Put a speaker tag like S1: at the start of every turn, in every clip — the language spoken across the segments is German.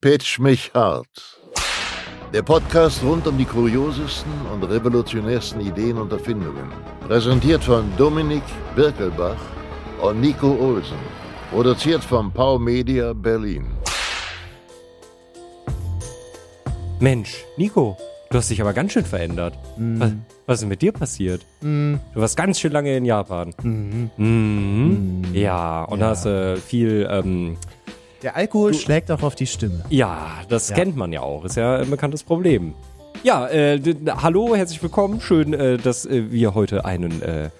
S1: Pitch mich hart. Der Podcast rund um die kuriosesten und revolutionärsten Ideen und Erfindungen. Präsentiert von Dominik Birkelbach und Nico Olsen. Produziert von Pau Media Berlin.
S2: Mensch, Nico, du hast dich aber ganz schön verändert.
S3: Mhm.
S2: Was, was ist denn mit dir passiert? Du warst ganz schön lange in Japan. Mhm. Ja, und da hast du viel, ähm,
S3: Der Alkohol schlägt auch auf die Stimme.
S2: ja, das kennt man ja auch, ist ja ein bekanntes Problem. Ja, äh, d- d- hallo, herzlich willkommen. Schön, äh, dass äh, wir heute einen äh,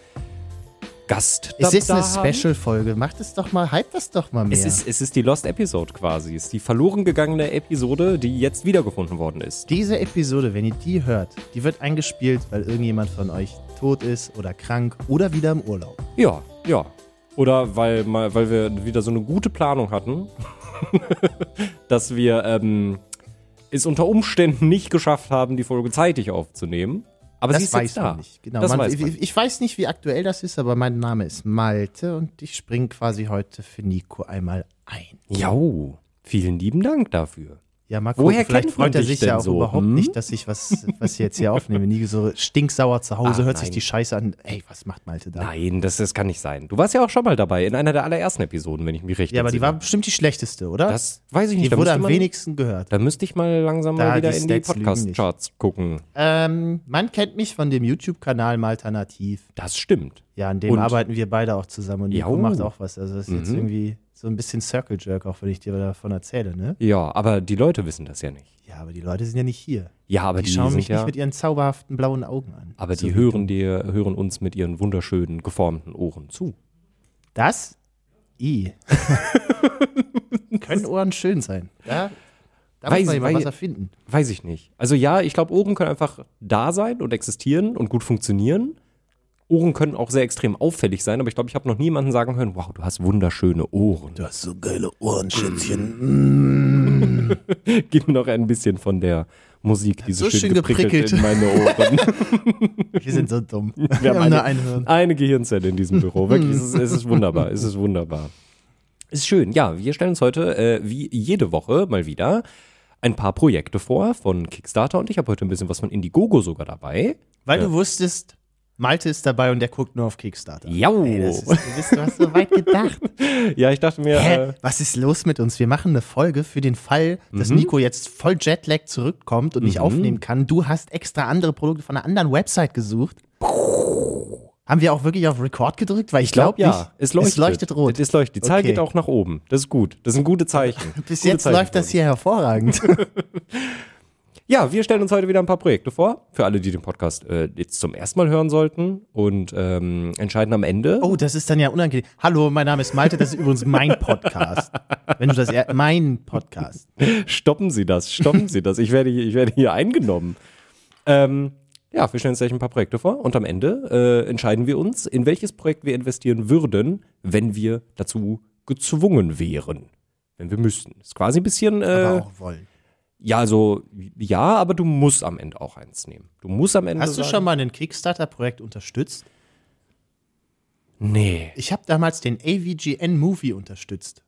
S2: Gast
S3: Es ist eine
S2: haben.
S3: Special-Folge. Macht es doch mal, hype das doch mal mehr.
S2: Es ist, es ist die Lost Episode quasi. Es ist die verloren gegangene Episode, die jetzt wiedergefunden worden ist.
S3: Diese Episode, wenn ihr die hört, die wird eingespielt, weil irgendjemand von euch tot ist oder krank oder wieder im Urlaub.
S2: Ja, ja. Oder weil, mal, weil wir wieder so eine gute Planung hatten, dass wir ähm, es unter Umständen nicht geschafft haben, die Folge zeitig aufzunehmen. Aber sie
S3: das
S2: ist
S3: weiß
S2: jetzt da.
S3: man nicht. Genau.
S2: Das
S3: man,
S2: weiß
S3: ich,
S2: man.
S3: ich weiß nicht, wie aktuell das ist, aber mein Name ist Malte und ich springe quasi heute für Nico einmal ein.
S2: Jau, vielen lieben Dank dafür.
S3: Ja, mal
S2: Woher
S3: gucken, vielleicht
S2: kennt man
S3: freut er
S2: dich
S3: sich
S2: denn
S3: ja auch
S2: so?
S3: überhaupt
S2: Hm?
S3: nicht, dass ich was, was ich jetzt hier aufnehme. Nico so stinksauer zu Hause,
S2: Ah,
S3: hört sich
S2: nein.
S3: die Scheiße an. Ey, was macht Malte da?
S2: Nein, das, das kann nicht sein. Du warst ja auch schon mal dabei, in einer der allerersten Episoden, wenn ich mich richtig
S3: Ja, aber die war
S2: entsinne.
S3: bestimmt die schlechteste, oder?
S2: Das weiß ich nicht.
S3: die
S2: da
S3: wurde
S2: müsste
S3: am
S2: man-
S3: wenigsten gehört.
S2: Da müsste ich mal langsam
S3: Da
S2: mal wieder
S3: die
S2: in die
S3: Stats lügen nicht.
S2: Podcast-Charts gucken.
S3: Ähm, man kennt mich von dem YouTube-Kanal Malternativ.
S2: Das stimmt.
S3: Ja, an dem
S2: Und?
S3: arbeiten wir beide auch zusammen und Nico
S2: Jau.
S3: macht auch was. Also das ist jetzt
S2: Mhm.
S3: irgendwie so ein bisschen Circle Jerk, auch wenn ich dir davon erzähle, ne?
S2: Ja, aber die Leute wissen das ja nicht.
S3: Ja, aber die Leute sind ja nicht hier.
S2: Ja, aber
S3: Die,
S2: die,
S3: schauen
S2: sind
S3: mich
S2: ja,
S3: nicht mit ihren zauberhaften blauen Augen an.
S2: aber
S3: So
S2: die
S3: wie
S2: hören
S3: du.
S2: dir, hören uns mit ihren wunderschönen geformten Ohren zu.
S3: Das? I. Können Ohren schön sein. Ja? Da
S2: Weiß-
S3: muss man immer
S2: weil-
S3: was erfinden.
S2: Weiß ich nicht. Also ja, ich glaube, Ohren können einfach da sein und existieren und gut funktionieren. Ohren können auch sehr extrem auffällig sein, aber ich glaube, ich habe noch niemanden sagen hören, wow, du hast wunderschöne Ohren.
S3: Du hast so geile Ohren, Schätzchen.
S2: Gib mir noch ein bisschen von der Musik, die so,
S3: so
S2: schön
S3: schön
S2: geprickelt
S3: geprickelt.
S2: in meine Ohren.
S3: Wir sind so dumm.
S2: Wir haben
S3: nur
S2: eine,
S3: ein Hirn.
S2: eine Gehirnzelle in diesem Büro. Wirklich, es ist, es ist wunderbar. Es ist wunderbar. Ist schön. Ja, wir stellen uns heute, äh, wie jede Woche, mal wieder ein paar Projekte vor von Kickstarter und ich habe heute ein bisschen was von Indiegogo sogar dabei.
S3: Weil du wusstest, Malte ist dabei und der guckt nur auf Kickstarter.
S2: Jau.
S3: Ey, das ist, du, bist, du hast so weit gedacht.
S2: Ja, ich dachte mir,
S3: Hä?
S2: äh,
S3: Was ist los mit uns? Wir machen eine Folge für den Fall, dass
S2: Mhm.
S3: Nico jetzt voll Jetlag zurückkommt und nicht aufnehmen kann. Du hast extra andere Produkte von einer anderen Website gesucht. Haben wir auch wirklich auf Record gedrückt? Weil ich,
S2: ich glaube
S3: glaube
S2: ja,
S3: nicht.
S2: es leuchtet.
S3: Es leuchtet rot.
S2: Es leuchtet. Die Zahl
S3: Okay.
S2: geht auch nach oben. Das ist gut. Das sind gute Zeichen.
S3: Bis
S2: gute
S3: jetzt
S2: Zeichen
S3: läuft
S2: für
S3: das hier hervorragend.
S2: Ja, wir stellen uns heute wieder ein paar Projekte vor, für alle, die den Podcast äh, jetzt zum ersten Mal hören sollten und ähm, entscheiden am Ende.
S3: Oh, das ist dann ja unangenehm. Hallo, mein Name ist Malte, das ist übrigens mein Podcast. Wenn du das er mein Podcast.
S2: Stoppen Sie das, stoppen Sie das. Ich werde hier, ich werde hier eingenommen. Ähm, ja, wir stellen uns gleich ein paar Projekte vor und am Ende äh, entscheiden wir uns, in welches Projekt wir investieren würden, wenn wir dazu gezwungen wären. Wenn wir müssten. Ist quasi ein bisschen.
S3: Aber
S2: Äh,
S3: auch wollen.
S2: ja, also, ja, aber du musst am Ende auch eins nehmen. Du musst am Ende.
S3: Hast du
S2: sagen,
S3: schon mal ein Kickstarter-Projekt unterstützt?
S2: Nee.
S3: Ich habe damals den AVGN Movie unterstützt.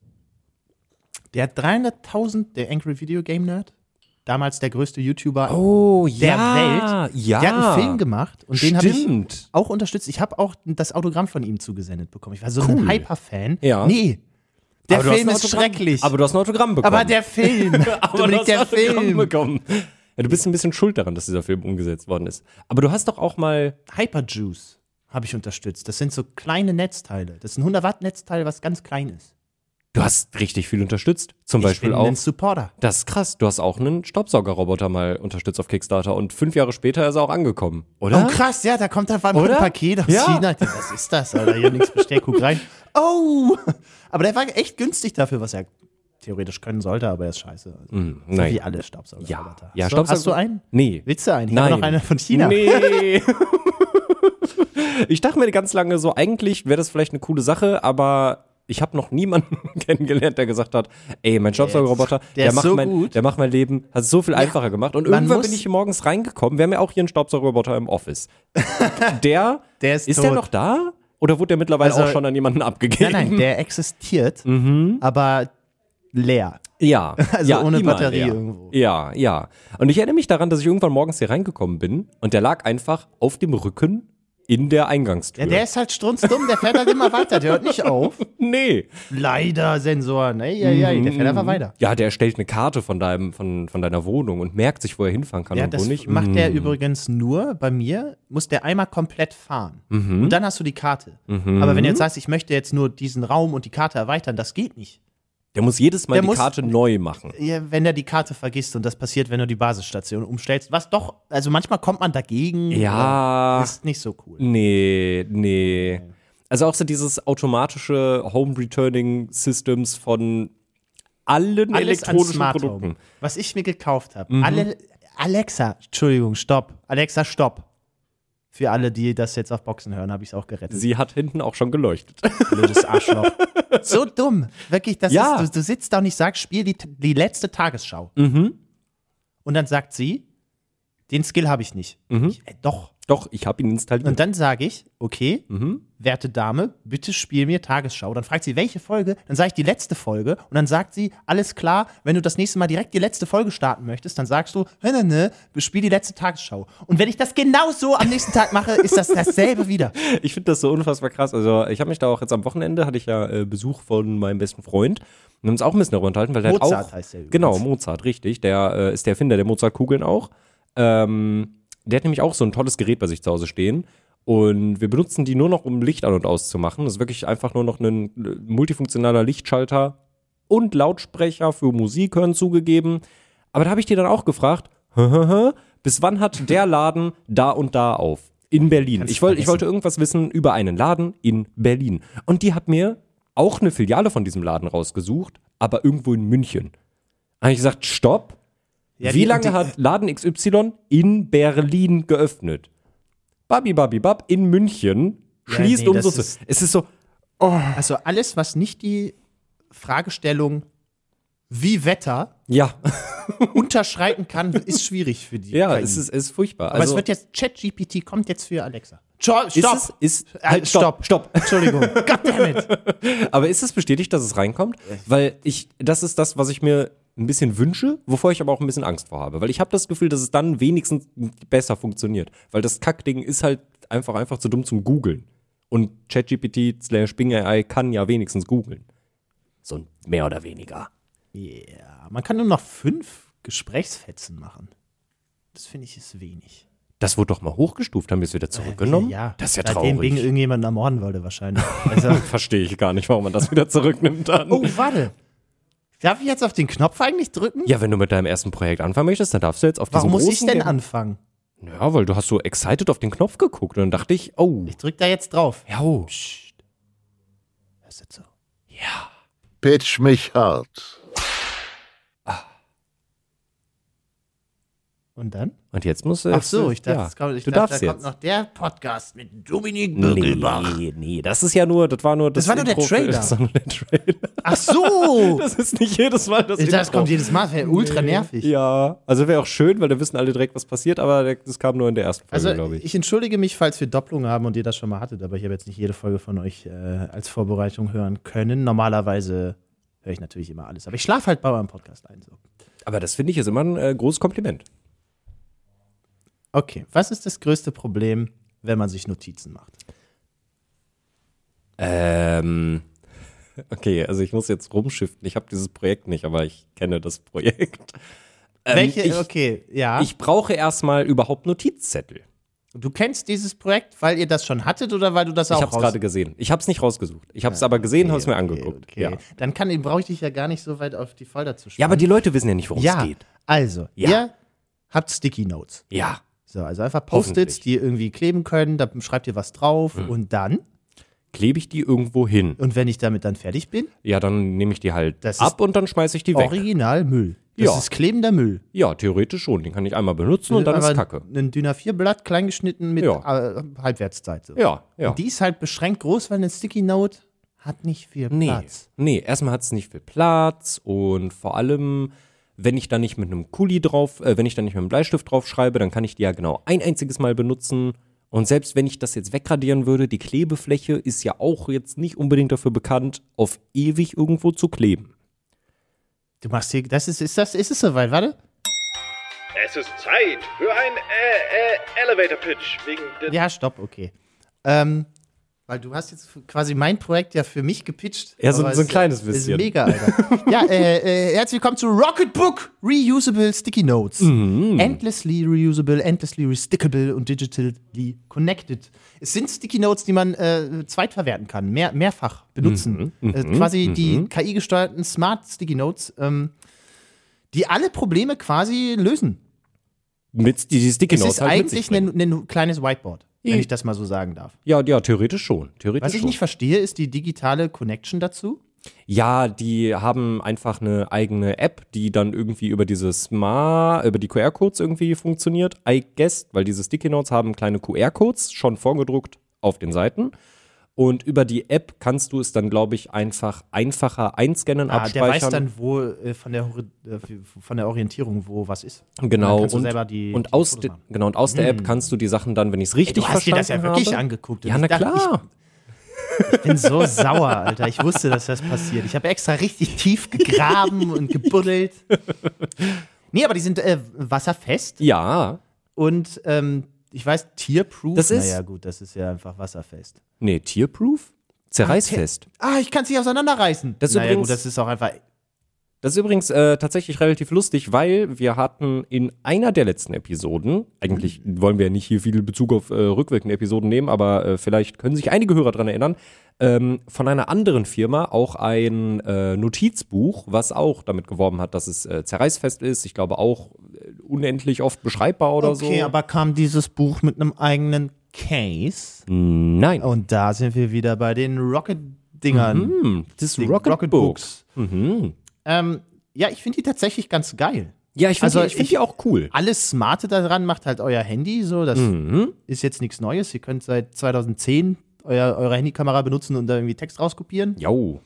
S3: Der hat 300.000, der Angry Video Game Nerd, damals der größte YouTuber
S2: Oh,
S3: der
S2: ja.
S3: Welt.
S2: Ja.
S3: Der hat einen Film gemacht und den habe ich
S2: Stimmt.
S3: auch unterstützt. Ich habe auch das Autogramm von ihm zugesendet bekommen. Ich war so
S2: Cool.
S3: ein Hyper-Fan.
S2: Ja.
S3: Nee, der
S2: Aber du hast
S3: Film
S2: ein
S3: ist
S2: Autogramm-
S3: schrecklich.
S2: Aber du hast ein Autogramm bekommen.
S3: Aber der Film,
S2: Aber du
S3: Dominik,
S2: hast
S3: der
S2: ein Autogramm
S3: Film.
S2: bekommen. Ja, du bist ein bisschen schuld daran, dass dieser Film umgesetzt worden ist. Aber du hast doch auch mal.
S3: Hyperjuice habe ich unterstützt. Das sind so kleine Netzteile. Das ist ein 100 Watt Netzteil, was ganz klein ist.
S2: Du hast richtig viel unterstützt. Zum
S3: ich
S2: Beispiel
S3: bin
S2: auch.
S3: ein Supporter.
S2: Das ist krass. Du hast auch einen Staubsaugerroboter mal unterstützt auf Kickstarter und fünf Jahre später ist er auch angekommen, oder?
S3: Oh krass, ja, da kommt einfach mal
S2: Oder?
S3: ein Paket aus
S2: Ja.
S3: China. Was ist das, Alter? Hier links Besteck, guck rein. Oh! Aber der war echt günstig dafür, was er theoretisch können sollte, aber er ist scheiße. Also,
S2: Hm,
S3: so
S2: nein.
S3: wie alle Staubsauger.
S2: ja,
S3: Alter.
S2: ja
S3: hast, du,
S2: Staubsauger-
S3: hast du einen?
S2: Nee.
S3: Willst du einen? Ich
S2: Nein.
S3: habe noch einen von China.
S2: Nee. ich dachte mir ganz lange so, eigentlich wäre das vielleicht eine coole Sache, aber ich habe noch niemanden kennengelernt, der gesagt hat, ey, mein Staubsaugerroboter, der,
S3: der ist
S2: macht
S3: so
S2: mein,
S3: gut.
S2: der macht mein Leben, hat es so viel einfacher gemacht. Und
S3: man
S2: irgendwann
S3: muss-
S2: bin ich morgens reingekommen, wir haben ja auch hier einen Staubsaugerroboter im Office. Der,
S3: Der ist
S2: der
S3: tot.
S2: noch da? Oder wurde der mittlerweile
S3: Also-
S2: auch schon an jemanden abgegeben? Mhm.
S3: Nein, nein, der existiert, aber leer.
S2: Ja.
S3: Also
S2: ja,
S3: ohne
S2: immer
S3: Batterie
S2: leer.
S3: irgendwo.
S2: Ja, ja. Und ich erinnere mich daran, dass ich irgendwann morgens hier reingekommen bin und der lag einfach auf dem Rücken in der Eingangstür.
S3: Ja, der ist halt strunzdumm, der fährt halt immer weiter, der hört nicht auf.
S2: nee.
S3: Leider Sensoren, ey, ey, ey,
S2: Mhm.
S3: der fährt einfach weiter.
S2: Ja, der erstellt eine Karte von, deinem, von, von deiner Wohnung und merkt sich, wo er hinfahren kann
S3: Ja,
S2: und wo
S3: das
S2: nicht.
S3: macht der
S2: Mm.
S3: übrigens nur bei mir, muss der einmal komplett fahren.
S2: Mhm.
S3: Und dann hast du die Karte. Aber wenn du jetzt sagst, ich möchte jetzt nur diesen Raum und die Karte erweitern, das geht nicht.
S2: Der muss jedes Mal
S3: Der
S2: die
S3: muss-
S2: Karte neu machen.
S3: Ja, wenn er die Karte vergisst und das passiert, wenn du die Basisstation umstellst, was doch, also manchmal kommt man dagegen.
S2: Ja.
S3: aber Ist nicht so cool.
S2: Nee, nee. Also auch so dieses automatische Home-Returning-Systems von allen
S3: Alles an
S2: elektronischen
S3: Smart
S2: Produkten. Mhm.
S3: Home. Was ich mir gekauft habe. Alle, Alexa, Entschuldigung, stopp. Alexa, stopp. Für alle, die das jetzt auf Boxen hören, habe ich es auch gerettet.
S2: Sie hat hinten auch schon geleuchtet.
S3: Blödes Arschloch. so dumm. Wirklich, das
S2: Ja.
S3: ist, du, du sitzt da und ich sag, spiel die, die letzte Tagesschau. Und dann sagt sie, den Skill habe ich nicht.
S2: Mhm.
S3: Ich, äh, doch.
S2: Doch, ich habe ihn installiert. Mhm.
S3: Und dann sage ich, okay, werte Dame, bitte spiel mir Tagesschau. Dann fragt sie, welche Folge? Dann sage ich die letzte Folge. Und dann sagt sie, alles klar, wenn du das nächste Mal direkt die letzte Folge starten möchtest, dann sagst du, ne, ne, ne, spiel die letzte Tagesschau. Und wenn ich das genau so am nächsten Tag mache, ist das dasselbe wieder.
S2: ich finde das so unfassbar krass. Also ich habe mich da auch jetzt am Wochenende hatte ich ja äh, Besuch von meinem besten Freund und haben uns auch ein bisschen darüber unterhalten, weil der hat
S3: Mozart
S2: auch
S3: heißt der übrigens.
S2: genau Mozart richtig. Der äh, ist der Erfinder der Mozartkugeln auch. Ähm, der hat nämlich auch so ein tolles Gerät bei sich zu Hause stehen. Und wir benutzen die nur noch, um Licht an- und auszumachen. Das ist wirklich einfach nur noch ein äh, multifunktionaler Lichtschalter und Lautsprecher für Musik hören zugegeben. Aber da habe ich dir dann auch gefragt, bis wann hat der Laden da und da auf? In Berlin. Ich, wollt, ich wollte irgendwas wissen über einen Laden in Berlin. Und die hat mir auch eine Filiale von diesem Laden rausgesucht, aber irgendwo in München. Da habe ich gesagt, stopp.
S3: Ja,
S2: Wie
S3: die-
S2: lange
S3: die-
S2: hat Laden XY in Berlin geöffnet? Babi, babi, bab, in München schließt
S3: nee,
S2: um
S3: das
S2: so. so-
S3: ist-
S2: Es ist so,
S3: Also alles, was nicht die Fragestellung wie Wetter
S2: ja,
S3: unterschreiten kann, ist schwierig für die.
S2: ja,
S3: KI.
S2: es ist, es ist furchtbar.
S3: Aber
S2: also,
S3: es wird jetzt, ChatGPT kommt jetzt für Alexa. Stopp,
S2: ist
S3: stopp,
S2: es, ist,
S3: Äh,
S2: halt, stopp, stopp.
S3: Entschuldigung. Goddammit.
S2: Aber ist es bestätigt, dass es reinkommt? Weil ich, das ist das, was ich mir ein bisschen wünsche, wovor ich aber auch ein bisschen Angst vor habe. Weil ich habe das Gefühl, dass es dann wenigstens besser funktioniert. Weil das Kackding ist halt einfach, einfach zu dumm zum Googeln. Und ChatGPT slash Bing AI kann ja wenigstens googeln. So ein mehr oder weniger.
S3: Ja, man kann nur noch fünf Gesprächsfetzen machen. Das finde ich ist wenig.
S2: Das wurde doch mal hochgestuft, haben wir es wieder zurückgenommen? Das ist ja
S3: Seitdem Bing
S2: traurig.
S3: irgendjemanden ermorden wollte wahrscheinlich. Also,
S2: Verstehe ich gar nicht, warum man das wieder zurücknimmt dann.
S3: oh, warte. Darf ich jetzt auf den Knopf eigentlich drücken?
S2: Ja, wenn du mit deinem ersten Projekt anfangen möchtest, dann darfst du jetzt auf diesen
S3: Warum muss ich
S2: großen
S3: denn
S2: Ding-
S3: anfangen?
S2: Ja, weil du hast so excited auf den Knopf geguckt und dann dachte ich, oh.
S3: Ich drück da jetzt drauf.
S2: Ja, oh.
S3: Das ist so.
S1: Pitch mich hart.
S3: Und dann?
S2: Und jetzt musst du.
S3: Ach so, ich dachte,
S2: ja.
S3: es kommt, ich
S2: du
S3: dachte
S2: darfst
S3: da kommt
S2: jetzt.
S3: noch der Podcast mit Dominik Birkelbach.
S2: Nee, nee, das ist ja nur, das war nur das.
S3: Das war nur der
S2: Intro für-
S3: Trailer.
S2: Das war nur der Trailer.
S3: Ach so!
S2: Das ist nicht jedes Mal das.
S3: Das
S2: Intro.
S3: kommt jedes Mal, das wäre ultra nervig.
S2: Ja, also wäre auch schön, weil dann wissen alle direkt, was passiert, aber der- das kam nur in der ersten Folge,
S3: Also
S2: glaube
S3: ich.
S2: ich.
S3: entschuldige mich, falls wir Doppelungen haben und ihr das schon mal hattet, aber ich habe jetzt nicht jede Folge von euch äh, als Vorbereitung hören können. Normalerweise höre ich natürlich immer alles, aber ich schlafe halt bei eurem Podcast ein. So.
S2: Aber das finde ich ist immer ein äh, großes Kompliment.
S3: Okay, was ist das größte Problem, wenn man sich Notizen macht?
S2: Ähm. Okay, also ich muss jetzt rumschiften. Ich habe dieses Projekt nicht, aber ich kenne das Projekt. Ähm,
S3: Welche,
S2: Ich,
S3: okay, ja.
S2: ich brauche erstmal überhaupt Notizzettel.
S3: du kennst dieses Projekt, weil ihr das schon hattet oder weil du das
S2: Ich
S3: auch
S2: habe es gerade gesehen. Ich habe es nicht rausgesucht. Ich habe es aber gesehen, habe es mir angeguckt.
S3: Ah, Okay,
S2: Ja.
S3: okay. Dann kann, brauche ich dich ja gar nicht so weit auf die Folter zu
S2: ja,
S3: spannen.
S2: aber die Leute wissen ja nicht, worum es
S3: ja,
S2: geht.
S3: also,
S2: Ja.
S3: ihr habt Sticky Notes.
S2: Ja.
S3: So, also einfach
S2: Hoffentlich.
S3: Post-its,
S2: Hm.
S3: die irgendwie kleben können, da schreibt ihr was drauf und dann,
S2: Klebe ich die irgendwo hin?
S3: und wenn ich damit dann fertig bin,
S2: Ja, dann nehme ich die halt
S3: Das ist
S2: ab und dann schmeiße ich die weg.
S3: original Müll. Das
S2: Ja.
S3: ist klebender Müll.
S2: Ja, theoretisch schon. Den kann ich einmal benutzen und dann ist Kacke.
S3: Ein DIN A4-Blatt, kleingeschnitten mit
S2: Ja.
S3: äh, Halbwertszeit. So.
S2: Ja, ja.
S3: Und die ist halt beschränkt groß, weil eine Sticky Note hat nicht viel
S2: Nee,
S3: Platz.
S2: nee, erstmal hat es nicht viel Platz und vor allem, wenn ich da nicht mit einem Kuli drauf, äh, wenn ich da nicht mit einem Bleistift drauf schreibe, dann kann ich die ja genau ein einziges Mal benutzen. Und selbst wenn ich das jetzt wegradieren würde, die Klebefläche ist ja auch jetzt nicht unbedingt dafür bekannt, auf ewig irgendwo zu kleben.
S3: Du machst hier, das ist, ist das, ist es soweit, warte.
S4: Es ist Zeit für ein äh, äh, Elevator Pitch wegen der
S3: Äh, Ja, stopp, okay. Ähm, weil du hast jetzt quasi mein Projekt ja für mich gepitcht.
S2: Ja, so-
S3: aber
S2: so ein
S3: es-
S2: kleines
S3: es
S2: bisschen.
S3: Ist mega, Alter. ja, äh, äh, herzlich willkommen zu Rocketbook Reusable Sticky Notes.
S2: Mhm.
S3: Endlessly reusable, endlessly restickable und digitally connected. Es sind Sticky Notes, die man äh, zweitverwerten kann, mehr, mehrfach benutzen.
S2: Mhm,
S3: äh, quasi die KI-gesteuerten Smart Sticky Notes, ähm, die alle Probleme quasi lösen.
S2: Mit, die, die Sticky
S3: Es
S2: Notes
S3: ist
S2: halt mit sich
S3: eigentlich
S2: bringen.
S3: ein, ein kleines Whiteboard, wenn
S2: I-
S3: ich das mal so sagen darf.
S2: Ja, ja, theoretisch schon. Theoretisch
S3: Was ich
S2: schon.
S3: nicht verstehe, ist die digitale Connection dazu.
S2: Ja, die haben einfach eine eigene App, die dann irgendwie über diese Smart, über die QR-Codes irgendwie funktioniert. I guess, weil diese Sticky Notes haben kleine QR-Codes schon vorgedruckt auf den Seiten. Und über die App kannst du es dann, glaube ich, einfach einfacher einscannen,
S3: Ah, der
S2: abspeichern.
S3: weiß dann, wo äh, von, der, Hori- äh, von der Orientierung, wo was ist.
S2: genau.
S3: Dann kannst du
S2: und,
S3: selber die-
S2: und
S3: die
S2: aus,
S3: Fotos
S2: de,
S3: machen. Mhm.
S2: genau, und aus der App kannst du die Sachen dann, wenn ich es richtig
S3: du hast dir
S2: verstanden
S3: das ja wirklich
S2: habe,
S3: angeguckt. Und
S2: Ja,
S3: ich
S2: na
S3: dachte,
S2: klar.
S3: Ich bin so sauer, Alter. Ich wusste, dass das passiert. Ich habe extra richtig tief gegraben und gebuddelt. Nee, aber die sind äh, wasserfest
S2: Ja.
S3: und ähm, ich weiß, Tierproof.
S2: Das ist-
S3: Naja, gut, das ist ja einfach wasserfest.
S2: Nee, Tierproof? Zerreißfest.
S3: Ah, ich kann es nicht auseinanderreißen.
S2: Das ist
S3: naja,
S2: übrigens-
S3: gut, das ist auch einfach
S2: Das ist übrigens äh, tatsächlich relativ lustig, weil wir hatten in einer der letzten Episoden, eigentlich wollen wir ja nicht hier viel Bezug auf äh, rückwirkende Episoden nehmen, aber äh, vielleicht können sich einige Hörer dran erinnern, ähm, von einer anderen Firma auch ein äh, Notizbuch, was auch damit geworben hat, dass es äh, zerreißfest ist. Ich glaube auch äh, unendlich oft beschreibbar oder so.
S3: okay, aber kam dieses Buch mit einem eigenen Case.
S2: Nein,
S3: Und da sind wir wieder bei den Rocket-Dingern.
S2: Hm, das
S3: Den
S2: Rocket, Books. Mhm.
S3: Ähm, ja, ich finde die tatsächlich ganz geil.
S2: Ja, ich finde
S3: Also
S2: die, ich find
S3: ich-
S2: die auch cool.
S3: Alles Smarte daran macht halt euer Handy so. Das
S2: Mhm.
S3: ist jetzt nichts Neues. Ihr könnt seit 2010 euer, eure Handykamera benutzen und da irgendwie Text rauskopieren.
S2: Jau.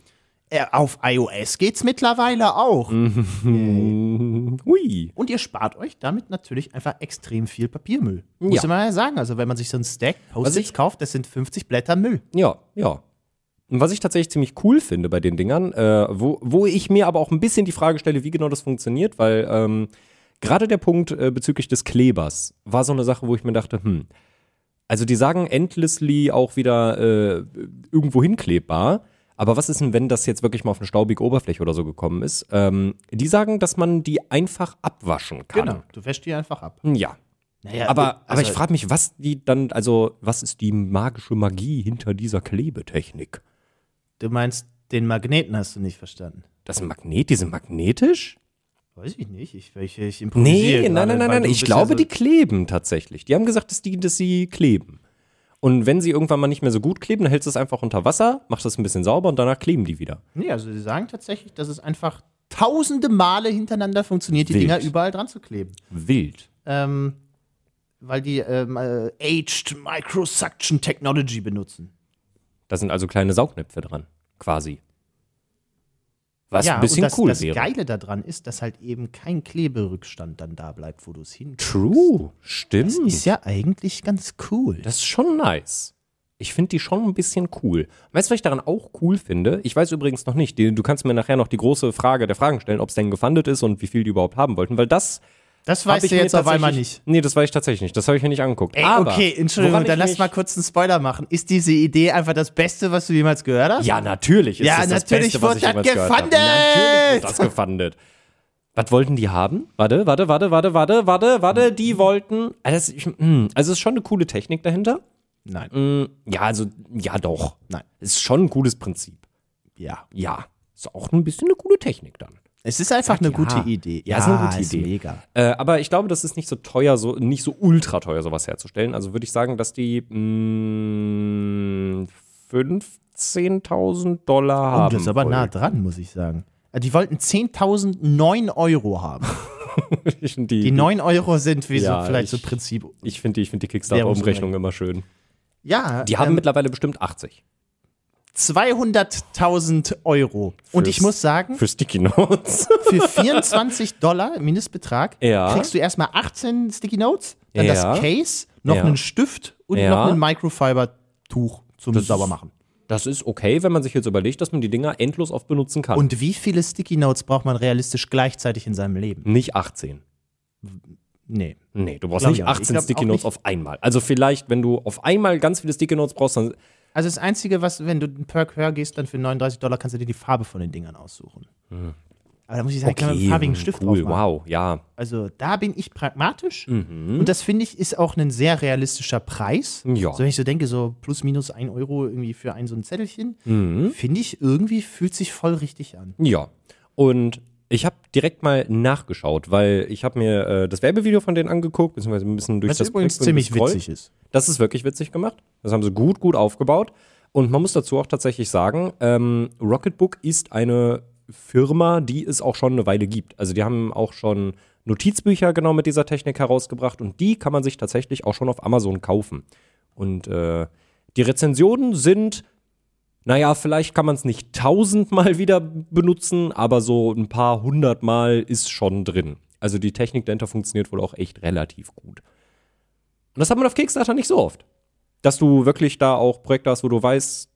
S3: Äh, auf iOS geht's mittlerweile auch.
S2: Mhm. Hui.
S3: Und ihr spart euch damit natürlich einfach extrem viel Papiermüll. Muss
S2: Ja.
S3: man ja sagen. Also, wenn man sich so einen Stack Post-its
S2: Was ich-
S3: kauft, das sind 50 Blätter Müll.
S2: Ja, ja. Und was ich tatsächlich ziemlich cool finde bei den Dingern, äh, wo, wo ich mir aber auch ein bisschen die Frage stelle, wie genau das funktioniert, weil ähm, gerade der Punkt äh, bezüglich des Klebers war so eine Sache, wo ich mir dachte, hm, also die sagen endlessly auch wieder äh, irgendwo hinklebbar, aber was ist denn, wenn das jetzt wirklich mal auf eine staubige Oberfläche oder so gekommen ist? Ähm, die sagen, dass man die einfach abwaschen kann.
S3: Du wäschst die einfach ab.
S2: Genau. Ja.
S3: Naja,
S2: Genau. Aber, aber
S3: also-
S2: ich frage mich, was die dann, also was ist die magische Magie hinter dieser Klebetechnik?
S3: Du meinst, den Magneten hast du nicht verstanden.
S2: Das Magnet, die sind magnetisch?
S3: Weiß ich nicht. Ich, ich, ich
S2: Nee,
S3: improvisiere.
S2: nein,
S3: gerade,
S2: nein, nein,
S3: weil
S2: nein.
S3: du
S2: Ich
S3: bist
S2: glaube,
S3: ja so,
S2: die kleben tatsächlich. Die haben gesagt, dass, die, dass sie kleben. Und wenn sie irgendwann mal nicht mehr so gut kleben, dann hältst du es einfach unter Wasser, machst es ein bisschen sauber und danach kleben die wieder.
S3: Nee, also sie sagen tatsächlich, dass es einfach tausende Male hintereinander funktioniert, die
S2: Wild.
S3: Dinger überall dran zu kleben.
S2: Wild.
S3: Ähm, weil die ähm, äh, Aged Microsuction Technology benutzen.
S2: Da sind also kleine Saugnäpfe dran, quasi. Was ein bisschen
S3: und das,
S2: cool
S3: das
S2: wäre.
S3: Geile daran ist, dass halt eben kein Kleberückstand dann da bleibt, wo du es hin.
S2: True. Stimmt.
S3: Das ist ja eigentlich ganz cool.
S2: Das ist schon nice. Ich finde die schon ein bisschen cool. Weißt du, was ich daran auch cool finde? Ich weiß übrigens noch nicht. die- Du kannst mir nachher noch die große Frage der Fragen stellen, ob es denn gefundet ist und wie viel die überhaupt haben wollten, weil das
S3: Das
S2: Hab
S3: weißt du
S2: mir
S3: jetzt auf einmal
S2: tatsächlich-
S3: nicht.
S2: Nee, das weiß ich tatsächlich nicht. Das habe ich mir nicht angeguckt.
S3: Ey,
S2: Aber
S3: okay, Entschuldigung,
S2: woran
S3: dann
S2: ich
S3: lass
S2: mich-
S3: mal kurz einen Spoiler machen. Ist diese Idee einfach das Beste, was du jemals gehört hast?
S2: Ja, natürlich ist
S3: Ja,
S2: das
S3: natürlich
S2: das Beste, was
S3: wurde
S2: ich
S3: das
S2: jemals gehört habe.
S3: gefundet!
S2: Natürlich wurde das gefundet. Was wollten die haben? Warte, warte, warte, warte, warte, warte, warte, die wollten. Also, ich, hm, also es ist schon eine coole Technik dahinter.
S3: Nein.
S2: Hm, Ja, also, ja doch.
S3: Nein.
S2: Ist schon ein cooles Prinzip.
S3: Ja.
S2: Ja. Ist auch ein bisschen eine coole Technik dann.
S3: Es ist einfach eine
S2: ja.
S3: gute Idee.
S2: Ja, ist eine gute Idee.
S3: mega.
S2: Äh, aber ich glaube, das ist nicht so teuer, so nicht so ultra teuer, sowas herzustellen. Also würde ich sagen, dass die mh, 15.000 Dollar
S3: Oh,
S2: haben.
S3: das ist aber nah
S2: wollen.
S3: dran, muss ich sagen. Äh, Die wollten 10.009 Euro haben.
S2: Ich finde
S3: Die 9 Euro sind wie
S2: Ja,
S3: so vielleicht
S2: ich-
S3: so Prinzip.
S2: Ich finde die, ich find die Kickstarter-Umrechnung immer schön.
S3: Ja,
S2: Die haben
S3: ähm,
S2: mittlerweile bestimmt 80
S3: 200.000 Euro. Und ich muss sagen,
S2: für Sticky Notes.
S3: für 24 Dollar Mindestbetrag
S2: Ja.
S3: kriegst du erstmal 18 Sticky Notes, dann
S2: Ja.
S3: das Case, noch
S2: Ja.
S3: einen Stift und
S2: Ja.
S3: noch ein Microfiber-Tuch zum
S2: Das ist-
S3: Saubermachen.
S2: Das ist okay, wenn man sich jetzt überlegt, dass man die Dinger endlos oft benutzen kann.
S3: Und wie viele Sticky Notes braucht man realistisch gleichzeitig in seinem Leben?
S2: nicht 18.
S3: Nee.
S2: Nee, du brauchst
S3: Glaub
S2: nicht
S3: ich auch nicht.
S2: 18
S3: Ich glaub
S2: Sticky
S3: auch
S2: Notes
S3: nicht.
S2: auf einmal. Also vielleicht, wenn du auf einmal ganz viele Sticky Notes brauchst, dann
S3: Also das Einzige, was, wenn du einen Perk höher gehst, dann für 39 Dollar kannst du dir die Farbe von den Dingern aussuchen. Aber da muss ich sagen, kann man einen farbigen Stift
S2: Hm. cool,
S3: drauf machen.
S2: wow, ja.
S3: Also da bin ich pragmatisch. Und das finde ich ist auch ein sehr realistischer Preis.
S2: Mhm. Ja.
S3: So wenn ich so denke, so plus minus ein Euro irgendwie für ein so ein Zettelchen,
S2: Mhm.
S3: finde ich irgendwie fühlt sich voll richtig an.
S2: Ja. Und ich habe direkt mal nachgeschaut, weil ich habe mir äh, das Werbevideo von denen angeguckt, beziehungsweise ein bisschen durch
S3: Was
S2: das
S3: übrigens
S2: Projekt
S3: ziemlich
S2: gescrollt.
S3: witzig ist.
S2: Das ist wirklich witzig gemacht. Das haben sie gut, gut aufgebaut. Und man muss dazu auch tatsächlich sagen, ähm, Rocketbook ist eine Firma, die es auch schon eine Weile gibt. Also die haben auch schon Notizbücher genau mit dieser Technik herausgebracht und die kann man sich tatsächlich auch schon auf Amazon kaufen. Und äh, die Rezensionen sind, naja, vielleicht kann man es nicht tausendmal wieder benutzen, aber so ein paar hundertmal ist schon drin. Also die Technik dahinter funktioniert wohl auch echt relativ gut. Und das hat man auf Kickstarter nicht so oft. Dass du wirklich da auch Projekte hast, wo du weißt,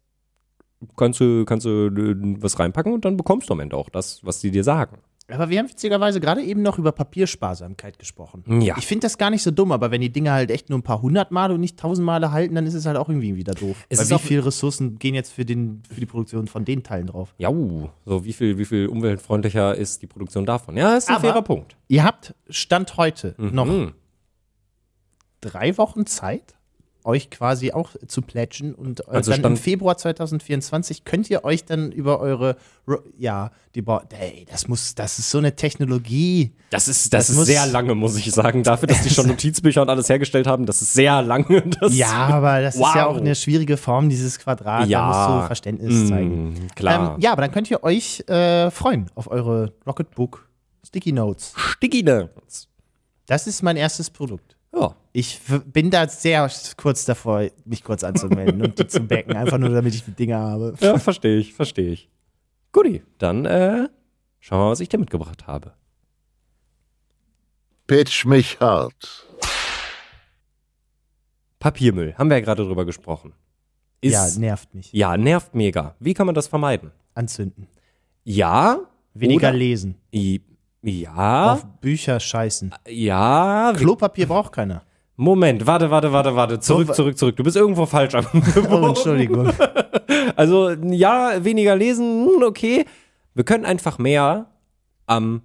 S2: kannst du, kannst du äh, was reinpacken und dann bekommst du am Ende auch das, was die dir sagen.
S3: Aber wir haben witzigerweise gerade eben noch über Papiersparsamkeit gesprochen.
S2: Mhm. Ja.
S3: Ich finde das gar nicht so dumm, aber wenn die Dinge halt echt nur ein paar hundert Male und nicht tausend Male halten, dann ist es halt auch irgendwie wieder doof.
S2: Es ist
S3: Weil
S2: auch-
S3: wie viele Ressourcen gehen jetzt für, den, für die Produktion von den Teilen drauf?
S2: Ja, so wie viel, wie viel umweltfreundlicher ist die Produktion davon? Ja, ist ein
S3: Aber-
S2: fairer Punkt. Hm.
S3: Ihr habt Stand heute
S2: Mhm. Oh,
S3: noch drei Wochen Zeit, euch quasi auch zu plätschen und äh,
S2: Also
S3: dann im
S2: Stand-
S3: Februar 2024 könnt ihr euch dann über eure Ro- ja, die Bau ey, das muss das ist so eine Technologie.
S2: Das ist, das
S3: Das
S2: ist
S3: muss-
S2: sehr lange, muss ich sagen. Dafür, dass die schon Notizbücher und alles hergestellt haben, das ist sehr lange. Das
S3: Ja, aber das ist ja
S2: Wow.
S3: auch eine schwierige Form dieses Quadrat,
S2: Ja.
S3: da musst du Verständnis zeigen.
S2: Mm, Klar.
S3: Ähm, ja, aber dann könnt ihr euch äh, freuen auf eure Rocketbook Sticky Notes.
S2: Sticky Notes.
S3: Das ist mein erstes Produkt.
S2: Ja.
S3: Ich f- bin da sehr kurz davor, mich kurz anzumelden und die zu backen, einfach nur damit ich die Dinger habe.
S2: ja, verstehe ich, verstehe ich. Guti, dann äh, schauen wir mal, was ich dir mitgebracht habe.
S1: Pitch mich hart.
S2: Papiermüll, haben wir ja gerade drüber gesprochen. Ist,
S3: ja,
S2: ja,
S3: nervt mich.
S2: nervt mega. Wie kann man das vermeiden?
S3: Anzünden.
S2: Ja,
S3: Weniger
S2: oder-
S3: lesen.
S2: i- ja,
S3: Auf Bücher scheißen.
S2: ja. Ah, wir-
S3: Klopapier braucht keiner.
S2: Moment, warte, warte, warte, warte. Zurück,
S3: wa-
S2: zurück, zurück. Du bist irgendwo falsch
S3: Oh,
S2: abgebogen.
S3: Entschuldigung.
S2: Also, ja, weniger lesen, hm, okay. Wir können einfach mehr am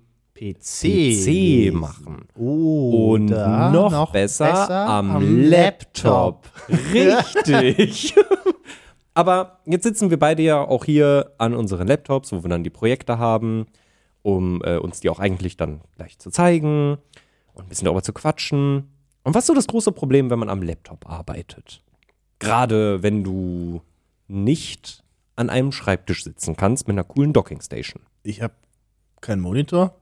S2: PC
S3: PC.
S2: machen.
S3: Oder
S2: Und noch, besser, am, Laptop. Richtig. Aber jetzt sitzen wir beide ja auch hier an unseren Laptops, wo wir dann die Projekte haben, um äh, uns die auch eigentlich dann gleich zu zeigen und ein bisschen darüber zu quatschen. Und was ist so das große Problem, wenn man am Laptop arbeitet? Gerade wenn du nicht an einem Schreibtisch sitzen kannst mit einer coolen Dockingstation.
S3: Ich habe keinen Monitor.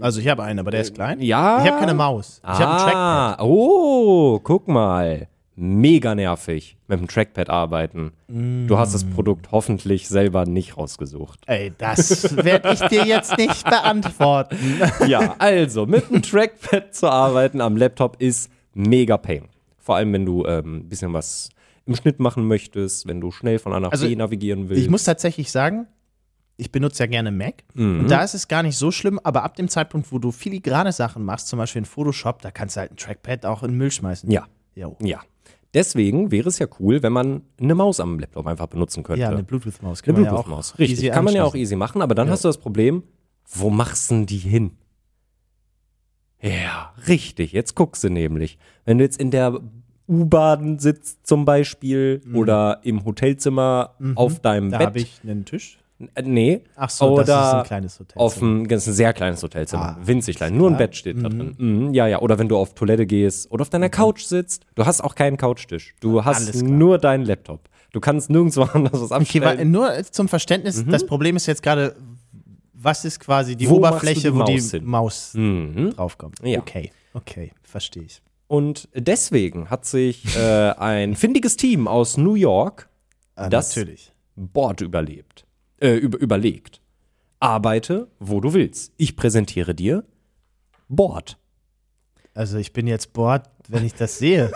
S3: Also ich habe einen, aber der ist klein.
S2: Ja.
S3: Ich habe keine Maus. Ich habe einen Trackpad.
S2: Ah, Oh, guck mal. Mega nervig mit dem Trackpad arbeiten. Du hast das Produkt hoffentlich selber nicht rausgesucht.
S3: Ey, das werde ich dir jetzt nicht beantworten.
S2: Ja, also mit dem Trackpad zu arbeiten am Laptop ist mega pain. Vor allem, wenn du ähm, ein bisschen was im Schnitt machen möchtest, wenn du schnell von A nach
S3: Also,
S2: B navigieren willst.
S3: Ich muss tatsächlich sagen, ich benutze ja gerne Mac.
S2: Mhm.
S3: Und da ist es gar nicht so schlimm, aber ab dem Zeitpunkt, wo du filigrane Sachen machst, zum Beispiel in Photoshop, da kannst du halt ein Trackpad auch in den Müll schmeißen.
S2: ja,
S3: Jo.
S2: ja. Deswegen wäre es ja cool, wenn man eine Maus am Laptop einfach benutzen könnte.
S3: Ja, eine Bluetooth-Maus.
S2: Eine
S3: kann man ja auch
S2: Bluetooth-Maus. Richtig.
S3: easy
S2: kann man ja auch
S3: anschließen.
S2: easy machen, aber dann hast du das Problem, wo machst denn die hin? Ja, richtig. Jetzt guckst du nämlich. Wenn du jetzt in der U-Bahn sitzt zum Beispiel oder im Hotelzimmer auf deinem
S3: Mhm. Da
S2: Bett.
S3: habe ich einen Tisch.
S2: Äh, Nee.
S3: Ach so,
S2: oder
S3: das ist ein kleines Hotelzimmer. Ah,
S2: Auf ein, das ist ein sehr kleines Hotelzimmer. winzig klein. Nur ein Bett steht da drin. Mhm, ja, ja. Oder wenn du auf Toilette gehst oder auf deiner Couch sitzt. Du hast auch keinen Couchtisch. Du hast
S3: Mhm. Alles klar.
S2: nur deinen Laptop. Du kannst nirgendwo anders was
S3: Okay,
S2: abstellen.
S3: wa- nur zum Verständnis, das Problem ist jetzt gerade, was ist quasi die
S2: Mhm. Wo
S3: Oberfläche, wo
S2: machst du die
S3: die
S2: Maus hin? Mhm.
S3: Maus draufkommt?
S2: Ja.
S3: Okay, okay, verstehe ich.
S2: Und deswegen hat sich äh, ein findiges Team aus New York
S3: Ah,
S2: Das-
S3: natürlich.
S2: Board überlebt, äh, über, überlegt. Arbeite, wo du willst. Ich präsentiere dir Board.
S3: Also ich bin jetzt bored, wenn ich das sehe.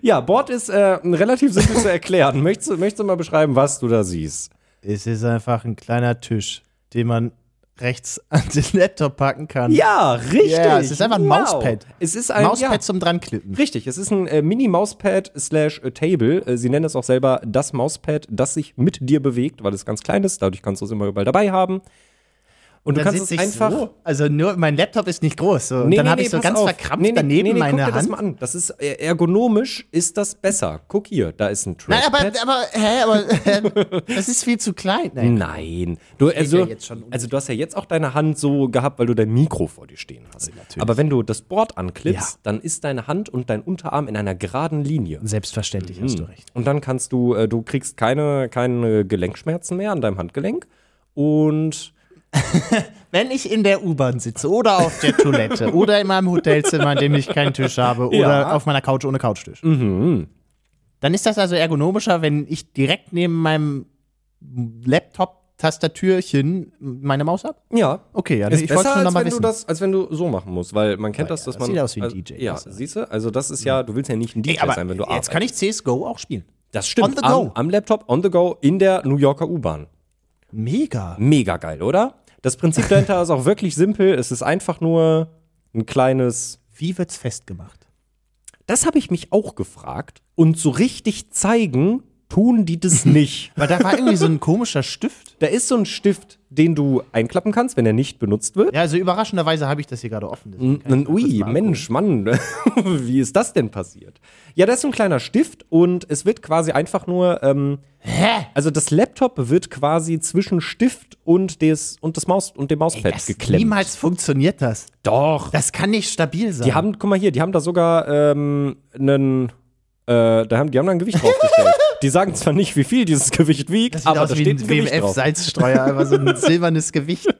S2: Ja, Bord ist äh, relativ simpel zu erklären. Möchtest du, möchtest du mal beschreiben, was du da siehst?
S3: Es ist einfach ein kleiner Tisch, den man rechts an den Laptop packen kann.
S2: Ja, richtig.
S3: Ja, es ist einfach ein Mauspad.
S2: Es ist ein
S3: Mauspad
S2: ja.
S3: zum dranklippen.
S2: Richtig, es ist ein äh, Mini-Mauspad slash äh, Table. Äh, sie nennen es auch selber das Mauspad, das sich mit dir bewegt, weil es ganz klein ist. Dadurch kannst du es immer überall dabei haben. Und du
S3: Dann
S2: kannst
S3: sitz
S2: es
S3: ich
S2: einfach.
S3: so. Also nur mein Laptop ist nicht groß. So. Und dann habe ich so
S2: pass
S3: ganz
S2: auf.
S3: verkrampft
S2: Nee, nee,
S3: daneben
S2: nee, nee, guck
S3: meine
S2: dir Das,
S3: Hand.
S2: mal an. das ist äh, ergonomisch, ist das besser. Guck hier, da ist ein
S3: Nein,
S2: Trackpad.
S3: aber, aber, hä, aber äh, das ist viel zu klein. Nein.
S2: Nein. Du, also,
S3: ja jetzt schon um.
S2: also du hast ja jetzt auch deine Hand so gehabt, weil du dein Mikro vor dir stehen hast. Aber wenn du das Board anklippst,
S3: Also, Ja.
S2: dann ist deine Hand und dein Unterarm in einer geraden Linie.
S3: Selbstverständlich hast du recht.
S2: Und dann kannst du, äh, du kriegst keine, keine Gelenkschmerzen mehr an deinem Handgelenk. Und
S3: Wenn ich in der U-Bahn sitze oder auf der Toilette oder in meinem Hotelzimmer, in dem ich keinen Tisch habe oder
S2: Ja. Mhm.
S3: auf meiner Couch ohne Couchtisch, dann ist das also ergonomischer, wenn ich direkt neben meinem Laptop-Tastatürchen meine Maus habe?
S2: ja,
S3: Okay, ja,
S2: ist
S3: ich wollte
S2: besser,
S3: schon
S2: als
S3: nochmal
S2: wenn, du
S3: wissen.
S2: das, als wenn du so machen musst, weil man kennt
S3: Ja,
S2: das,
S3: ja,
S2: dass
S3: das
S2: man.
S3: sieht aus wie ein
S2: also,
S3: DJ,
S2: Ja,
S3: das ist-
S2: siehst du? Also, das ist ja, du willst ja nicht ein DJ
S3: Ey, aber
S2: sein, wenn du
S3: jetzt kann ich CSGO auch spielen.
S2: Das stimmt.
S3: On the go.
S2: Am, am Laptop, on the go, in der New Yorker U-Bahn.
S3: Mega.
S2: Mega geil, oder? Das Prinzip dahinter ist auch wirklich simpel. Es ist einfach nur ein kleines.
S3: Wie wird's festgemacht?
S2: Das habe ich mich auch gefragt. Und so richtig zeigen, tun die das nicht.
S3: Weil da war irgendwie so ein komischer Stift.
S2: Da ist so ein Stift, den du einklappen kannst, wenn er nicht benutzt wird.
S3: Ja, also überraschenderweise habe ich das hier gerade offen. deswegen kann ich
S2: N-
S3: das kurz
S2: Hm, Ui,
S3: mal angucken.
S2: Mensch, Mann, wie ist das denn passiert? Ja, da ist so ein kleiner Stift und es wird quasi einfach nur, ähm,
S3: Hä?
S2: also das Laptop wird quasi zwischen Stift und des und das Maus und dem Mauspad
S3: Das,
S2: geklemmt.
S3: niemals funktioniert das.
S2: Doch.
S3: Das kann nicht stabil sein.
S2: Die haben, guck mal hier, die haben da sogar ähm, einen, äh, da haben, die haben da ein Gewicht draufgestellt. die sagen zwar nicht, wie viel dieses Gewicht wiegt,
S3: Das sieht
S2: aber
S3: aus
S2: da
S3: wie
S2: steht
S3: ein
S2: ein Gewicht drauf.
S3: WMF-Salzstreuer, aber so ein silbernes Gewicht.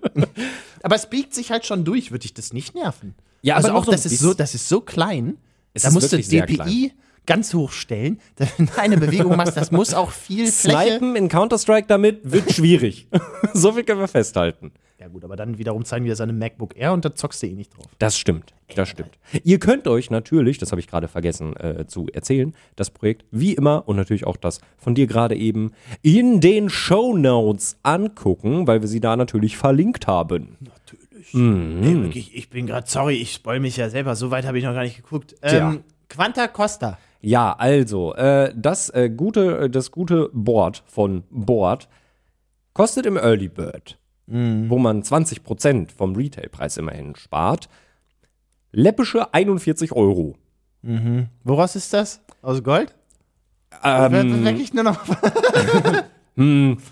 S3: Aber es biegt sich halt schon durch, würde ich das nicht nerven.
S2: Ja,
S3: also
S2: aber
S3: auch
S2: noch so ein
S3: das ist so,
S2: bisschen.
S3: das ist so klein.
S2: Es
S3: da
S2: ist
S3: musst du
S2: wirklich sehr
S3: DPI ganz hoch stellen, wenn du eine Bewegung machst, das muss auch viel Fläche.
S2: Snipen in Counter-Strike damit wird schwierig. so viel können wir festhalten.
S3: Ja gut, aber dann wiederum zeigen wir seine MacBook Air und da zockst du eh nicht drauf.
S2: Das stimmt. Das stimmt. Ihr könnt euch natürlich, das habe ich gerade vergessen äh, zu erzählen, das Projekt wie immer und natürlich auch das von dir gerade eben in den Show Notes angucken, weil wir sie da natürlich verlinkt haben.
S3: Ey, wirklich, ich bin gerade, sorry, ich spoil mich ja selber, so weit habe ich noch gar nicht geguckt. Ähm, Quanta Costa.
S2: Ja, also, äh, das, äh, gute, äh, das gute Board von Board kostet im Early Bird,
S3: Mhm.
S2: wo man 20% vom Retailpreis immerhin spart, läppische 41 Euro.
S3: Woraus ist das? Aus Gold? Ähm, wirklich nur noch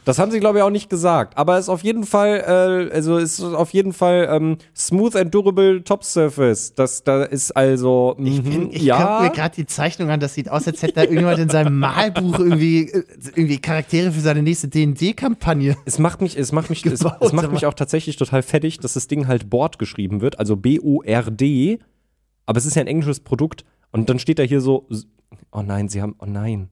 S2: Das haben sie, glaube ich, auch nicht gesagt. Aber es ist auf jeden Fall, äh, also es ist auf jeden Fall ähm, smooth and durable Top Surface. Das da ist also.
S3: Ich,
S2: mhm,
S3: bin, ich guck
S2: ja.
S3: mir gerade die Zeichnung an, das sieht aus, als hätte da irgendjemand in seinem Malbuch irgendwie, äh, irgendwie Charaktere für seine nächste D&D-Kampagne.
S2: Es macht mich, es macht mich, es,
S3: gebaut,
S2: es macht
S3: aber-
S2: mich auch tatsächlich total fertig, dass das Ding halt Board geschrieben wird, also B-O-R-D, aber es ist ja ein englisches Produkt und dann steht da hier so, s- oh nein, sie haben, oh nein,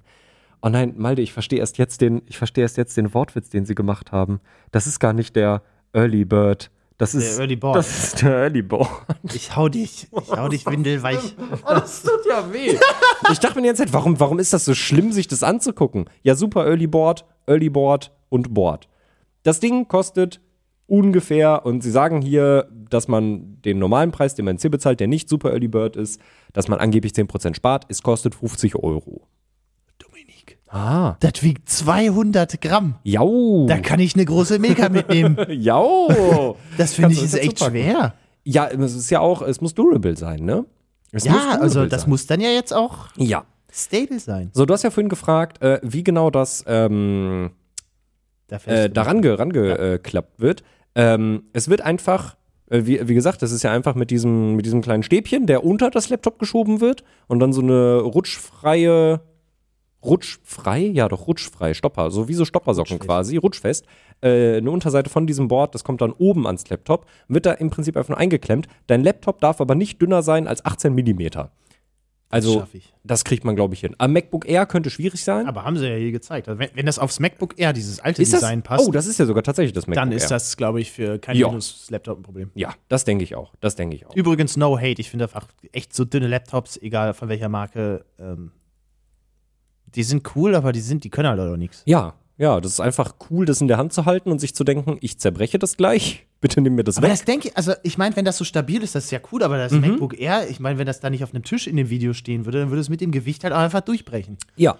S2: oh nein, Malde, ich verstehe erst jetzt den, ich verstehe erst jetzt den Wortwitz, den sie gemacht haben. Das ist gar nicht der Early Bird, das ist
S3: Early Board.
S2: Das ist der Early Board.
S3: Ich hau dich, ich hau dich windelweich.
S2: Das tut ja weh. Ich dachte mir die ganze Zeit, warum, warum ist das so schlimm, sich das anzugucken? Ja, super, Early Board, Early Board und Board. Das Ding kostet ungefähr, und sie sagen hier, dass man den normalen Preis, den man jetzt hier bezahlt, der nicht super Early Bird ist, dass man angeblich 10% spart, es kostet 50 Euro.
S3: Dominik,
S2: Ah.
S3: das wiegt 200 Gramm.
S2: Jau.
S3: Da kann ich eine große Mega mitnehmen.
S2: Jau.
S3: Das finde ich
S2: Kannst
S3: ist
S2: du das
S3: echt
S2: dazu packen?
S3: schwer.
S2: Ja, es ist ja auch, es muss durable sein, ne? Es muss
S3: Ja,
S2: durable
S3: also das
S2: sein.
S3: muss dann ja jetzt auch
S2: Ja.
S3: stable sein.
S2: So, du hast ja vorhin gefragt, äh, wie genau das ähm,
S3: Da fällst
S2: äh,
S3: du-
S2: daran geklappt äh, wird. Ähm, es wird einfach, äh, wie, wie gesagt, das ist ja einfach mit diesem, mit diesem kleinen Stäbchen, der unter das Laptop geschoben wird und dann so eine rutschfreie, rutschfrei, ja doch, rutschfrei, Stopper, so wie so Stoppersocken quasi, rutschfest, äh, eine Unterseite von diesem Board, das kommt dann oben ans Laptop, wird da im Prinzip einfach nur eingeklemmt. Dein Laptop darf aber nicht dünner sein als 18 Millimeter. Also,
S3: schaff ich.
S2: das kriegt man, glaube ich, hin. Am MacBook Air könnte schwierig sein.
S3: Aber haben sie ja hier gezeigt. Also wenn, wenn das aufs MacBook Air, dieses alte
S2: ist das,
S3: Design passt,
S2: oh, das ist ja sogar tatsächlich das MacBook
S3: dann ist
S2: Air.
S3: das, glaube ich, für kein
S2: Ja.
S3: Windows-Laptop ein Problem.
S2: Ja, das denke ich auch. Das denke ich auch.
S3: Übrigens, no hate. Ich finde einfach echt so dünne Laptops, egal von welcher Marke, ähm, Die sind cool, aber die sind, die können halt auch nichts.
S2: Ja, ja, das ist einfach cool, das in der Hand zu halten und sich zu denken, ich zerbreche das gleich. Bitte nimm mir das
S3: Aber
S2: weg.
S3: das denke ich, also ich meine, wenn das so stabil ist, das ist ja cool, aber das MacBook Air, ich meine, wenn das da nicht auf einem Tisch in dem Video stehen würde, dann würde es mit dem Gewicht halt auch einfach durchbrechen.
S2: ja.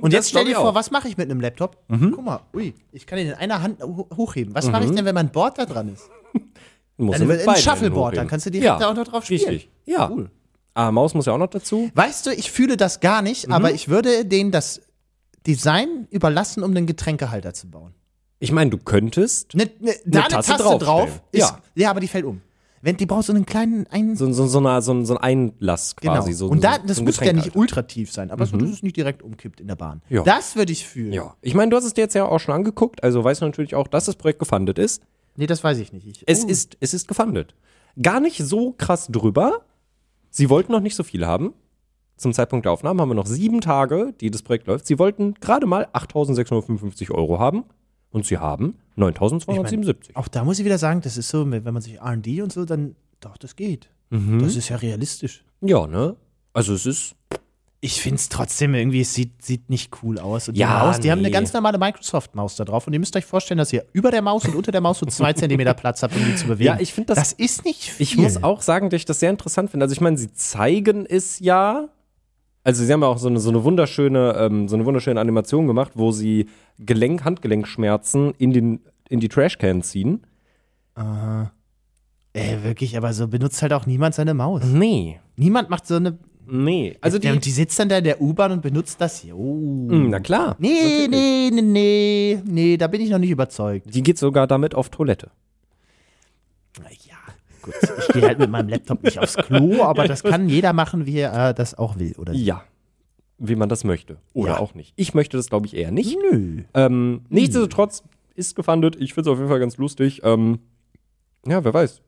S3: Und jetzt stell
S2: glaub ich
S3: dir vor,
S2: auch.
S3: was mache ich Mhm. mit einem Laptop? Guck mal, ui, ich kann ihn in einer Hand ho- hochheben. Was mache ich denn, wenn mein Board da dran ist?
S2: Muss
S3: Dann
S2: mit
S3: Also ein
S2: beiden
S3: Shuffleboard,
S2: Händen
S3: dann kannst du
S2: hochheben.
S3: direkt da auch noch drauf spielen.
S2: Richtig. Ja.
S3: Cool.
S2: Ah, Maus muss ja auch noch dazu.
S3: Weißt du, ich fühle das gar nicht, aber ich würde denen das Design überlassen, um einen Getränkehalter zu bauen.
S2: Ich meine, du könntest
S3: Ne, ne, da eine
S2: Tasse
S3: Taste,
S2: draufstellen.
S3: drauf ist,
S2: Ja.
S3: ja. aber die fällt um. Wenn, die braucht so einen kleinen einen,
S2: so, so, so, eine, so, ein- so ein Einlass
S3: genau.
S2: quasi. So,
S3: Und da,
S2: so,
S3: das
S2: so ein
S3: muss ja
S2: Getränk
S3: nicht
S2: halt.
S3: ultra tief sein, aber so, dass es nicht direkt umkippt in der Bahn.
S2: Ja.
S3: Das würde ich fühlen.
S2: Ja, ich meine, du hast es dir jetzt ja auch schon angeguckt, also weißt du natürlich auch, dass das Projekt gefundet ist.
S3: Nee, das weiß ich nicht. Ich,
S2: Es
S3: oh.
S2: ist, es ist gefundet. Gar nicht so krass drüber. Sie wollten noch nicht so viel haben. Zum Zeitpunkt der Aufnahme haben wir noch sieben Tage, die das Projekt läuft. Sie wollten gerade mal 8.655 Euro haben und sie haben 9.277.
S3: Auch da muss ich wieder sagen, das ist so, wenn man sich R&D und so, dann doch, das geht.
S2: Mhm.
S3: Das ist ja realistisch.
S2: ja, ne? Also es ist,
S3: Ich finde es trotzdem irgendwie, es sieht, sieht nicht cool aus. Und die
S2: Ja,
S3: Maus, die haben eine
S2: nee.
S3: ganz normale Microsoft-Maus da drauf. Und ihr müsst euch vorstellen, dass ihr über der Maus und unter der Maus so zwei Zentimeter Platz habt, um die zu bewegen.
S2: Ja, ich find das-
S3: Das ist nicht viel.
S2: ich muss auch sagen, dass ich das sehr interessant finde. Also ich meine, sie zeigen es ja. Also sie haben ja auch so eine, so eine wunderschöne, ähm, so eine wunderschöne Animation gemacht, wo sie Gelenk, Handgelenkschmerzen in den in die Trashcan ziehen.
S3: Ey, Äh, wirklich, aber so benutzt halt auch niemand seine Maus.
S2: Nee.
S3: Niemand macht so eine.
S2: Nee. Also die,
S3: ja, und die sitzt dann da in der U-Bahn und benutzt das hier. Oh.
S2: Mm, Na klar.
S3: Nee, nee, nee, nee, nee, da bin ich noch nicht überzeugt.
S2: Die geht sogar damit auf Toilette.
S3: Na ja, gut, ich gehe halt mit meinem Laptop nicht aufs Klo, aber das kann jeder machen, wie er äh, das auch will, oder?
S2: Ja. Wie man das möchte. Oder
S3: Ja.
S2: auch nicht. Ich möchte das, glaube ich, eher nicht.
S3: Nö.
S2: Ähm, nichtsdestotrotz ist gefundet. Ich finde es auf jeden Fall ganz lustig. Ähm, ja, wer weiß.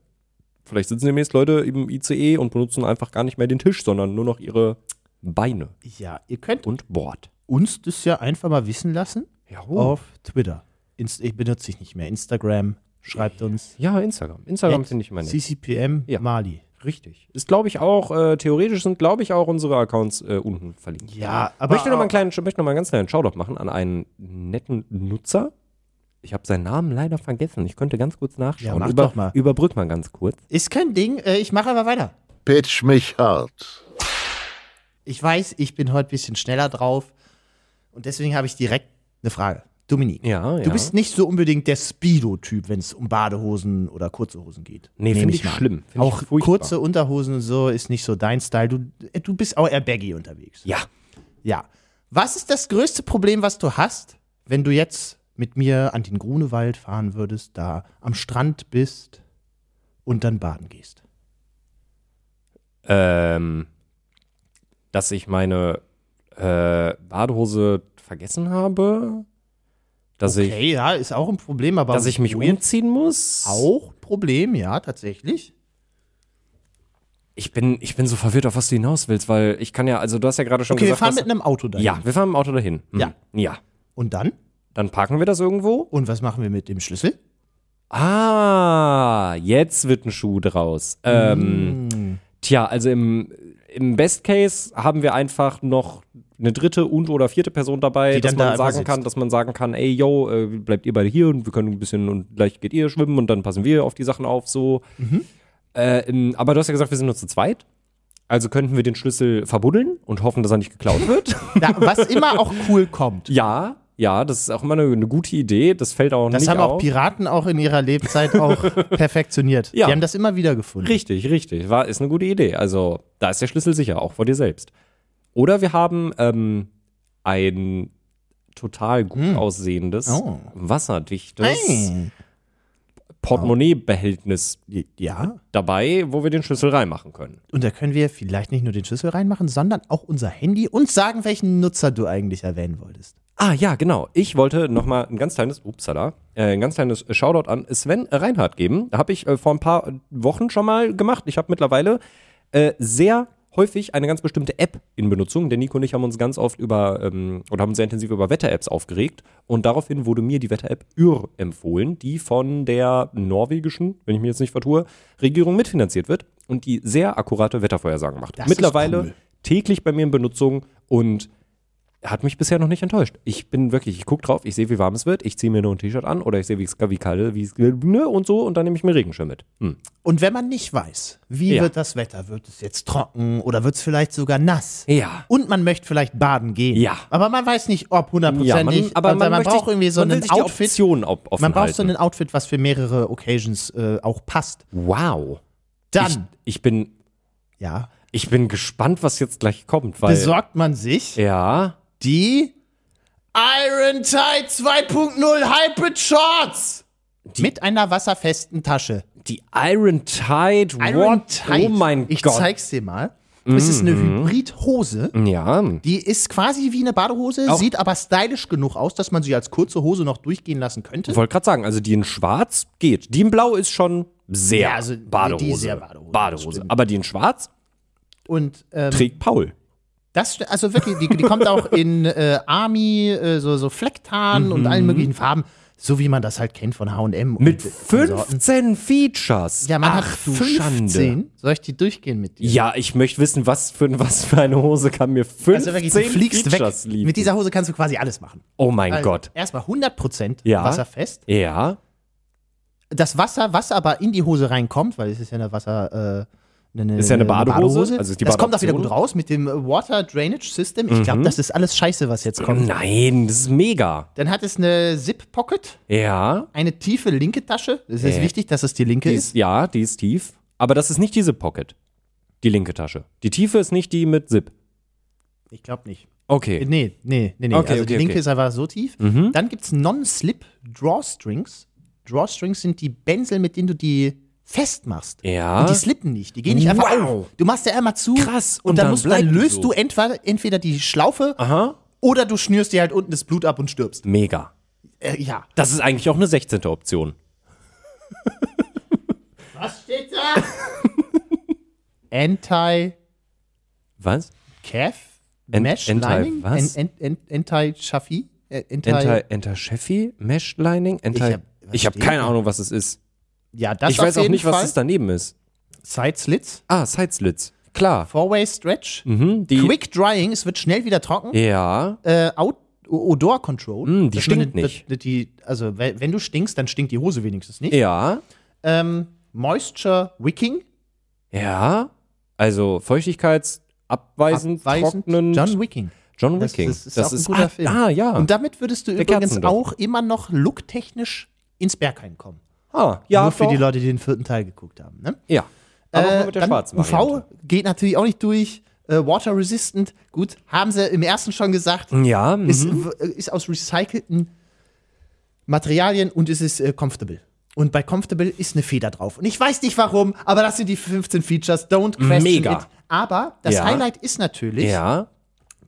S2: Vielleicht sitzen demnächst Leute im ICE und benutzen einfach gar nicht mehr den Tisch, sondern nur noch ihre Beine
S3: Ja, ihr könnt
S2: und Bord.
S3: uns das ja einfach mal wissen lassen
S2: Ja,
S3: auf Twitter. Inst ich benutze ich nicht mehr. Instagram schreibt uns.
S2: ja Instagram. Instagram finde ich immer nett.
S3: CCPM
S2: Ja.
S3: Mali.
S2: Richtig. Ist, glaube ich, auch, äh, theoretisch sind, glaube ich, auch unsere Accounts äh, unten verlinkt.
S3: Ja, aber-
S2: Möchte nochmal einen, kleinen- möchte noch mal einen ganz kleinen Shoutout machen an einen netten Nutzer. Ich habe seinen Namen leider vergessen. Ich könnte ganz kurz nachschauen.
S3: Ja, mach
S2: Über,
S3: doch mal.
S2: Überbrück mal ganz kurz.
S3: Ist kein Ding, äh, ich mache aber weiter.
S1: Pitch mich hart.
S3: Ich weiß, ich bin heute ein bisschen schneller drauf und deswegen habe ich direkt eine Frage. Dominik,
S2: Ja,
S3: du
S2: ja.
S3: bist nicht so unbedingt der Speedo-Typ, wenn es um Badehosen oder kurze Hosen geht.
S2: Nee,
S3: Nehm
S2: finde ich
S3: mal an.
S2: schlimm. Find ich
S3: auch
S2: furchtbar.
S3: kurze Unterhosen und so ist nicht so dein Style. Du, äh, du bist auch eher baggy unterwegs.
S2: Ja.
S3: Ja. Was ist das größte Problem, was du hast, wenn du jetzt mit mir an den Grunewald fahren würdest, da am Strand bist und dann baden gehst?
S2: Ähm, dass ich meine äh, Badehose vergessen habe. Dass ich,
S3: Okay, ja, ist auch ein Problem, aber
S2: dass ich mich
S3: weird
S2: umziehen muss.
S3: auch Problem, ja, tatsächlich.
S2: Ich bin, ich bin so verwirrt, auf was du hinaus willst, weil ich kann ja, also du hast ja gerade schon
S3: Okay, wir
S2: gesagt,
S3: fahren
S2: dass-
S3: mit einem Auto dahin.
S2: Ja, wir fahren im Auto dahin. Hm.
S3: Ja.
S2: Ja.
S3: Und dann?
S2: Dann parken wir das irgendwo.
S3: Und was machen wir mit dem Schlüssel?
S2: Ah, jetzt wird ein Schuh draus. Ähm,
S3: Mm.
S2: Tja, also im, im Best Case haben wir einfach noch eine dritte und oder vierte Person dabei,
S3: Die
S2: dass
S3: dann da
S2: man
S3: einfach
S2: sagen
S3: sitzt.
S2: kann, dass man sagen kann, ey, yo, äh, bleibt ihr beide hier und wir können ein bisschen und gleich geht ihr schwimmen und dann passen wir auf die Sachen auf, so.
S3: Mhm.
S2: Äh, ähm, aber du hast ja gesagt, wir sind nur zu zweit. Also könnten wir den Schlüssel verbuddeln und hoffen, dass er nicht geklaut wird.
S3: Da, was immer auch cool kommt.
S2: Ja, ja, das ist auch immer eine, eine gute Idee. Das fällt auch
S3: Das
S2: nicht
S3: haben
S2: auf.
S3: auch Piraten auch in ihrer Lebzeit auch perfektioniert.
S2: Ja.
S3: Die haben das immer wieder gefunden.
S2: Richtig, richtig. War, ist eine gute Idee. Also, da ist der Schlüssel sicher, auch vor dir selbst. Oder wir haben ähm, ein total gut aussehendes,
S3: Hm. Oh.
S2: wasserdichtes
S3: Hey.
S2: Portemonnaie-Behältnis
S3: Ja.
S2: dabei, wo wir den Schlüssel reinmachen können.
S3: Und da können wir vielleicht nicht nur den Schlüssel reinmachen, sondern auch unser Handy und sagen, welchen Nutzer du eigentlich erwähnen wolltest.
S2: Ah ja, genau. Ich wollte nochmal ein ganz kleines, upsala, äh, ein ganz kleines Shoutout an Sven Reinhardt geben. Habe ich äh, vor ein paar Wochen schon mal gemacht. Ich habe mittlerweile äh, sehr häufig eine ganz bestimmte App in Benutzung. Der Nico und ich haben uns ganz oft über, ähm, oder haben uns sehr intensiv über Wetter-Apps aufgeregt. Und daraufhin wurde mir die Wetter-App Ür empfohlen, die von der norwegischen, wenn ich mich jetzt nicht vertue, Regierung mitfinanziert wird und die sehr akkurate Wettervorhersagen macht.
S3: Das ist
S2: mittlerweile
S3: cool.
S2: täglich bei mir in Benutzung und hat mich bisher noch nicht enttäuscht. Ich bin wirklich, ich gucke drauf, ich sehe, wie warm es wird, ich ziehe mir nur ein T-Shirt an oder ich sehe, wie es wie kalt, wie es ne, und so und dann nehme ich mir Regenschirm mit. Hm.
S3: Und wenn man nicht weiß, wie
S2: Ja.
S3: wird das Wetter, wird es jetzt trocken oder wird es vielleicht sogar nass?
S2: Ja.
S3: Und man möchte vielleicht baden gehen.
S2: Ja.
S3: Aber man weiß nicht, ob hundertprozentig. Also
S2: aber man, möchte
S3: braucht
S2: sich-
S3: irgendwie so
S2: man will
S3: einen
S2: sich die
S3: Outfit.
S2: Option op- offen
S3: Man braucht so
S2: halten.
S3: einen Outfit, was für mehrere Occasions äh, auch passt.
S2: Wow.
S3: Dann,
S2: Ich, ich bin
S3: ja,
S2: ich bin gespannt, was jetzt gleich kommt, weil
S3: besorgt man sich
S2: ja,
S3: die Iron Tide 2.0 Hybrid Shorts mit einer wasserfesten Tasche.
S2: die Iron Tide
S3: Iron
S2: What? Oh mein
S3: ich
S2: Gott. Mhm.
S3: zeig's dir mal. Es ist eine Hybridhose.
S2: ja,
S3: Die ist quasi wie eine Badehose, sieht aber stylisch genug aus, dass man sie als kurze Hose noch durchgehen lassen könnte.
S2: ich wollte gerade sagen, also die in schwarz geht. Die in blau ist schon sehr
S3: Ja, also die- die
S2: Badehose.
S3: sehr Badehose, das stimmt.
S2: aber die in schwarz
S3: Und ähm,
S2: trägt Paul.
S3: das, st- also wirklich, die, die kommt auch in äh, Army, äh, so, so Flecktarn und allen möglichen Farben, so wie man das halt kennt von H&M. und
S2: Mhm. Mit
S3: den
S2: 15 Features.
S3: Ja, man
S2: Ach,
S3: hat
S2: du
S3: 15.
S2: Schande.
S3: Soll ich die durchgehen mit dir?
S2: Ja, ich möchte wissen, was für, ein- was für eine Hose kann mir 15
S3: Also wirklich, du fliegst weg.
S2: Features liefern.
S3: Mit dieser Hose kannst du quasi alles machen.
S2: oh mein
S3: Also
S2: Gott.
S3: Erstmal 100%
S2: Ja.
S3: wasserfest.
S2: Ja.
S3: Das Wasser, was aber in die Hose reinkommt, weil es ist ja eine Wasser... Äh, eine,
S2: Ist ja eine Badehose, also ist die Mhm.
S3: das kommt auch wieder
S2: Badeoption.
S3: gut raus mit dem äh, Water Drainage System. Ich glaube, das ist alles scheiße, was jetzt kommt.
S2: Nein, das ist mega.
S3: Dann hat es eine Zip-Pocket,
S2: Ja.
S3: eine tiefe linke Tasche. Es ist
S2: Äh,
S3: wichtig, dass es die linke
S2: Die
S3: ist.
S2: ist, ja, die ist tief. Aber das ist nicht diese Pocket. Die linke Tasche. Die tiefe ist nicht die mit Zip.
S3: Ich glaube nicht. Äh,
S2: Okay.
S3: Nee, nee, nee, nee.
S2: Okay, okay,
S3: also
S2: Mhm.
S3: die linke
S2: okay.
S3: ist einfach so tief. Dann gibt es Non-Slip Drawstrings. Drawstrings sind die Bänsel, mit denen du die festmachst.
S2: Ja.
S3: Und die slippen nicht. Die gehen nicht einfach
S2: Wow.
S3: auf. Du machst ja einmal zu.
S2: Krass.
S3: Und,
S2: Und
S3: dann,
S2: dann
S3: musst, du- dann
S2: bleiben die
S3: löst
S2: so.
S3: du entweder, entweder die Schlaufe
S2: Aha.
S3: oder du schnürst dir halt unten das Blut ab und stirbst.
S2: Mega.
S3: Äh, ja.
S2: Das ist eigentlich auch eine 16. Option.
S3: Was steht da? Anti-
S2: Was?
S3: Calf
S2: Ent-
S3: Mesh
S2: Anti-
S3: Lining?
S2: was?
S3: En- en- en- Anti-Chafi? Äh, Anti,
S2: Enter, Enter Cheffi? Mesh Lining?
S3: Ich
S2: Enter.
S3: hab- was
S2: Ich habe
S3: steht
S2: keine
S3: da?
S2: Ahnung, was es ist.
S3: ja, das
S2: ich weiß
S3: auf
S2: auch
S3: jeden
S2: nicht,
S3: Fall.
S2: was es daneben ist.
S3: Side Slits,
S2: Ah, Sideslits. Klar.
S3: Four-Way Stretch,
S2: Mhm, die,
S3: Quick Drying, es wird schnell wieder trocken,
S2: Ja.
S3: äh, Out O- Odor Control.
S2: Mm, die
S3: Dass man
S2: stinkt
S3: ne-
S2: nicht.
S3: ne- Die, also, we- wenn du stinkst, dann stinkt die Hose wenigstens nicht.
S2: Ja.
S3: Ähm, Moisture Wicking,
S2: Ja. Also Feuchtigkeitsabweisend,
S3: abweisend,
S2: trocknend.
S3: John Wicking.
S2: John
S3: Das-
S2: Wicking.
S3: Das, ist auch ein guter
S2: ah,
S3: Film.
S2: Ah, ja.
S3: Und damit würdest du übrigens
S2: Kerzendocht.
S3: auch immer noch looktechnisch ins Bergheim kommen.
S2: ah, ja,
S3: Nur für
S2: doch.
S3: die Leute, die den vierten Teil geguckt haben. Ne?
S2: Ja. Aber auch
S3: Äh,
S2: nur mit der
S3: dann
S2: schwarzen
S3: UV
S2: Variante.
S3: geht natürlich auch nicht durch. Äh, water resistant, gut, haben sie im ersten schon gesagt.
S2: Ja,
S3: Ist,
S2: mhm.
S3: w- äh, ist aus recycelten Materialien und es ist äh, comfortable. Und bei comfortable ist eine Feder drauf. Und ich weiß nicht warum, aber das sind die 15 Features. Don't question
S2: Mega.
S3: it. Aber das
S2: Ja.
S3: Highlight ist natürlich,
S2: ja,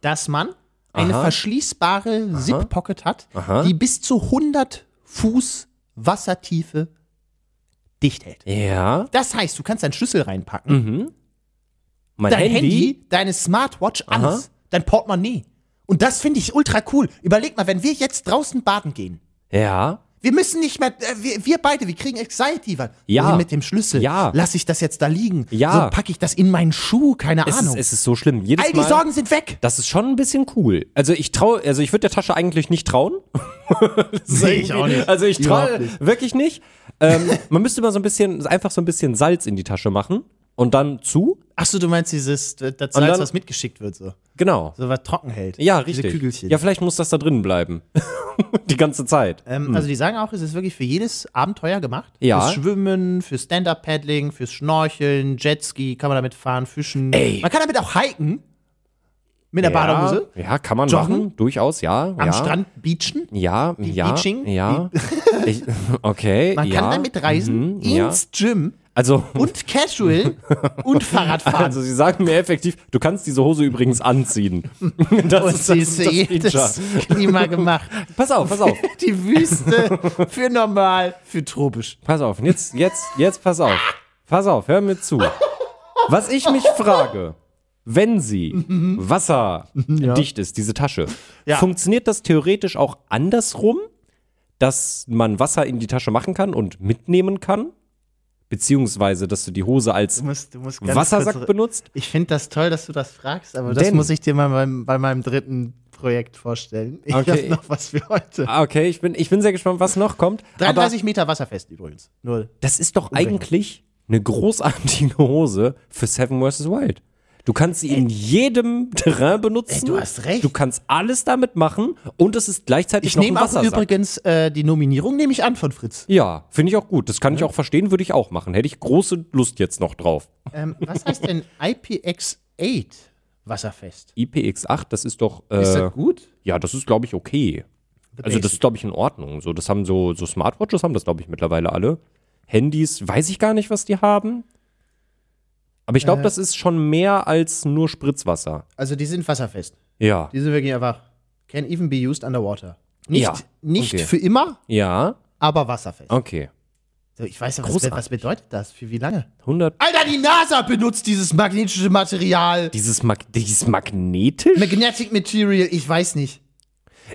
S3: dass man eine
S2: Aha.
S3: verschließbare Zip-Pocket hat,
S2: Aha.
S3: die bis zu 100 Fuß Wassertiefe dicht hält.
S2: ja.
S3: Das heißt, du kannst deinen Schlüssel reinpacken
S2: Mein
S3: dein
S2: Handy.
S3: Handy, deine Smartwatch, alles, dein Portemonnaie. Und das finde ich ultra cool. Überleg mal, wenn wir jetzt draußen baden gehen.
S2: Ja,
S3: Wir müssen nicht mehr, äh, wir, wir beide, wir kriegen Anxiety. Weil,
S2: Ja.
S3: Wohin mit dem Schlüssel.
S2: Ja.
S3: Lass ich das jetzt da liegen.
S2: Ja.
S3: So packe ich das in meinen Schuh, keine
S2: es ist,
S3: Ahnung.
S2: es ist so schlimm. Jedes
S3: All die
S2: Mal,
S3: Sorgen sind weg.
S2: Das ist schon ein bisschen cool. Also ich traue, also ich würde der Tasche eigentlich nicht trauen.
S3: Sehe ich auch nicht.
S2: Also ich traue
S3: Überhaupt nicht.
S2: wirklich nicht. Ähm, man müsste mal so ein bisschen, einfach so ein bisschen Salz in die Tasche machen und dann zu.
S3: Achso, du meinst dieses, äh, das
S2: Und
S3: Salz,
S2: dann-
S3: was mitgeschickt wird, so.
S2: Genau.
S3: So was trocken hält.
S2: Ja,
S3: Diese
S2: richtig.
S3: Kügelchen.
S2: Ja, vielleicht muss das da drin bleiben. die ganze Zeit.
S3: Ähm, Also die sagen auch, es ist wirklich für jedes Abenteuer gemacht.
S2: Hm. Ja.
S3: Fürs Schwimmen, für Stand-Up-Paddling, fürs Schnorcheln, Jetski, kann man damit fahren, Fischen.
S2: Ey.
S3: Man kann damit auch hiken. Mit einer Badehose.
S2: Ja, kann man
S3: Äh, Joggen?
S2: machen. Durchaus, ja.
S3: Am
S2: ja.
S3: Strand beachen.
S2: Ja, ja,
S3: Beaching?
S2: ja. Ich, okay,
S3: Man
S2: ja.
S3: kann damit reisen
S2: mhm, ja.
S3: ins Gym
S2: Also,
S3: und casual und Fahrrad fahren.
S2: also sie sagen mir effektiv, du kannst diese Hose übrigens anziehen. Das
S3: und
S2: ist
S3: sie ist
S2: das,
S3: eh
S2: ist das
S3: das
S2: Feature.
S3: Klima gemacht.
S2: Pass auf, pass auf,
S3: Die Wüste für normal, für tropisch.
S2: pass auf. Jetzt, jetzt, jetzt, pass auf, pass auf. Hör mir zu. Was ich mich frage, wenn sie wasserdicht ist, diese Tasche,
S3: Ja.
S2: funktioniert das theoretisch auch andersrum, dass man Wasser in die Tasche machen kann und mitnehmen kann, beziehungsweise, dass du die Hose als
S3: Du musst, du musst ganz kurz-
S2: Wassersack benutzt?
S3: Ich finde das toll, dass du das fragst, aber das
S2: Denn-
S3: muss ich dir mal beim, bei meinem dritten Projekt vorstellen. Ich
S2: Okay.
S3: habe noch was für heute.
S2: Ah, Okay, ich bin, ich bin sehr gespannt, was noch kommt. Aber
S3: 33 Meter wasserfest übrigens. Nur
S2: das ist doch eigentlich eine großartige Hose für Seven vs. Wild. Du kannst sie in jedem Terrain benutzen.
S3: Ey, du hast recht.
S2: Du kannst alles damit machen und es ist gleichzeitig
S3: Ich
S2: noch ein
S3: nehme auch
S2: Wassersack.
S3: übrigens äh, die Nominierung nehme ich an von Fritz.
S2: Ja, finde ich auch gut. Das kann ich auch verstehen, würde ich auch machen. Hätte ich große Lust jetzt noch drauf.
S3: Ähm, was heißt denn IPX8 wasserfest?
S2: IPX8, das ist doch. Äh,
S3: Ist das gut?
S2: Ja, das ist, glaube ich, okay. Also, das ist, glaube ich, in Ordnung. So, das haben so, so Smartwatches haben das, glaube ich, mittlerweile alle. Handys, weiß ich gar nicht, was die haben. Aber ich
S3: Äh.
S2: glaube, das ist schon mehr als nur Spritzwasser.
S3: Also die sind wasserfest.
S2: Ja.
S3: Die sind wirklich einfach can even be used underwater. Nicht,
S2: Ja,
S3: nicht
S2: okay.
S3: für immer,
S2: Ja,
S3: aber wasserfest.
S2: okay.
S3: So, ich weiß ja, was,
S2: Großartig.
S3: was bedeutet das? Für wie lange?
S2: 100.
S3: Alter, die NASA benutzt dieses magnetische Material.
S2: Dieses, Mag dieses magnetisch?
S3: Magnetic Material, ich weiß nicht.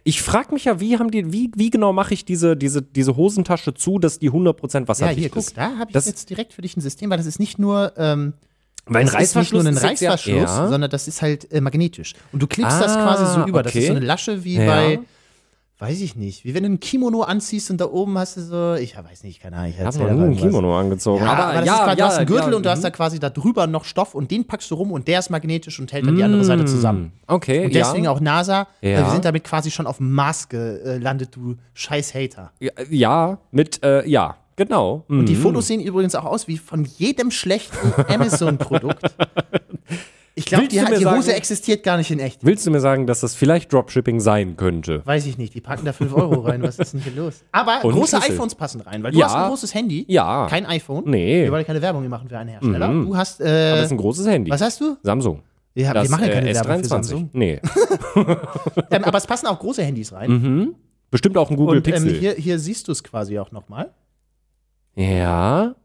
S2: ich frage mich ja, wie haben die, wie, wie genau mache ich diese, diese, diese Hosentasche zu, dass die 100%
S3: Ja,
S2: wasserdicht
S3: hier, guck,
S2: ist?
S3: da habe ich
S2: Das-
S3: jetzt direkt für dich ein System, weil das ist nicht nur, ähm,
S2: Weil
S3: das ist nicht nur ein Reißverschluss,
S2: Ja, ja.
S3: sondern das ist halt äh, magnetisch. Und du klebst das
S2: Ah,
S3: quasi so über. Das ist
S2: okay.
S3: so eine Lasche wie
S2: Ja.
S3: bei, weiß ich nicht, wie wenn du ein Kimono anziehst und da oben hast du so, ich weiß nicht, keine Ahnung. Ich
S2: Ich habe
S3: erzähl
S2: noch
S3: aber
S2: nie einen
S3: irgendwas.
S2: Kimono angezogen.
S3: Ja, aber, das ist halt,
S2: ja,
S3: quasi, du
S2: ja,
S3: hast einen Gürtel
S2: ja, mhm.
S3: und du hast da quasi da drüber noch Stoff und den packst du rum und der ist magnetisch und hält dann die andere Seite zusammen.
S2: Hm. Okay,
S3: Und deswegen
S2: Mm. ja.
S3: auch NASA, weil
S2: Ja.
S3: wir sind damit quasi schon auf dem Mars gelandet, du scheiß Hater.
S2: Ja, Ja, mit, äh, ja, genau. Mhm.
S3: Die Fotos sehen übrigens auch aus wie von jedem schlechten Amazon-Produkt. Ich glaube,
S2: Willst
S3: die,
S2: du mir
S3: die Hose
S2: sagen-
S3: existiert gar nicht in echt.
S2: Willst du mir sagen, dass das vielleicht Dropshipping sein könnte?
S3: Weiß ich nicht, die packen da 5 Euro rein, was ist denn hier los? Aber
S2: Und
S3: große
S2: Schlüssel.
S3: iPhones passen rein, weil du
S2: Ja.
S3: hast ein großes Handy.
S2: Ja.
S3: Kein iPhone.
S2: Nee. Mhm.
S3: Wir wollen keine Werbung hier machen für einen Hersteller. Du hast, äh,
S2: Aber das ist ein großes Handy.
S3: was hast du?
S2: Samsung.
S3: Ja,
S2: Das,
S3: wir machen keine
S2: äh,
S3: Werbung für
S2: S23.
S3: Samsung.
S2: Nee.
S3: Ähm, aber es passen auch große Handys rein.
S2: Bestimmt auch ein Mhm. Google
S3: Und ähm,
S2: Pixel.
S3: hier, hier siehst du es quasi auch nochmal.
S2: ja.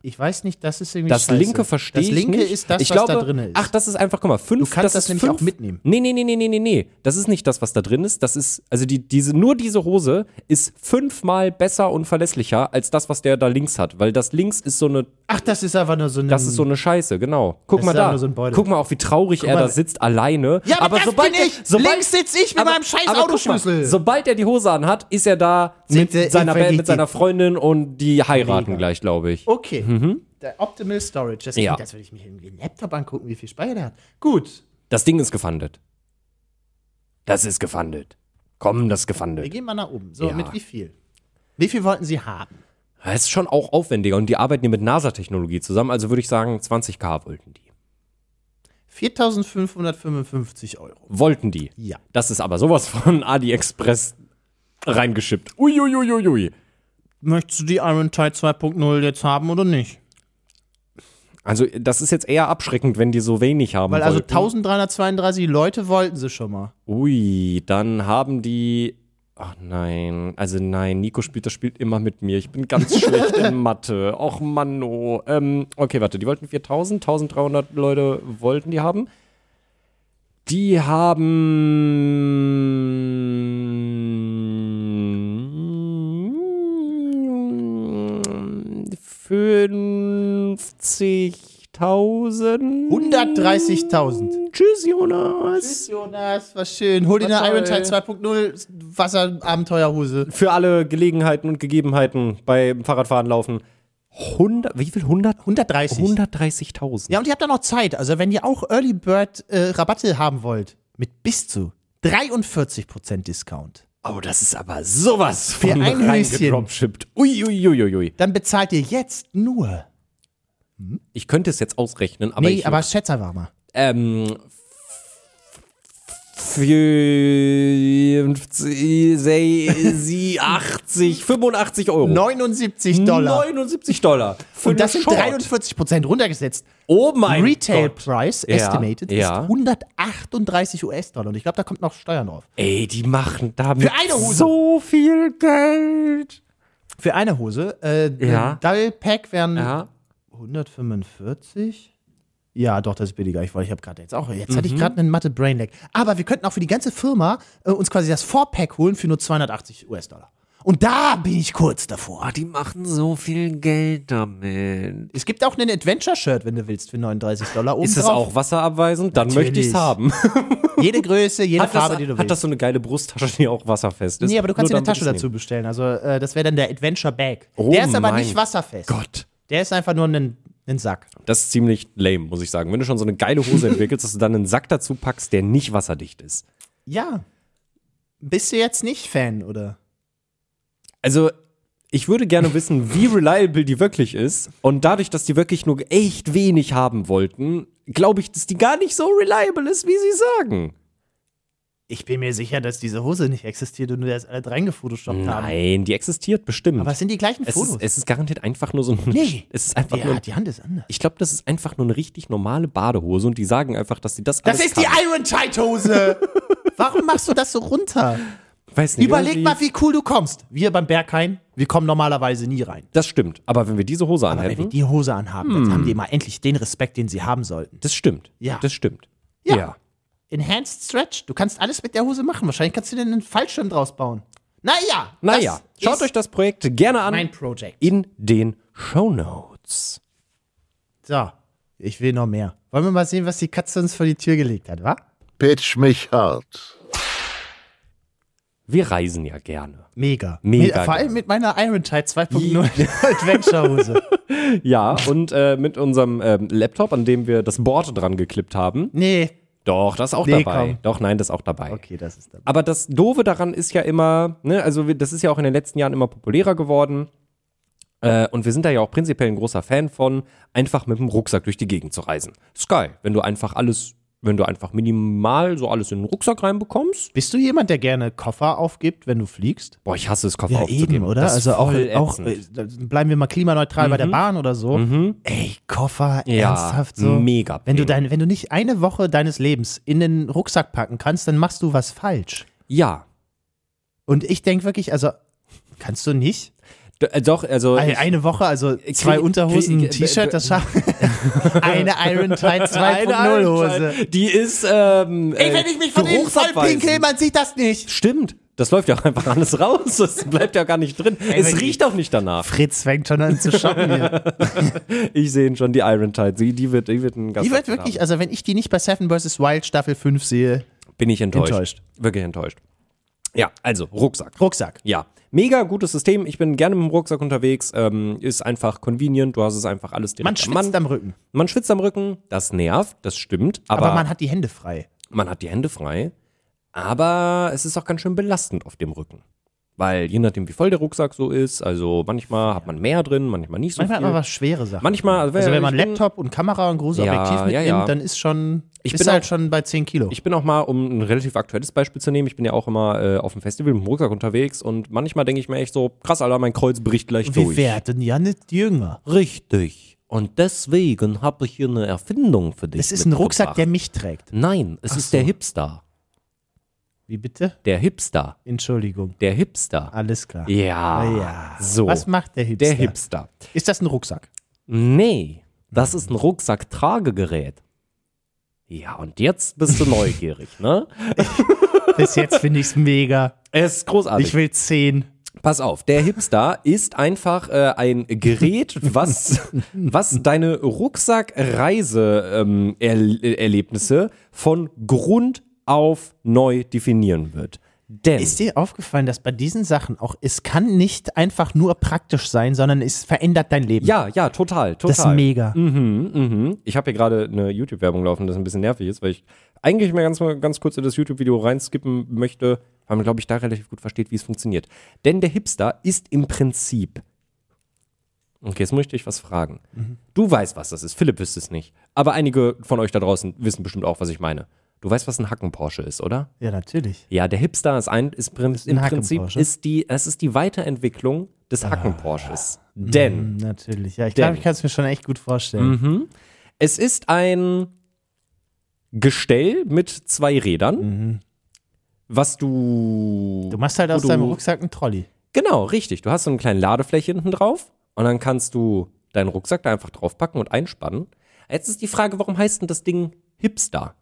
S3: Ich weiß nicht, das ist irgendwie
S2: Das
S3: scheiße.
S2: linke verstehe ich
S3: Das linke
S2: nicht.
S3: ist das,
S2: ich
S3: was
S2: glaube,
S3: da drin ist.
S2: Ach, das ist einfach, guck mal, fünf.
S3: Du kannst das
S2: ist
S3: nämlich
S2: fünf,
S3: auch mitnehmen.
S2: Nee, nee, nee, nee, nee, nee, nee. Das ist nicht das, was da drin ist. Das ist, also die, diese, nur diese Hose ist fünfmal besser und verlässlicher als das, was der da links hat. Weil das links ist so eine
S3: Ach, das ist einfach nur so ein
S2: Das ist so eine Scheiße, genau. Guck
S3: Das
S2: mal
S3: Mhm. ist aber
S2: da.
S3: nur so ein Beutel.
S2: Guck mal auch, wie traurig er
S3: mal.
S2: da sitzt, alleine.
S3: Ja, aber das
S2: sobald
S3: bin
S2: er-
S3: ich.
S2: Sobald,
S3: Links sitz ich mit meinem scheiß
S2: aber guck mal,
S3: Autoschlüssel.
S2: Sobald er die Hose anhat, ist er da mit
S3: Sind wir
S2: seiner, Band, mit
S3: verliebt.
S2: seiner Freundin und die heiraten gleich, glaube ich.
S3: Okay. Der Optimal Storage. Das,
S2: Mhm. Ja.
S3: das würde ich mir irgendwie einen Laptop angucken, wie viel Speicher der hat. Gut.
S2: Das Ding ist gefandet. Das ist gefandet. Komm, das ist
S3: Wir
S2: gefandet.
S3: gehen mal nach oben. So,
S2: Ja.
S3: mit wie viel? Wie viel wollten Sie haben?
S2: Das ist schon auch aufwendiger und die arbeiten hier mit NASA-Technologie zusammen, also würde ich sagen, 20k wollten die.
S3: 4.555 Euro.
S2: Wollten die.
S3: Ja.
S2: Das ist aber sowas von AliExpress reingeschippt. Uiuiuiui.
S3: Möchtest du die Iron Tide 2.0 jetzt haben oder nicht?
S2: Also, das ist jetzt eher abschreckend, wenn die so wenig haben.
S3: Weil also
S2: wollten.
S3: 1332 Leute wollten sie schon mal.
S2: Ui, dann haben die. Ach nein, also nein, Nico spielt das Spiel immer mit mir. Ich bin ganz schlecht in Mathe. Och Mann, oh. Ähm, okay, warte, die wollten 4000, 1300 Leute wollten die haben. Die haben 50.000.
S3: 130.000.
S2: Tschüss, Jonas.
S3: Jonas, was schön. Hol dir
S2: War
S3: eine Iron
S2: toll.
S3: Tide 2.0 Wasserabenteuerhose.
S2: für alle Gelegenheiten und Gegebenheiten beim Fahrradfahren laufen. 100, wie viel? 100?
S3: 130.
S2: 130.000.
S3: Ja, und ihr habt da noch Zeit. Also, wenn ihr auch Early Bird äh, Rabatte haben wollt, mit bis zu 43% Discount,
S2: Oh, das ist aber sowas
S3: Für
S2: von
S3: ein Höschen.
S2: reingedropshippt. Uiuiuiui.
S3: dann bezahlt ihr jetzt nur.
S2: Ich könnte es jetzt ausrechnen, aber
S3: nee,
S2: ich...
S3: aber schätz einfach mal.
S2: ähm, 50, sei- sie- 80, 85 Euro.
S3: 79 Dollar.
S2: 79 Dollar. Für
S3: und das
S2: eine
S3: sind
S2: Short.
S3: 43% runtergesetzt.
S2: Oh mein
S3: Retail
S2: Gott.
S3: Price
S2: Ja,
S3: estimated
S2: ja.
S3: ist 138 US-Dollar. Und ich glaube, da kommt noch Steuern drauf.
S2: Ey, die machen damit
S3: Für eine Hose.
S2: so viel Geld.
S3: Für eine Hose, äh,
S2: Ja.
S3: ein Double Pack wären
S2: Ja.
S3: 145? Ja, doch, das ist billiger. Ich, wollte- ich habe gerade jetzt auch, jetzt hatte
S2: Mhm.
S3: ich gerade einen mathe Brainlag. Aber wir könnten auch für die ganze Firma äh, uns quasi das Four-Pack holen für nur 280 US-Dollar. Und da bin ich kurz davor.
S5: Ah, die machen so viel Geld damit.
S3: Es gibt auch einen Adventure-Shirt, wenn du willst, für 39 Dollar. Oben
S2: Ist das
S3: drauf.
S2: auch wasserabweisend? Dann
S3: Natürlich.
S2: möchte ich es haben.
S3: Jede Größe, jede
S2: Hat
S3: Farbe,
S2: das,
S3: die du willst.
S2: hat das so eine geile Brusttasche, die auch wasserfest ist?
S3: nee, aber du kannst dir
S2: Nur
S3: eine
S2: damit
S3: Tasche
S2: ich's
S3: dazu bestellen. Also, äh, das wäre dann der Adventure Bag.
S2: Oh
S3: der ist aber
S2: mein
S3: nicht wasserfest.
S2: nehme. Gott.
S3: Der ist einfach nur ein, ein Sack.
S2: Das ist ziemlich lame, muss ich sagen. Wenn du schon so eine geile Hose entwickelst, dass du dann einen Sack dazu packst, der nicht wasserdicht ist.
S3: Ja. Bist du jetzt nicht Fan, oder?
S2: Also, ich würde gerne wissen, wie reliable die wirklich ist. Und dadurch, dass die wirklich nur echt wenig haben wollten, glaube ich, dass die gar nicht so reliable ist, wie sie sagen.
S3: Ich bin mir sicher, dass diese Hose nicht existiert und du das alles reingefotoshoppt haben.
S2: Nein, die existiert bestimmt.
S3: Aber es sind die gleichen
S2: es,
S3: Fotos.
S2: ist, es ist garantiert einfach nur so ein.
S3: Nee.
S2: Es ist einfach nur
S3: ja,
S2: ein,
S3: die Hand ist anders.
S2: Ich glaube, das ist einfach nur eine richtig normale Badehose und die sagen einfach, dass sie das
S3: Das
S2: alles
S3: ist die
S2: kann.
S3: Iron Tight Hose. Warum machst du das so runter?
S2: Weiß nicht,
S3: Überleg
S2: irgendwie-
S3: mal, wie cool du kommst. Wir beim Berghain, wir kommen normalerweise nie rein.
S2: Das stimmt. Aber wenn wir diese Hose
S3: Aber wenn wir
S2: anhätten,
S3: die Hose anhaben, dann haben die mal endlich den Respekt, den sie haben sollten.
S2: das stimmt.
S3: Ja.
S2: Das stimmt.
S3: Ja. Enhanced Stretch. Du kannst alles mit der Hose machen. Wahrscheinlich kannst du dir einen Fallschirm draus bauen. Naja.
S2: Naja,
S3: das
S2: schaut
S3: ist
S2: euch das Projekt gerne an
S3: Mein Project.
S2: in den Show Notes.
S3: So. Ich will noch mehr. Wollen wir mal sehen, was die Katze uns vor die Tür gelegt hat, wa?
S1: Pitch mich hart.
S2: Wir reisen ja gerne.
S3: Mega.
S2: Mega
S3: Mit, vor
S2: geil.
S3: allem mit meiner Iron Tide 2.0 Adventure-Hose.
S2: Ja, und äh, mit unserem ähm, Laptop, an dem wir das Board dran geklippt haben.
S3: Nee.
S2: Doch, das ist auch
S3: Nee,
S2: dabei.
S3: komm.
S2: Doch, nein, das ist auch dabei.
S3: Okay, das ist dann.
S2: Aber das Doofe daran ist ja immer, ne, also wir- das ist ja auch in den letzten Jahren immer populärer geworden. Äh, und wir sind da ja auch prinzipiell ein großer Fan von, einfach mit dem Rucksack durch die Gegend zu reisen. Ist geil, wenn du einfach alles, wenn du einfach minimal so alles in den Rucksack reinbekommst.
S3: Bist du jemand, der gerne Koffer aufgibt, wenn du fliegst?
S2: Boah, ich hasse es, Koffer
S3: Ja,
S2: aufzugeben.
S3: eben, oder?
S2: Das ist
S3: Also auch,
S2: voll
S3: auch
S2: ätzend.
S3: äh, da bleiben wir mal klimaneutral bei der Bahn oder so. Ey, Koffer,
S2: Ja,
S3: ernsthaft so.
S2: mega
S3: Wenn du,
S2: Pain.
S3: dein, wenn du nicht eine Woche deines Lebens in den Rucksack packen kannst, dann machst du was falsch.
S2: Ja.
S3: Und ich denke wirklich, also, kannst du nicht?
S2: D äh, doch, also.
S3: Ei-
S2: ich-
S3: Eine Woche, also zwei
S2: krieg-
S3: Unterhosen,
S2: krieg-
S3: ein T-Shirt, das schafft. eine Iron Tide 2.0 Hose.
S2: Die ist, ähm.
S3: Ey, wenn ich mich von innen voll pinkel, man sieht das nicht.
S2: Stimmt. Das läuft ja auch einfach alles raus. Das bleibt ja gar nicht drin. es
S3: wenn die-
S2: riecht auch nicht danach.
S3: Fritz fängt schon an zu shoppen hier.
S2: Ich sehe ihn schon, die Iron Tide. Die, die wird, die wird ein ganz
S3: Die wird wirklich, also wenn ich die nicht bei Seven vs. Wild Staffel 5 sehe,
S2: Bin ich enttäuscht.
S3: Enttäuscht.
S2: Wirklich enttäuscht. Ja, also Rucksack.
S3: Rucksack.
S2: Ja, mega gutes System. Ich bin gerne mit dem Rucksack unterwegs. Ähm, ist einfach convenient. Du hast es einfach alles direkt.
S3: Man
S2: am
S3: schwitzt
S2: Mann.
S3: am Rücken,
S2: man schwitzt am Rücken. Das nervt. Das stimmt. Aber,
S3: aber, man hat die Hände frei.
S2: man hat die Hände frei, aber es ist auch ganz schön belastend auf dem Rücken. Weil je nachdem, wie voll der Rucksack so ist, also manchmal hat man mehr drin, manchmal nicht so
S3: Manchmal hat man
S2: viel.
S3: was schwere Sachen.
S2: Manchmal, also,
S3: also wenn man
S2: ich bin-
S3: Laptop und Kamera und großes
S2: Ja,
S3: Objektiv mitnimmt,
S2: ja, ja.
S3: dann ist schon
S2: Ich
S3: ist
S2: bin
S3: halt
S2: auch-
S3: schon bei 10 Kilo.
S2: Ich bin auch mal, um ein relativ aktuelles Beispiel zu nehmen, ich bin ja auch immer äh, auf dem Festival mit dem Rucksack unterwegs und manchmal denke ich mir echt so, krass, Alter, mein Kreuz bricht gleich
S3: Wie
S2: durch.
S3: wer denn ja nicht jünger?
S2: Richtig. Und deswegen habe ich hier eine Erfindung für dich.
S3: Es ist ein Rucksack, der
S2: mitgebracht.
S3: mich trägt.
S2: Nein, es ist der Hipster.
S3: Wie bitte?
S2: Der Hipster.
S3: Entschuldigung.
S2: Der Hipster.
S3: Alles klar.
S2: Ja.
S3: Ah, Ja.
S2: So.
S3: Was macht der Hipster?
S2: der Hipster.
S3: Ist das ein Rucksack?
S2: Nee, das ist ein Rucksacktragegerät. Ja, und jetzt bist du neugierig, ne?
S3: Bis jetzt finde ich es mega.
S2: Es ist großartig.
S3: Ich will 10.
S2: Pass auf, der Hipster ist einfach äh, ein Gerät, was, was deine Rucksackreiseerlebnisse ähm, Erl- Erlebnisse von Grund auf neu definieren wird. Denn
S3: Ist dir aufgefallen, dass bei diesen Sachen auch, es kann nicht einfach nur praktisch sein, sondern es verändert dein Leben.
S2: ja, ja, total, total.
S3: Das ist mega.
S2: Mhm. Ich habe hier gerade eine YouTube-Werbung laufen, das ein bisschen nervig ist, weil ich eigentlich mal ganz, mal ganz kurz in das YouTube-Video reinskippen möchte, weil man, glaube ich, da relativ gut versteht, wie es funktioniert. Denn der Hipster ist im Prinzip. Okay, jetzt muss ich dich was fragen.
S3: Mhm.
S2: Du weißt, was das ist. Philipp wüsste es nicht. Aber einige von euch da draußen wissen bestimmt auch, was ich meine. Du weißt, was ein Hacken-Porsche ist, oder?
S3: Ja, natürlich.
S2: Ja, der Hipster ist, ein, ist, prin
S3: ein
S2: im Prinzip
S3: Hacken-Porsche? Ah.
S2: ist die, es ist die Weiterentwicklung des Hacken-Porsches. Denn
S3: Mhm. Natürlich, ja. Ich
S2: Denn-
S3: glaube, ich kann es mir schon echt gut vorstellen.
S2: Mhm. Es ist ein Gestell mit zwei Rädern, was du.
S3: Du machst halt aus
S2: wo
S3: deinem
S2: du-
S3: Rucksack einen Trolley.
S2: Genau, richtig. Du hast so eine kleine Ladefläche hinten drauf und dann kannst du deinen Rucksack da einfach draufpacken und einspannen. Jetzt ist die Frage, warum heißt denn das Ding Hipster?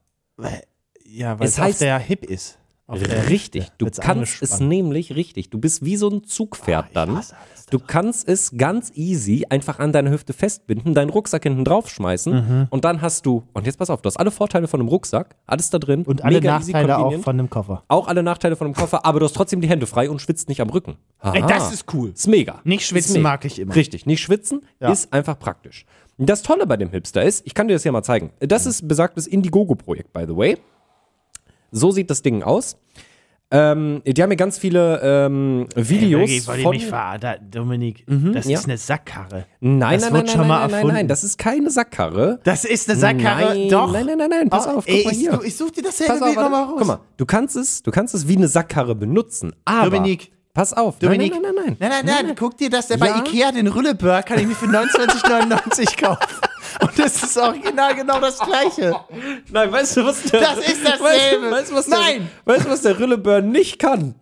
S3: Ja,
S2: weil
S3: weil
S2: es
S3: es
S2: heißt-
S3: heißt, der hip ist. Auf der-
S2: Richtig, du
S3: wird's
S2: kannst es
S3: angespannt.
S2: nämlich richtig. Du bist wie so ein Zugpferd dann.
S3: Ah, hasse alles
S2: Du kannst es ganz easy einfach an deine Hüfte festbinden, deinen Rucksack hinten draufschmeißen
S3: Mhm.
S2: und dann hast du, und jetzt pass auf, du hast alle Vorteile von einem Rucksack, alles da drin.
S3: Und alle
S2: mega easy,
S3: Nachteile auch
S2: convenient.
S3: von dem Koffer.
S2: Auch alle Nachteile von einem Koffer, aber du hast trotzdem die Hände frei und schwitzt nicht am Rücken.
S3: Ey,
S2: Aha.
S3: das ist cool.
S2: Ist mega.
S3: Nicht schwitzen
S2: Ah. Ist mega.
S3: mag ich immer.
S2: Richtig, nicht schwitzen
S3: Ja.
S2: ist einfach praktisch. Und Das Tolle bei dem Hipster ist, ich kann dir das hier mal zeigen. Das ist besagtes Indiegogo-Projekt, by the way. So sieht das Ding aus. Ähm, die haben hier ganz viele ähm, Videos.
S3: Wirklich, wollt ihr
S2: von Mhm,
S3: mich verarschen? Da- Dominik, das
S2: ja.
S3: ist eine Sackkarre.
S2: nein,
S3: Das
S2: nein, nein,
S3: wird
S2: nein,
S3: schon
S2: nein,
S3: mal
S2: nein, nein,
S3: erfunden.
S2: nein, das ist keine Sackkarre.
S3: Das ist eine Sackkarre,
S2: Nein,
S3: doch. Oh,
S2: nein, nein, nein, nein, pass auf, guck
S3: ey,
S2: mal
S3: ich,
S2: hier.
S3: du- ich such dir dasselbe
S2: Pass auf,
S3: Bild
S2: warte,
S3: nochmal raus.
S2: guck mal, du kannst es, du kannst es wie eine Sackkarre benutzen, aber
S3: Dominik.
S2: pass auf,
S3: Dominik,
S2: nein, nein, nein, nein,
S3: nein, nein, nein, guck dir das, der
S2: Ja?
S3: bei Ikea, den Rülleburger, kann ich mir für 29,99 kaufen. Und das ist original genau das Gleiche.
S2: Nein, weißt du, was der,
S3: Das ist dasselbe.
S2: Weißt, du, was der,
S3: Nein.
S2: Weißt du, was der Rilleburn nicht kann?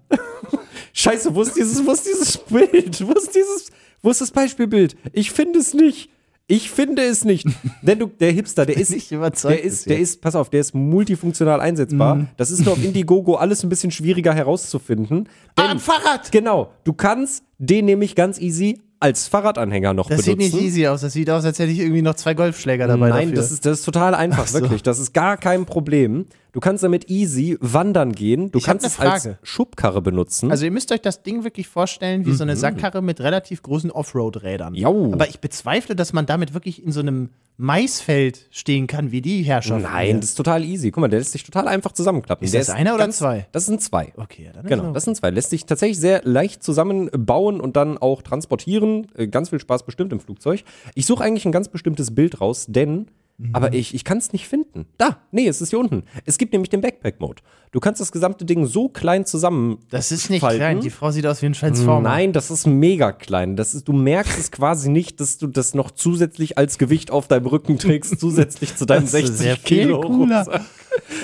S2: Scheiße, wo ist dieses, wo ist dieses Bild? Wo ist dieses, wo ist das Beispielbild? Ich finde es nicht. Ich finde es nicht. Denn du, der Hipster, der ist,
S3: nicht überzeugt Mhm.
S2: der ist,
S3: bisher.
S2: der ist, pass auf, der ist multifunktional einsetzbar. Das ist nur auf Indiegogo alles ein bisschen schwieriger herauszufinden.
S3: Ah,
S2: Denn-
S3: am Fahrrad.
S2: Genau. Du kannst den nämlich ganz easy als Fahrradanhänger noch
S3: Das
S2: benutzen.
S3: sieht nicht easy aus. Das sieht aus, als hätte ich irgendwie noch zwei Golfschläger dabei.
S2: Nein,
S3: dafür.
S2: das ist, das ist total einfach, wirklich. Das ist gar kein Problem. Du kannst damit easy wandern gehen. Du
S3: Ich hab
S2: kannst
S3: ne
S2: es als
S3: Frage.
S2: Schubkarre benutzen.
S3: Also ihr müsst euch das Ding wirklich vorstellen wie so eine Sackkarre mit relativ großen Offroad-Rädern.
S2: Mhm. Jau.
S3: Aber ich bezweifle, dass man damit wirklich in so einem Maisfeld stehen kann, wie die Herrschaft.
S2: Nein, das ist total easy. Guck mal, der lässt sich total einfach zusammenklappen.
S3: Ist
S2: der
S3: das einer oder zwei?
S2: Das sind zwei.
S3: Okay, ja, dann ist
S2: Genau,
S3: noch-
S2: das sind zwei. Lässt sich tatsächlich sehr leicht zusammenbauen und dann auch transportieren. Äh, Ganz viel Spaß bestimmt im Flugzeug. Ich suche eigentlich ein ganz bestimmtes Bild raus, denn,
S3: Mhm.
S2: aber ich, ich kann es nicht finden. Da, nee, es ist hier unten. Es gibt nämlich den Backpack-Mode. Du kannst das gesamte Ding so klein zusammen.
S3: das ist nicht
S2: falten.
S3: klein. Die Frau sieht aus wie ein Transformer.
S2: Nein, das ist mega klein. Das ist, du merkst es quasi nicht, dass du das noch zusätzlich als Gewicht auf deinem Rücken trägst, zusätzlich zu deinem
S3: Das ist
S2: 60
S3: sehr viel
S2: Kilo.
S3: cooler.
S2: Rucksack.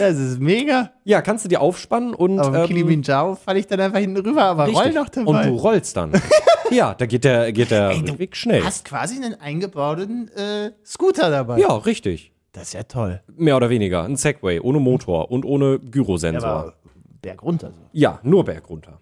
S3: Das ist mega.
S2: Ja, kannst du dir aufspannen und
S3: Auf dem
S2: ähm,
S3: Kilimanjaro falle ich dann einfach hinten rüber, aber
S2: richtig.
S3: roll noch
S2: und
S3: dabei.
S2: du rollst dann. ja, da geht der geht der
S3: du
S2: Weg schnell.
S3: hast quasi einen eingebauten äh, Scooter dabei.
S2: Ja, richtig.
S3: Das ist ja toll.
S2: Mehr oder weniger. Ein Segway ohne Motor und ohne Gyrosensor.
S3: Aber bergunter so.
S2: Ja, nur Berg runter.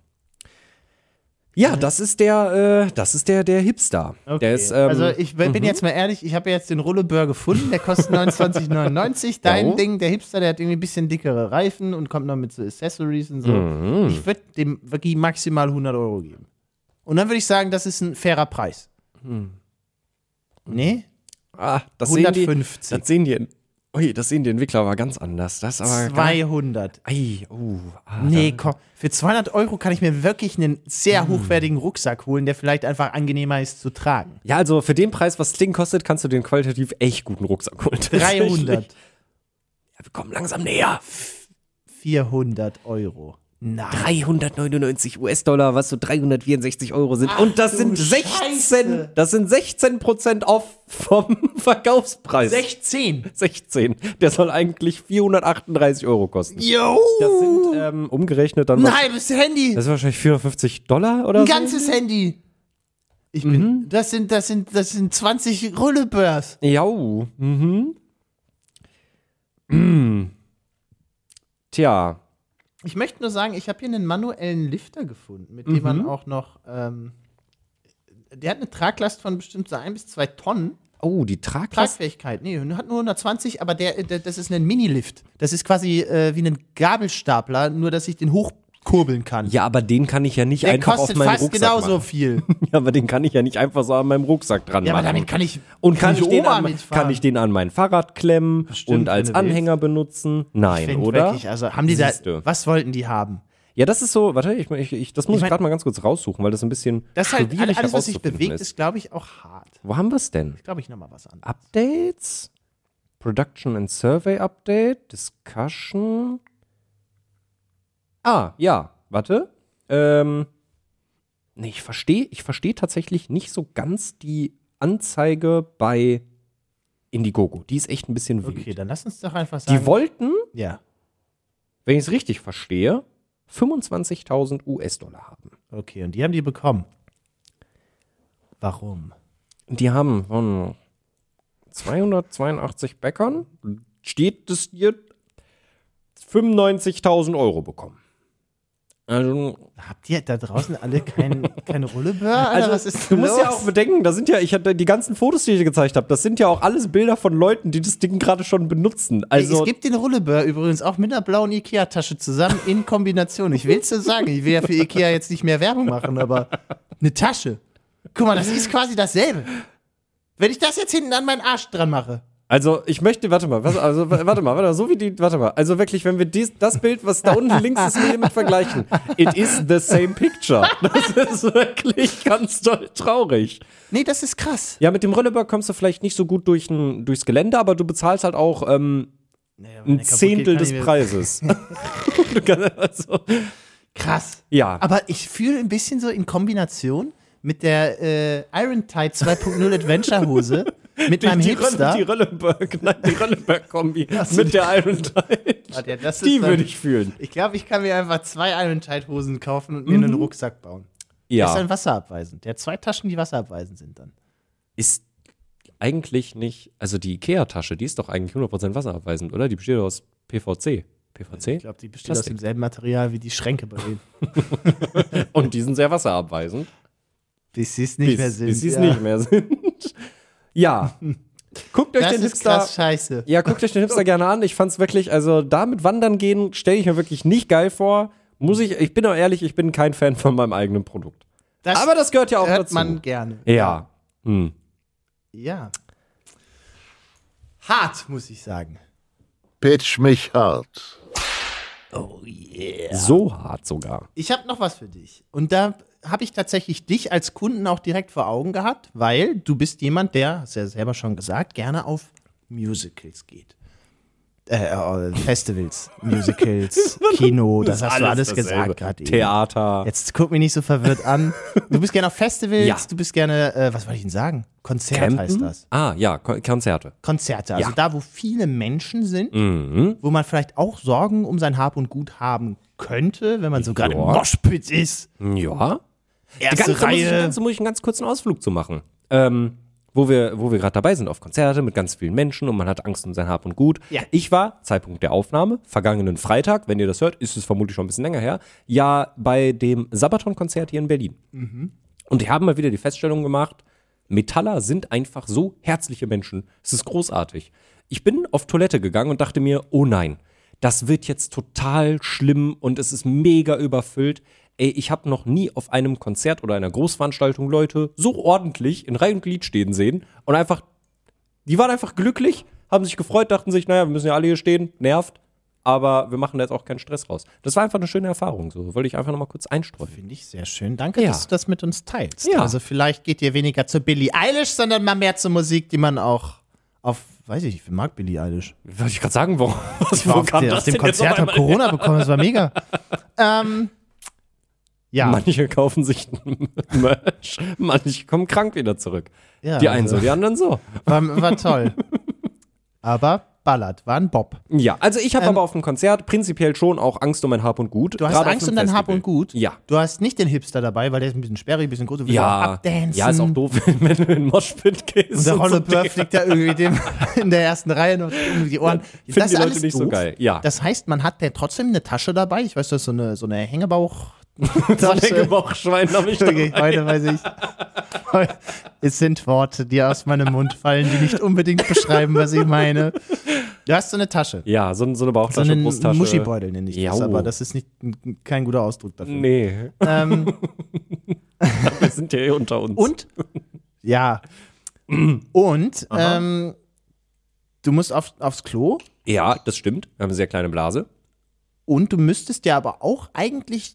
S2: Ja,
S3: Mhm.
S2: das ist der, äh, das ist der, der Hipster. Der ist, ähm,
S3: also ich bin bin jetzt mal ehrlich, ich habe jetzt den Rullebör gefunden, der kostet 29,99. Dein
S2: Ja.
S3: Ding, der Hipster, der hat irgendwie ein bisschen dickere Reifen und kommt noch mit so Accessories und so.
S2: Mhm.
S3: Ich würde dem wirklich maximal 100 Euro geben. Und dann würde ich sagen, das ist ein fairer Preis.
S2: Hm.
S3: Nee?
S2: Ah, das
S3: 150.
S2: sehen die. Das sehen die. Ui, das sehen die Entwickler aber ganz anders. Das ist aber gar-
S3: 200.
S2: Ei, uh, ah,
S3: Nee, komm. Für 200 Euro kann ich mir wirklich einen sehr
S2: Hm.
S3: hochwertigen Rucksack holen, der vielleicht einfach angenehmer ist zu tragen.
S2: Ja, also für den Preis, was das Ding kostet, kannst du den qualitativ echt guten Rucksack holen.
S3: 300.
S2: Ja, wir kommen langsam näher.
S3: 400 Euro. Nein.
S2: 399 US-Dollar, was so 364 Euro sind. Und das
S3: du
S2: sind 16,
S3: Scheiße.
S2: das sind 16 Prozent auf vom Verkaufspreis.
S3: 16.
S2: 16. Der soll eigentlich 438 Euro kosten.
S3: Yo!
S2: Das sind ähm, umgerechnet dann.
S3: Ein halbes Handy.
S2: Das sind wahrscheinlich 450 Dollar oder
S3: ein
S2: so.
S3: ganzes Handy. Ich bin, das sind, das sind, das sind 20 Rullebörs.
S2: Jau. Mhm. Mm. Tja.
S3: Ich möchte nur sagen, ich habe hier einen manuellen Lifter gefunden, mit dem
S2: Mhm.
S3: man auch noch, ähm, der hat eine Traglast von bestimmt so ein bis zwei Tonnen.
S2: Oh, die Traglast.
S3: Tragfähigkeit, nee, hat nur 120, aber der, der das ist ein Minilift. Das ist quasi äh, wie ein Gabelstapler, nur dass ich den hochkurbeln kann.
S2: Ja, aber den kann ich ja nicht
S3: der
S2: einfach auf
S3: kostet
S2: meinen
S3: fast
S2: Rucksack
S3: genauso
S2: machen.
S3: viel.
S2: Ja, aber den kann ich ja nicht einfach so an meinem Rucksack dran
S3: Ja, aber
S2: machen.
S3: damit kann ich
S2: und kann,
S3: kann
S2: ich
S3: die
S2: den
S3: Oma
S2: an, mein-
S3: mitfahren.
S2: kann ich den an mein Fahrrad klemmen
S3: Bestimmt,
S2: und als
S3: wenn du willst.
S2: Anhänger benutzen? Nein,
S3: Find
S2: oder?
S3: Wirklich, also haben die da,
S2: Siehste.
S3: was wollten die haben?
S2: Ja, das ist so, warte, ich, ich, ich, das muss ich,
S3: Ich mein-
S2: gerade mal ganz kurz raussuchen, weil das ein bisschen
S3: Das ist halt
S2: schwierig
S3: alles, was sich
S2: herauszufinden
S3: bewegt, ist,
S2: ist.
S3: glaube ich, auch hart.
S2: Wo haben wir es denn?
S3: Glaube ich nochmal was an.
S2: Updates, Production and Survey Update, Discussion. Ah, ja, warte. Ähm, nee, ich verstehe, ich verstehe tatsächlich nicht so ganz die Anzeige bei Indiegogo. Die ist echt ein bisschen wild.
S3: Okay, dann lass uns doch einfach sagen.
S2: Die wollten,
S3: ja,
S2: wenn ich es richtig verstehe, 25.000 US-Dollar haben.
S3: okay, und die haben die bekommen. Warum?
S2: Und Die haben von 282 Bäckern steht es hier 95.000 Euro bekommen. Also,
S3: Habt ihr da draußen alle kein, keine Rullebör? Alter, was ist
S2: du
S3: denn
S2: musst
S3: los?
S2: ja auch bedenken, da sind ja, ich hatte die ganzen Fotos, die ich dir gezeigt habe, das sind ja auch alles Bilder von Leuten, die das Ding gerade schon benutzen. Also,
S3: es gibt den Rullebör übrigens auch mit einer blauen Ikea-Tasche zusammen in Kombination. Ich will's dir sagen, ich will ja für Ikea jetzt nicht mehr Werbung machen, aber eine Tasche. Guck mal, das ist quasi dasselbe. Wenn ich das jetzt hinten an meinen Arsch dran mache.
S2: also ich möchte, warte mal, was, also w- warte mal, warte mal, so wie die, warte mal, also wirklich, wenn wir dies, das Bild, was da unten links ist, mit dem mit vergleichen, it is the same picture. Das ist wirklich ganz doll traurig.
S3: Nee, das ist krass.
S2: Ja, mit dem Rollerbug kommst du vielleicht nicht so gut durch ein, durchs Gelände, aber du bezahlst halt auch ähm, ein Zehntel des Preises. du kannst, also,
S3: Krass.
S2: ja.
S3: Aber ich fühle ein bisschen so in Kombination mit der äh, Iron Tide 2.0 Adventure Hose mit meinem
S2: die,
S3: Hipster.
S2: Rölle- die Rölleberg, nein, die Rölleberg-Kombi mit der Iron Tide.
S3: Warte, ja, Ah, das ist
S2: Die
S3: dann-
S2: würde ich fühlen.
S3: Ich glaube, ich kann mir einfach zwei Iron Tide Hosen kaufen und mir einen Rucksack bauen. Der ist
S2: Mhm. Ja,
S3: dann wasserabweisend. Der hat zwei Taschen, die wasserabweisend sind dann.
S2: ist eigentlich nicht, also die Ikea-Tasche, die ist doch eigentlich 100% wasserabweisend, oder? Die besteht doch aus PVC. PVC?
S3: Ich glaube, die besteht
S2: Das
S3: aus demselben Material wie die Schränke bei denen.
S2: Und die sind sehr wasserabweisend.
S3: Bis sie es nicht
S2: bis-
S3: mehr sind.
S2: Bis sie es
S3: ja.
S2: nicht mehr sind. Ja. Guckt euch
S3: Das
S2: den
S3: ist
S2: Hipster
S3: krass scheiße.
S2: Ja, guckt euch den Hipster gerne an. Ich fand's wirklich, also damit wandern gehen, stelle ich mir wirklich nicht geil vor. Muss ich, ich bin auch ehrlich, ich bin kein Fan von meinem eigenen Produkt.
S3: Das
S2: Aber das gehört ja auch
S3: hört
S2: dazu.
S3: man gerne.
S2: ja. Hm.
S3: Ja. Hart, muss ich sagen.
S1: Pitch mich hart.
S2: So hart sogar.
S3: Ich habe noch was für dich. Und da habe ich tatsächlich dich als Kunden auch direkt vor Augen gehabt, weil du bist jemand, der, hast du ja selber schon gesagt, gerne auf Musicals geht. Äh, äh, Festivals, Musicals, Kino, das hast du alles
S2: dasselbe.
S3: gesagt gerade eben.
S2: Theater.
S3: Jetzt guck mich nicht so verwirrt an. Du bist gerne auf Festivals,
S2: Ja.
S3: du bist gerne, äh, was wollte ich denn sagen? Konzert heißt das.
S2: Ah, ja, Ko- Konzerte.
S3: Konzerte, also
S2: Ja. Mhm.
S3: da, wo viele Menschen sind, wo man vielleicht auch Sorgen um sein Hab und Gut haben könnte, wenn man so gerade im
S2: Ja.
S3: Moshpit ist.
S2: Ja.
S3: Erste
S2: Ganz, da muss ich,
S3: Reihe.
S2: ganz, da muss ich einen um ganz kurzen Ausflug zu machen. Ähm, wo wir, wo wir gerade dabei sind, auf Konzerte mit ganz vielen Menschen und man hat Angst um sein Hab und Gut.
S3: Ja.
S2: Ich war, Zeitpunkt der Aufnahme, vergangenen Freitag, wenn ihr das hört, ist es vermutlich schon ein bisschen länger her, ja bei dem Sabaton-Konzert hier in Berlin. Und die haben mal wieder die Feststellung gemacht, Metaller sind einfach so herzliche Menschen. Es ist großartig. Ich bin auf Toilette gegangen und dachte mir, oh nein, das wird jetzt total schlimm und es ist mega überfüllt. Ey, ich habe noch nie auf einem Konzert oder einer Großveranstaltung Leute so ordentlich in Reihe und Glied stehen sehen und einfach, die waren einfach glücklich, haben sich gefreut, dachten sich, naja, wir müssen ja alle hier stehen, nervt, aber wir machen da jetzt auch keinen Stress raus. Das war einfach eine schöne Erfahrung, so wollte ich einfach nochmal kurz einstreuen.
S3: Finde ich sehr schön. Danke,
S2: Ja.
S3: dass du das mit uns teilst.
S2: Ja.
S3: Also vielleicht geht ihr weniger zu Billie Eilish, sondern mal mehr zur Musik, die man auch auf, weiß ich, ich mag Billie Eilish.
S2: Wollte ich gerade sagen, warum? Was,
S3: Ich war auf, der, aus dem Konzert, habe Corona bekommen, das war mega. ähm, ja.
S2: Manche kaufen sich Merch, manche kommen krank wieder zurück.
S3: Ja,
S2: die einen
S3: also-
S2: so, die anderen so.
S3: War, war toll. Aber ballert, war ein Bob.
S2: Ja, also ich habe aber auf dem Konzert prinzipiell schon auch Angst um mein Hab und Gut.
S3: Ähm, Du hast
S2: gerade auf
S3: Angst
S2: einem
S3: um dein
S2: Festival.
S3: Hab und Gut.
S2: Ja.
S3: Du hast nicht den Hipster dabei, weil der ist ein bisschen sperrig, ein bisschen groß. Du willst auch
S2: Ja,
S3: abdancen.
S2: ja, ist auch doof, wenn du in den Moshpit gehst.
S3: Und der
S2: und so
S3: Rollebör
S2: Dinge.
S3: fliegt da irgendwie dem, in der ersten Reihe noch irgendwie die Ohren.
S2: Finden
S3: das
S2: die
S3: ist
S2: Leute
S3: alles
S2: nicht so
S3: doof.
S2: geil, ja.
S3: Das heißt, man hat ja trotzdem eine Tasche dabei. Ich weiß, das ist so eine, so eine Hängebauch.
S2: Das Bauchschwein habe ich
S3: Entschuldige, heute weiß ich. Heu- Es sind Worte, die aus meinem Mund fallen, die nicht unbedingt beschreiben, was ich meine. Du hast so eine Tasche.
S2: Ja, so, so eine
S3: So
S2: Bauchtasche,
S3: einen
S2: Brusttasche.
S3: Muschibeutel nenne ich das,
S2: Jau.
S3: aber das ist nicht, kein guter Ausdruck dafür.
S2: Nee,
S3: Ähm,
S2: wir sind ja eh unter uns.
S3: Und? Ja. Und ähm, du musst auf, aufs Klo
S2: Ja, das stimmt. Wir haben eine sehr kleine Blase.
S3: und du müsstest ja aber auch eigentlich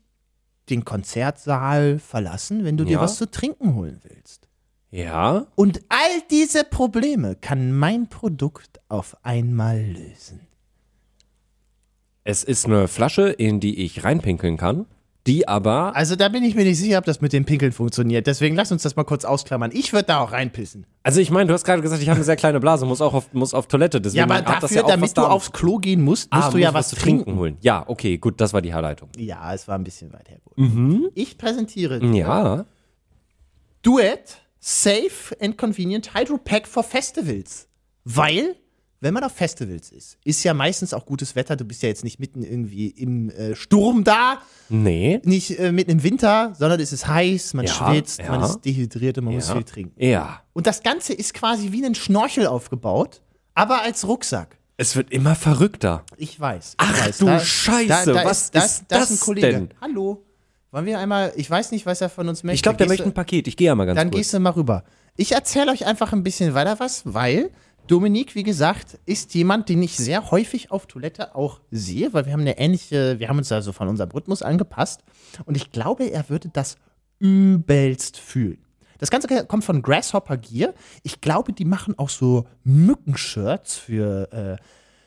S3: den Konzertsaal verlassen, wenn du dir
S2: Ja.
S3: was zu trinken holen willst.
S2: Ja,
S3: Und all diese Probleme kann mein Produkt auf einmal lösen.
S2: es ist eine Flasche, in die ich reinpinkeln kann, die aber
S3: Also da bin ich mir nicht sicher, ob das mit dem Pinkeln funktioniert. Deswegen lass uns das mal kurz ausklammern. Ich würde da auch reinpissen.
S2: Also ich meine, du hast gerade gesagt, ich habe eine sehr kleine Blase, muss auch auf, muss auf Toilette. Deswegen
S3: Ja, aber
S2: hat das
S3: dafür,
S2: ja auch was
S3: damit du
S2: damit-
S3: aufs Klo gehen musst, musst
S2: Ah,
S3: du
S2: muss
S3: ja
S2: ich
S3: was
S2: zu
S3: trinken.
S2: holen. Ja, okay, gut, das war die Herleitung.
S3: Ja, es war ein bisschen weit hergeholt. Ich präsentiere dir
S2: Ja,
S3: Duet Safe and Convenient Hydro Pack for Festivals. Weil wenn man auf Festivals ist, ist ja meistens auch gutes Wetter. Du bist ja jetzt nicht mitten irgendwie im äh, Sturm da,
S2: Nee.
S3: nicht äh, mitten im Winter, sondern es ist heiß, man
S2: Ja,
S3: schwitzt,
S2: ja.
S3: man ist dehydriert und man muss
S2: Ja.
S3: viel trinken.
S2: Ja.
S3: Und das Ganze ist quasi wie ein Schnorchel aufgebaut, aber als Rucksack.
S2: Es wird immer verrückter.
S3: Ich weiß. Ich
S2: Ach
S3: weiß,
S2: du Scheiße, was ist
S3: da
S2: das denn?
S3: Hallo. Wollen wir einmal, ich weiß nicht, was er von uns möchte.
S2: Ich glaube, der
S3: Gehst
S2: möchte
S3: du-
S2: ein Paket. Ich gehe ja mal ganz
S3: Dann
S2: kurz.
S3: gehst du mal rüber. Ich erzähle euch einfach ein bisschen weiter was, weil Dominik, wie gesagt, ist jemand, den ich sehr häufig auf Toilette auch sehe, weil wir haben eine ähnliche, wir haben uns also von unserem Rhythmus angepasst und ich glaube, er würde das übelst fühlen. Das Ganze kommt von Grasshopper Gear. Ich glaube, die machen auch so Mückenshirts für äh,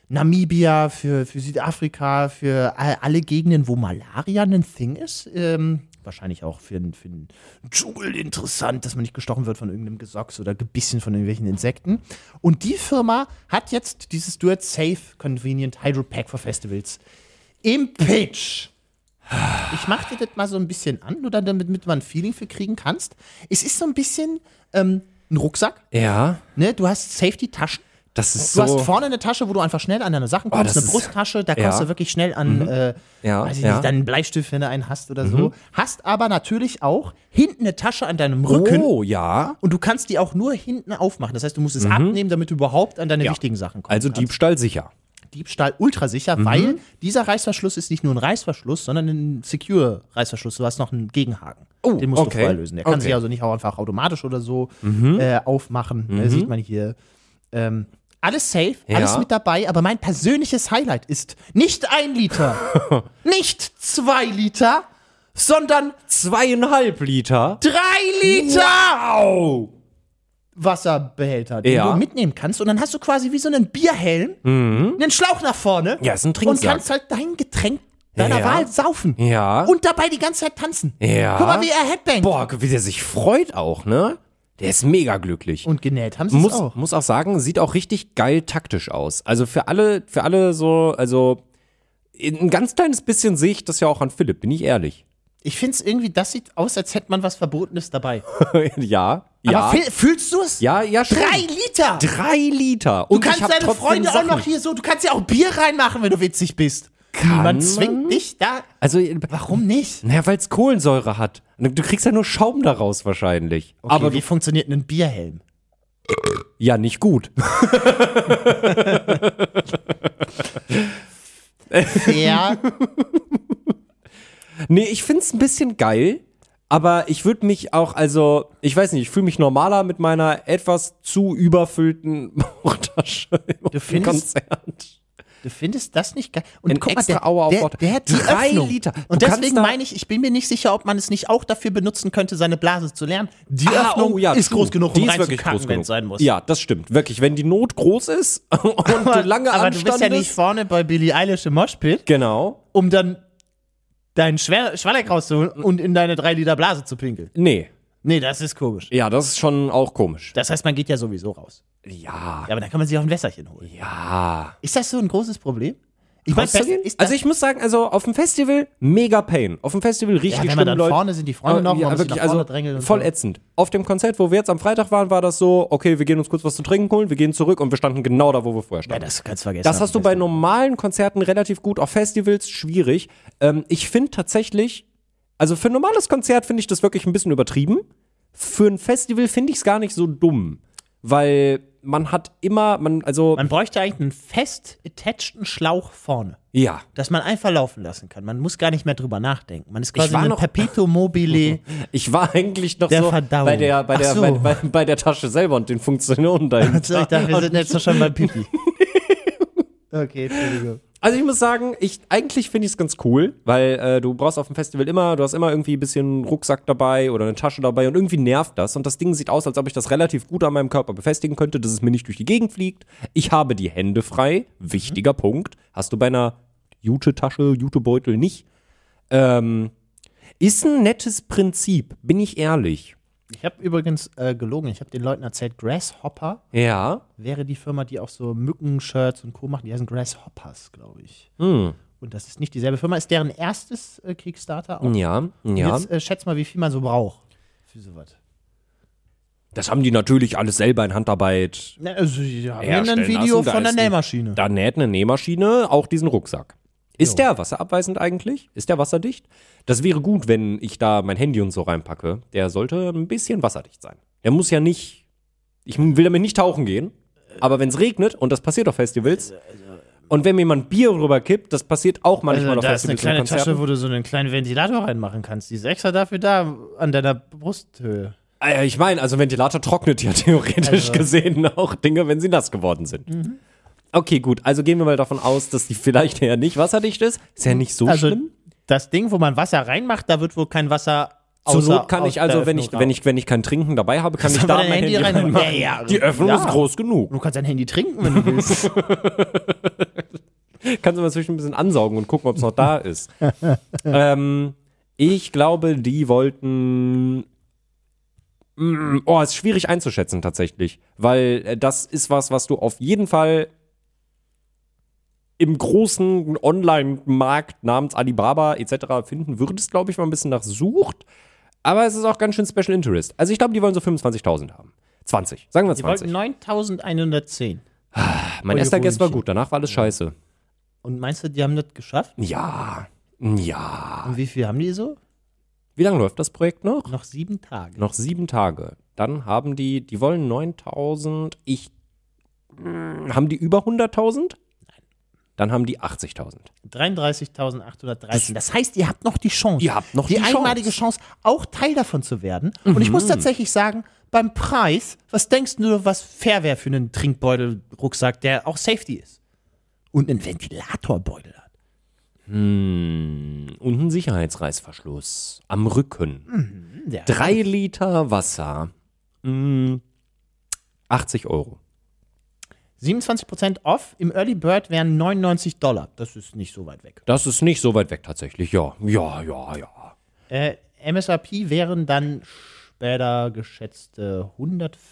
S3: Namibia, für, für Südafrika, für all, alle Gegenden, wo Malaria ein Thing ist. Ähm, wahrscheinlich auch für den für den Dschungel interessant, dass man nicht gestochen wird von irgendeinem Gesocks oder gebissen von irgendwelchen Insekten. Und die Firma hat jetzt dieses Do It Safe Convenient Hydro Pack for Festivals im Pitch. Ich mach dir das mal so ein bisschen an, nur dann, damit, damit man ein Feeling für kriegen kannst. Es ist so ein bisschen ähm, ein Rucksack,
S2: ja.
S3: ne? Du hast Safety-Taschen.
S2: Das ist
S3: Du
S2: so.
S3: hast vorne eine Tasche, wo du einfach schnell an deine Sachen
S2: Oh, das
S3: kommst, eine
S2: ist-
S3: Brusttasche, da
S2: Ja. Mhm.
S3: kommst du wirklich schnell an, äh,
S2: Ja,
S3: weiß ich
S2: ja. Mhm.
S3: nicht, deinen Bleistift, wenn du einen hast oder so. Hast aber natürlich auch hinten eine Tasche an deinem Rücken
S2: oh, ja.
S3: und du kannst die auch nur hinten aufmachen. Das heißt, du musst es abnehmen, damit du überhaupt an deine wichtigen Sachen kommst.
S2: Also Diebstahl sicher.
S3: Diebstahl ultra
S2: Mhm.
S3: sicher, weil dieser Reißverschluss ist nicht nur ein Reißverschluss, sondern ein secure Reißverschluss. Du hast noch einen Gegenhaken.
S2: Oh,
S3: Den musst
S2: okay.
S3: du vorher lösen. Der kann
S2: Okay. Mhm.
S3: sich also nicht auch einfach automatisch oder so äh, aufmachen. Das sieht man hier. Ähm, alles safe, alles
S2: Ja.
S3: mit dabei, aber mein persönliches Highlight ist nicht ein Liter, nicht zwei Liter, sondern
S2: Zweieinhalb Liter.
S3: drei Liter!
S2: Wow!
S3: Wasserbehälter, den
S2: Ja.
S3: du mitnehmen kannst. Und dann hast du quasi wie so einen Bierhelm, einen Schlauch nach vorne.
S2: Mhm. Ja, ist ein
S3: Und
S2: Trinksack.
S3: kannst halt dein Getränk deiner
S2: Ja.
S3: Wahl saufen.
S2: Ja.
S3: Und dabei die ganze Zeit tanzen.
S2: Ja.
S3: Guck mal, wie er headbangt.
S2: Boah, wie der sich freut auch, ne? Der ist mega glücklich.
S3: Und genäht haben sie es
S2: muss,
S3: auch.
S2: muss auch sagen, sieht auch richtig geil taktisch aus. Also für alle, für alle so, also ein ganz kleines bisschen sehe ich das ja auch an Philipp, bin ich ehrlich.
S3: Ich finde es irgendwie, das sieht aus, als hätte man was Verbotenes dabei.
S2: ja, ja.
S3: Aber fühl- fühlst du es?
S2: ja, ja, schon.
S3: Drei Liter!
S2: Drei Liter.
S3: Du
S2: Und ich
S3: kannst
S2: hab
S3: deine
S2: trotzdem
S3: Freunde auch
S2: Sachen.
S3: noch hier so, du kannst ja auch Bier reinmachen, wenn du witzig bist. Kann man zwingt dich da.
S2: Also,
S3: Warum nicht?
S2: naja, weil es Kohlensäure hat. Du kriegst ja nur Schaum daraus wahrscheinlich. Aber
S3: Okay, wie funktioniert ein Bierhelm?
S2: Ja, nicht gut.
S3: Fair
S2: Nee, ich find's ein bisschen geil, aber ich würde mich auch, also, ich weiß nicht, ich fühle mich normaler mit meiner etwas zu überfüllten Bauchtasche im
S3: findest-
S2: Konzert.
S3: Du findest das nicht geil. Und
S2: Ein
S3: guck
S2: extra
S3: mal, der,
S2: Auer auf
S3: der,
S2: Wort.
S3: der hat die
S2: Drei
S3: Öffnung.
S2: Liter.
S3: Und
S2: Du kannst
S3: deswegen
S2: da-
S3: meine ich, ich bin mir nicht sicher, ob man es nicht auch dafür benutzen könnte, seine Blase zu lernen. Die
S2: Ah,
S3: Öffnung
S2: oh ja,
S3: ist
S2: true.
S3: groß genug,
S2: die
S3: um
S2: ist wirklich groß
S3: reinzukacken, wenn
S2: genug.
S3: es sein muss.
S2: Ja, das stimmt. Wirklich, wenn die Not groß ist und du lange
S3: Aber du bist ja
S2: anstandest-
S3: nicht vorne bei Billie Eilish im Moshpit,
S2: Genau.
S3: um dann deinen Schwer Schwalleck rauszuholen und in deine drei Liter Blase zu pinkeln.
S2: Nee.
S3: Nee, das ist komisch.
S2: Ja, das ist schon auch komisch.
S3: Das heißt, man geht ja sowieso raus.
S2: Ja.
S3: Ja, aber dann kann man sich auch ein Wässerchen holen.
S2: Ja.
S3: Ist das so ein großes Problem? Ich mein,
S2: Rauszugehen?
S3: ist das,
S2: Also ich muss sagen, also auf dem Festival mega Pain. Auf dem Festival richtig
S3: ja, wenn
S2: schlimm,
S3: man dann
S2: Leute.
S3: vorne sind, die Freunde noch,
S2: ja,
S3: man muss sich
S2: wirklich,
S3: nach vorne
S2: also
S3: drängeln. und
S2: voll
S3: so.
S2: ätzend. Auf dem Konzert, wo wir jetzt am Freitag waren, war das so, okay, wir gehen uns kurz was zu trinken holen, wir gehen zurück und wir standen genau da, wo wir vorher
S3: Ja,
S2: standen.
S3: das kannst du vergessen.
S2: das hast du bei normalen Konzerten relativ gut, auf Festivals schwierig. Ähm, ich finde tatsächlich, also für ein normales Konzert finde ich das wirklich ein bisschen übertrieben. Für ein Festival finde ich es gar nicht so dumm, weil man hat immer, man, also,
S3: Man bräuchte eigentlich einen fest attachten Schlauch vorne,
S2: ja.
S3: dass man einfach laufen lassen kann. Man muss gar nicht mehr drüber nachdenken. Man ist
S2: Ich
S3: quasi
S2: war
S3: ein
S2: noch-
S3: Perpetuum mobile.
S2: Ich war eigentlich noch
S3: Der
S2: so
S3: Verdauung.
S2: bei der, bei,
S3: Ach
S2: der,
S3: so.
S2: bei, bei, bei der Tasche selber und den Funktionen dahinter.
S3: So, ich dachte, wir sind jetzt doch schon beim Pipi. okay, Entschuldigung.
S2: Also ich muss sagen, ich eigentlich finde ich es ganz cool, weil äh, du brauchst auf dem Festival immer, du hast immer irgendwie ein bisschen Rucksack dabei oder eine Tasche dabei und irgendwie nervt das und das Ding sieht aus, als ob ich das relativ gut an meinem Körper befestigen könnte, dass es mir nicht durch die Gegend fliegt. Ich habe die Hände frei, wichtiger Punkt. Hast du bei einer Jute-Tasche, Jutebeutel nicht. Ähm, ist ein nettes Prinzip, bin ich ehrlich.
S3: Ich habe übrigens äh, gelogen. Ich habe den Leuten erzählt, Grasshopper
S2: Ja.
S3: wäre die Firma, die auch so Mücken-Shirts und Co. macht. Die heißen Grasshoppers, glaube ich.
S2: Hm.
S3: Und das ist nicht dieselbe Firma. Ist deren erstes äh, Kickstarter auch.
S2: Ja, ja.
S3: Jetzt äh, schätz mal, wie viel man so braucht für sowas.
S2: Das haben die natürlich alles selber in Handarbeit.
S3: Na, Also, sie haben mir
S2: herstellen
S3: ein Video
S2: lassen. Da
S3: von der
S2: ist die-
S3: Nähmaschine.
S2: Da näht eine Nähmaschine auch diesen Rucksack. Ist
S3: Jo.
S2: der wasserabweisend eigentlich? Ist der wasserdicht? Das wäre gut, wenn ich da mein Handy und so reinpacke. Der sollte ein bisschen wasserdicht sein. Der muss ja nicht. Ich will damit nicht tauchen gehen. Aber wenn es regnet, und das passiert auf Festivals, und wenn mir jemand Bier rüberkippt, das passiert auch manchmal
S3: Also,
S2: auf
S3: da ist eine
S2: Festivals. und
S3: kleine
S2: Konzerten.
S3: Tasche, wo du so einen kleinen Ventilator reinmachen kannst. Die ist extra dafür da, an deiner Brusthöhe.
S2: Äh, Ich meine, also Ventilator trocknet ja
S3: Also.
S2: theoretisch gesehen auch Dinge, wenn sie nass geworden sind.
S3: Mhm.
S2: Okay, gut. Also gehen wir mal davon aus, dass die vielleicht ja nicht wasserdicht ist. Ist ja nicht so
S3: Also,
S2: schlimm.
S3: das Ding, wo man Wasser reinmacht, da wird wohl kein Wasser
S2: Zur
S3: außer-
S2: Not kann
S3: aus
S2: ich
S3: der
S2: also, wenn
S3: Öffnung
S2: ich, wenn
S3: raus.
S2: ich, wenn ich kein Trinken dabei habe, kann ich
S3: Kannst
S2: da
S3: du
S2: mein Handy reinmachen.
S3: Ja, ja. also
S2: Die Öffnung
S3: Ja.
S2: ist groß genug.
S3: Du kannst dein Handy trinken, wenn du willst.
S2: Kannst du mal zwischen ein bisschen ansaugen und gucken, ob es noch da ist. ähm, ich glaube, die wollten. Mm, Oh, ist schwierig einzuschätzen tatsächlich, weil äh, das ist was, was du auf jeden Fall im großen Online-Markt namens Alibaba etc. finden würdest, glaube ich, wenn man ein bisschen nach sucht. Aber es ist auch ganz schön Special Interest. Also ich glaube, die wollen so 25.000 haben. 20, sagen wir
S3: Die wollten
S2: 20.
S3: 9110.
S2: Mein
S3: Ui,
S2: erster Guess war
S3: Ruhmchen.
S2: gut, danach war alles scheiße.
S3: Und meinst du, die haben das geschafft?
S2: Ja, ja.
S3: Und wie viel haben die so?
S2: Wie lange läuft das Projekt noch?
S3: Noch sieben Tage.
S2: Noch sieben Tage. Dann haben die, die wollen 9000, ich, mm, haben die über 100.000? Nein. Dann haben die 80.000.
S3: 33.813. Das heißt, ihr habt noch die Chance.
S2: Ihr habt noch die Chance.
S3: einmalige Chance, Mhm. auch Teil davon zu werden. Und ich muss tatsächlich sagen, beim Preis, was denkst du, was fair wäre für einen Trinkbeutel-Rucksack, der auch Safety ist? Und einen Ventilatorbeutel hat.
S2: Und ein Sicherheitsreißverschluss am Rücken.
S3: Hm, Der
S2: Drei Liter Wasser. Mm, 80 Euro.
S3: 27% off im Early Bird wären 99 Dollar. Das ist nicht so weit weg.
S2: Das ist nicht so weit weg tatsächlich. Ja, ja, ja, ja.
S3: Äh, MSRP wären dann später geschätzte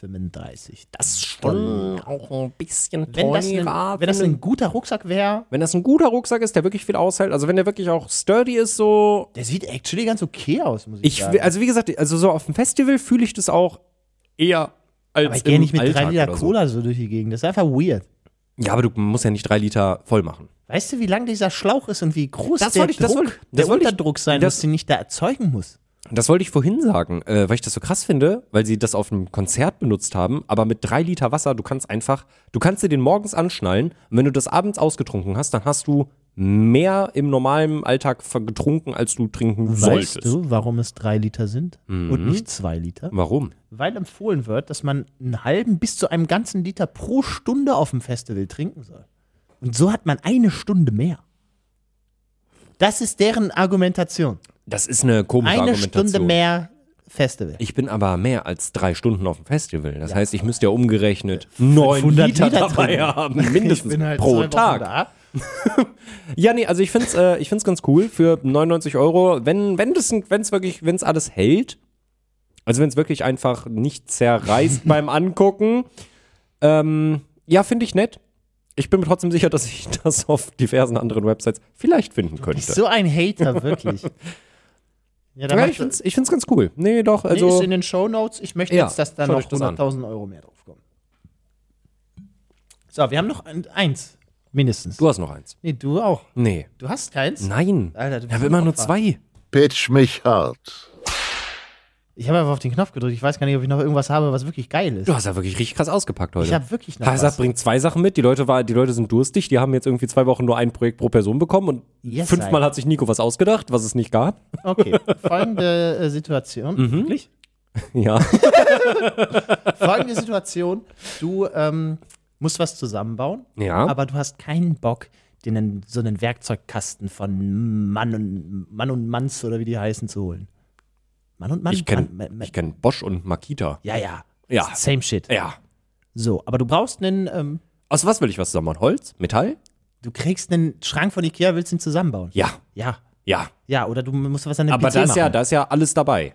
S3: 135. Das
S2: Das ist schon auch ein bisschen
S3: wenn,
S2: teurer.
S3: das ein, wenn das ein guter Rucksack wäre,
S2: wenn das ein guter Rucksack ist, der wirklich viel aushält, also wenn der wirklich auch sturdy ist, so
S3: der sieht actually ganz okay aus, muss ich,
S2: Ich,
S3: sagen.
S2: will- also wie gesagt, also so auf dem Festival fühle ich das auch eher als
S3: aber ich gehe
S2: im
S3: nicht mit
S2: Alltag
S3: 3 Liter
S2: oder so.
S3: Cola so durch die Gegend. Das ist einfach weird.
S2: Ja, aber du musst ja nicht drei Liter voll machen.
S3: Weißt du, wie lang dieser Schlauch ist und wie groß
S2: Das
S3: der
S2: wollte ich-
S3: Druck,
S2: das wollte- das
S3: der
S2: wollte ich-
S3: Unterdruck sein
S2: das-
S3: muss, den ich da erzeugen muss?
S2: Das wollte ich vorhin sagen, äh, weil ich das so krass finde, weil sie das auf einem Konzert benutzt haben, aber mit drei Liter Wasser, du kannst einfach, du kannst dir den morgens anschnallen und wenn du das abends ausgetrunken hast, dann hast du mehr im normalen Alltag ver- getrunken, als du trinken solltest.
S3: Weißt du, warum es 3 Liter sind
S2: Mhm.
S3: und nicht 2 Liter?
S2: Warum?
S3: Weil empfohlen wird, dass man einen halben bis zu einem ganzen Liter pro Stunde auf dem Festival trinken soll. Und so hat man eine Stunde mehr. Das ist deren Argumentation.
S2: Das ist eine komische
S3: Eine
S2: Argumentation.
S3: Stunde mehr Festival.
S2: Ich bin aber mehr als drei Stunden auf dem Festival. Das heißt, ich müsste ja umgerechnet neun Liter,
S3: Liter
S2: dabei
S3: trinken.
S2: haben, mindestens
S3: halt zwei
S2: pro
S3: Wochen
S2: Tag.
S3: Da.
S2: Ja, nee, also ich finde es äh, ich find's ganz cool für 99 Euro, wenn wenn das, wenn's wirklich, wenn's alles hält, also wenn es wirklich einfach nicht zerreißt beim Angucken, ähm, ja, finde ich nett. Ich bin mir trotzdem sicher, dass ich das auf diversen anderen Websites vielleicht finden könnte.
S3: So ein Hater, wirklich. Ja, da
S2: ja,
S3: ja,
S2: ich finde es ich find's ganz cool. Nee, doch, also.
S3: ist in den Shownotes. Ich möchte
S2: Ja,
S3: jetzt, dass da
S2: schaut
S3: noch
S2: euch das an.
S3: 100.000 Euro mehr draufkommen. So, wir haben noch ein, eins. Mindestens.
S2: du hast noch eins.
S3: Nee, du auch.
S2: Nee.
S3: Du hast keins?
S2: Nein.
S3: Alter, du
S2: ich
S3: bist
S2: habe
S3: ein
S2: immer nur
S3: Opfer.
S2: zwei.
S1: Pitch mich hart.
S3: Ich habe einfach auf den Knopf gedrückt. Ich weiß gar nicht, ob ich noch irgendwas habe, was wirklich geil ist.
S2: Du hast ja wirklich richtig krass ausgepackt heute.
S3: Ich hab wirklich noch
S2: noch Hazard
S3: was.
S2: bringt zwei Sachen mit. Die Leute, war, die Leute sind durstig. Die haben jetzt irgendwie zwei Wochen nur ein Projekt pro Person bekommen. Und
S3: Yes,
S2: fünfmal
S3: Alter.
S2: hat sich Nico was ausgedacht, was es nicht gab.
S3: Okay, folgende äh, Situation.
S2: Mhm.
S3: Wirklich?
S2: Ja.
S3: Folgende Situation. Du ähm, musst was zusammenbauen,
S2: Ja.
S3: aber du hast keinen Bock, dir einen, so einen Werkzeugkasten von Mann und, Mann und Manns oder wie die heißen zu holen. Mann und Mann?
S2: ich kenne
S3: Mann, Mann, Mann.
S2: kenn Bosch und Makita.
S3: Ja, ja.
S2: Ja.
S3: Same shit.
S2: Ja.
S3: So, aber du brauchst einen, ähm,
S2: Aus was will ich was zusammen machen? Holz? Metall?
S3: du kriegst einen Schrank von Ikea, willst ihn zusammenbauen.
S2: Ja.
S3: Ja.
S2: Ja.
S3: Ja, oder du musst was an dem
S2: Aber
S3: PC
S2: da ist ja,
S3: machen.
S2: da ist ja alles dabei.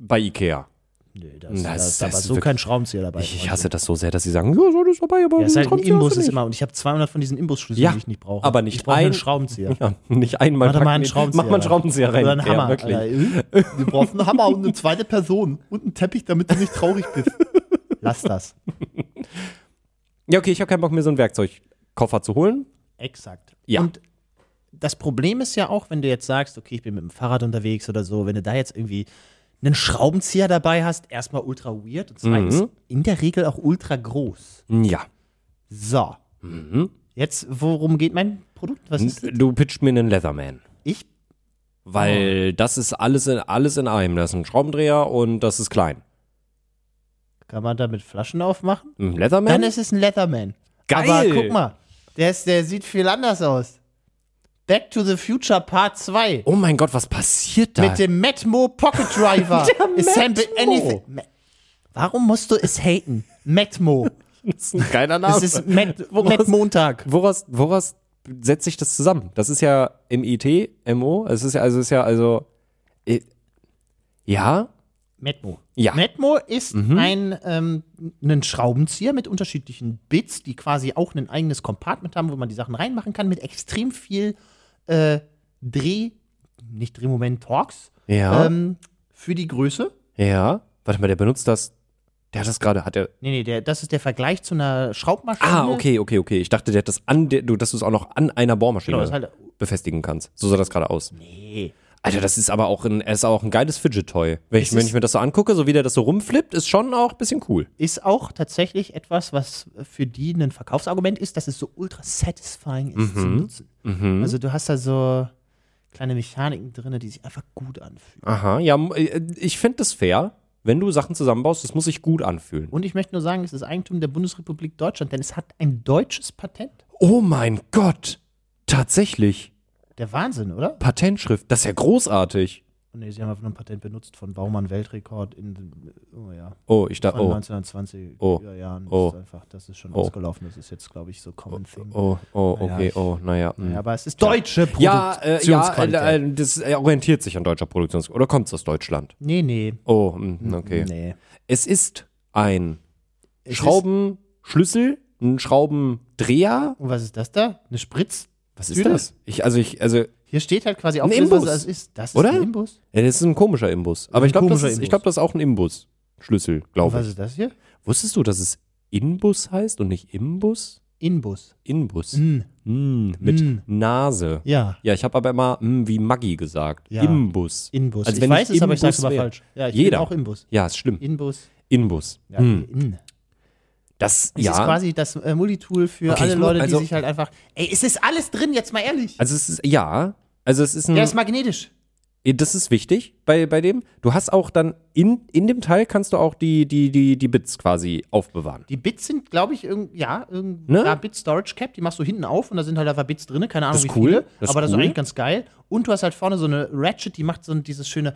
S2: Bei Ikea.
S3: Nö, das,
S2: Das-
S3: das, ist
S2: das
S3: aber so
S2: wird-
S3: kein Schraubenzieher dabei.
S2: Ich, ich hasse das so sehr, dass sie sagen, ja, so, das ist vorbei, aber
S3: Ja, es ist halt ein
S2: Schraubenzieher hast du
S3: Imbus ist
S2: nicht.
S3: immer. Und ich habe 200 von diesen Imbusschlüsseln,
S2: Ja,
S3: die ich nicht brauche.
S2: aber nicht
S3: ich brauche einen
S2: ein-
S3: Schraubenzieher.
S2: Ja, nicht einmal
S3: Mach doch mal
S2: packen.
S3: einen Schraubenzieher.
S2: Mach mal einen Schraubenzieher rein.
S3: Oder einen Hammer, Äh,
S2: Ja, wirklich.
S6: Wir brauchen einen Hammer und eine zweite Person und einen Teppich, damit du nicht traurig bist.
S3: Lass das.
S2: Ja, okay, ich habe keinen Bock mir so einen Werkzeugkoffer zu holen.
S3: Exakt.
S2: Ja.
S3: Und das Problem ist ja auch, wenn du jetzt sagst, okay, ich bin mit dem Fahrrad unterwegs oder so, wenn du da jetzt irgendwie einen Schraubenzieher dabei hast, erstmal ultra weird und zweitens in der Regel auch ultra groß.
S2: Ja.
S3: So. Jetzt, worum geht mein Produkt? Was ist das?
S2: Du pitchst mir einen Leatherman.
S3: Ich? Ah.
S2: Weil das ist alles in, alles in einem. Das ist ein Schraubendreher und das ist klein.
S3: Kann man damit Flaschen aufmachen?
S2: Ein Leatherman?
S3: Dann ist es ein Leatherman.
S2: Geil!
S3: Aber guck mal, der, ist, der sieht viel anders aus. Back to the Future Part 2.
S2: oh mein Gott, was passiert da?
S3: Mit dem Metmo Pocket Driver. Assemble
S2: Metmo.
S3: anything. Me- Warum musst du es haten? Metmo.
S2: das ist ein geiler Name.
S3: Das ist Met, Met Montag.
S2: woraus, woraus setzt sich das zusammen? Das ist ja im IT, MO, es ist ja, also es ist ja, also. eh, Ja,
S3: Metmo.
S2: Ja. Mhm.
S3: Metmo ist ein, ähm, ein Schraubenzieher mit unterschiedlichen Bits, die quasi auch ein eigenes Compartment haben, wo man die Sachen reinmachen kann, mit extrem viel äh, Dreh, nicht Drehmoment, Torx
S2: ja,
S3: ähm, für die Größe.
S2: ja. Warte mal, der benutzt das. Der hat das gerade, hat er.
S3: Nee, nee, der, das ist der Vergleich zu einer Schraubmaschine.
S2: Ah, okay, okay, okay. Ich dachte, der hat das an, der, du, dass du es auch noch an einer Bohrmaschine
S3: Genau, das ist halt-
S2: befestigen kannst. So sah das gerade aus.
S3: Nee.
S2: Alter, das ist aber auch ein, es ist auch ein geiles Fidget-Toy. Wenn, ich-
S3: Es
S2: wenn
S3: ist-
S2: ich mir das so angucke, so wie der das so rumflippt, ist schon auch ein bisschen cool.
S3: Ist auch tatsächlich etwas, was für die ein Verkaufsargument ist, dass es so ultra satisfying ist zu nutzen. Also du hast da so kleine Mechaniken drin, die sich einfach gut anfühlen.
S2: Aha, ja, m- äh, ich finde das fair. Wenn du Sachen zusammenbaust, das muss sich gut anfühlen.
S3: Und ich möchte nur sagen, es ist Eigentum der Bundesrepublik Deutschland, denn es hat ein deutsches Patent.
S2: Oh mein Gott! Tatsächlich.
S3: Der Wahnsinn, oder?
S2: Patentschrift. Das ist ja großartig.
S3: Oh, nee, sie haben einfach nur ein Patent benutzt von Baumann Weltrekord in oh ja,
S2: Oh, ich dachte,
S3: von
S2: oh,
S3: 1920
S2: Oh.
S3: Jahren. Das
S2: Oh.
S3: ist einfach, das ist schon
S2: Oh.
S3: ausgelaufen. Das ist jetzt, glaube ich, so Common Thing.
S2: oh, oh,
S3: Naja,
S2: okay,
S3: ich-
S2: oh, naja. hm.
S3: Ja, aber es ist deutsche
S2: Ja, äh, ja
S3: Produktionsqualität.
S2: äh, äh, das äh, orientiert sich an deutscher Produktions- Oder kommt es aus Deutschland?
S3: nee, nee.
S2: Oh, hm, okay.
S3: Nee.
S2: Es ist ein
S3: Es
S2: Schraubenschlüssel, ein Schraubendreher.
S3: Ist, und was ist das da? Eine Spritz?
S2: Was ist das? Ich, also, ich, also, äh,
S3: Hier steht halt quasi auf
S2: Ein Imbus.
S3: Das ist, das ist
S2: Oder?
S3: ein Imbus.
S2: das ist ein komischer Imbus. Aber
S3: Ein
S2: ich glaube, das,
S3: komischer
S2: ist- ich
S3: Imbus.
S2: glaub, das ist auch ein Imbus-Schlüssel,
S3: Und
S2: glaube
S3: was
S2: ich.
S3: ist das hier?
S2: Wusstest du, dass es Inbus heißt und nicht Imbus?
S3: Inbus.
S2: Inbus.
S3: Mm.
S2: Mm, mit
S3: Mm.
S2: Nase.
S3: Ja,
S2: Ja, ich habe aber immer mm, wie Maggi gesagt.
S3: Ja.
S2: Imbus.
S3: Inbus.
S2: Also
S3: ich
S2: wenn
S3: weiß
S2: ich
S3: es, aber ich sage
S2: Inbus
S3: es aber
S2: wär-
S3: falsch. Ja, ich
S2: Jeder.
S3: bin auch Inbus.
S2: ja, ist schlimm.
S3: Inbus.
S2: Inbus.
S3: Ja,
S2: mm.
S3: in.
S2: Das,
S3: Das
S2: ja.
S3: ist quasi das äh, Multitool für
S2: Okay,
S3: alle
S2: ich mu-
S3: Leute,
S2: also-
S3: die sich halt einfach. Ey, es ist alles drin, jetzt mal ehrlich.
S2: also es ist, ja. Also es ist ein,
S3: Der ist magnetisch.
S2: das ist wichtig bei, bei dem. Du hast auch dann, in, in dem Teil kannst du auch die, die, die, die Bits quasi aufbewahren.
S3: Die Bits sind, glaube ich, irgend, ja, irgend,
S2: Ne?
S3: ja, Bit Storage Cap, die machst du hinten auf und da sind halt einfach Bits drin, keine Ahnung,
S2: Das ist
S3: wie
S2: cool,
S3: viele,
S2: das ist
S3: aber das
S2: cool.
S3: ist eigentlich ganz geil. Und du hast halt vorne so eine Ratchet, die macht so ein- dieses schöne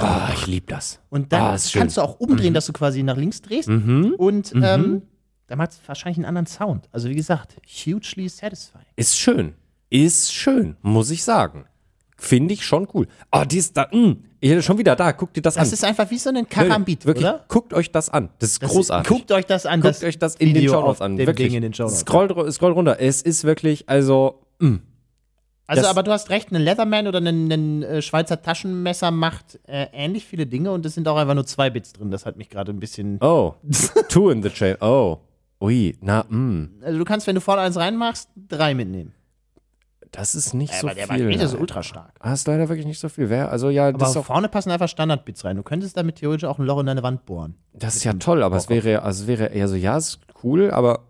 S2: Ah, ich liebe das.
S3: und dann
S2: ah, ist schön. Mhm.
S3: kannst du auch umdrehen, dass du quasi nach links drehst und ähm, da macht es wahrscheinlich einen anderen Sound. Also wie gesagt, hugely satisfying.
S2: Ist schön. Ist schön, muss ich sagen. Finde ich schon cool. Ah, die ist da. Mh. Ich hätte schon wieder da. Guckt dir das,
S3: Das
S2: an.
S3: ist einfach wie so ein
S2: Leute,
S3: Karambit,
S2: wirklich,
S3: oder?
S2: Guckt euch das an. Das ist
S3: Das-
S2: großartig.
S3: Guckt euch das an.
S2: Guckt euch das in den
S3: Video
S2: Shownotes
S3: auf
S2: an.
S3: dem
S2: wirklich.
S3: Ding in den Shownotes.
S2: Scroll, dr- scroll runter. Es ist wirklich, also, mh.
S3: Also,
S2: Das-
S3: aber du hast recht, ein Leatherman oder ein äh, Schweizer Taschenmesser macht äh, ähnlich viele Dinge und es sind auch einfach nur zwei Bits drin. Das hat mich gerade ein bisschen.
S2: oh, two in the chain. Oh, ui, na, hm, mh.
S3: Also, du kannst, wenn du vorne eins reinmachst, drei mitnehmen.
S2: Das ist nicht so
S3: aber der
S2: viel.
S3: Magnet ist ultra stark.
S2: Ah, ist leider wirklich nicht so viel. Wer? Also, ja,
S3: Aber
S2: das ist, auch,
S3: vorne passen einfach Standardbits rein. Du könntest damit theoretisch auch ein Loch in deine Wand bohren.
S2: das ist ja toll, aber es wäre, also, es wäre eher so, ja, ist cool, aber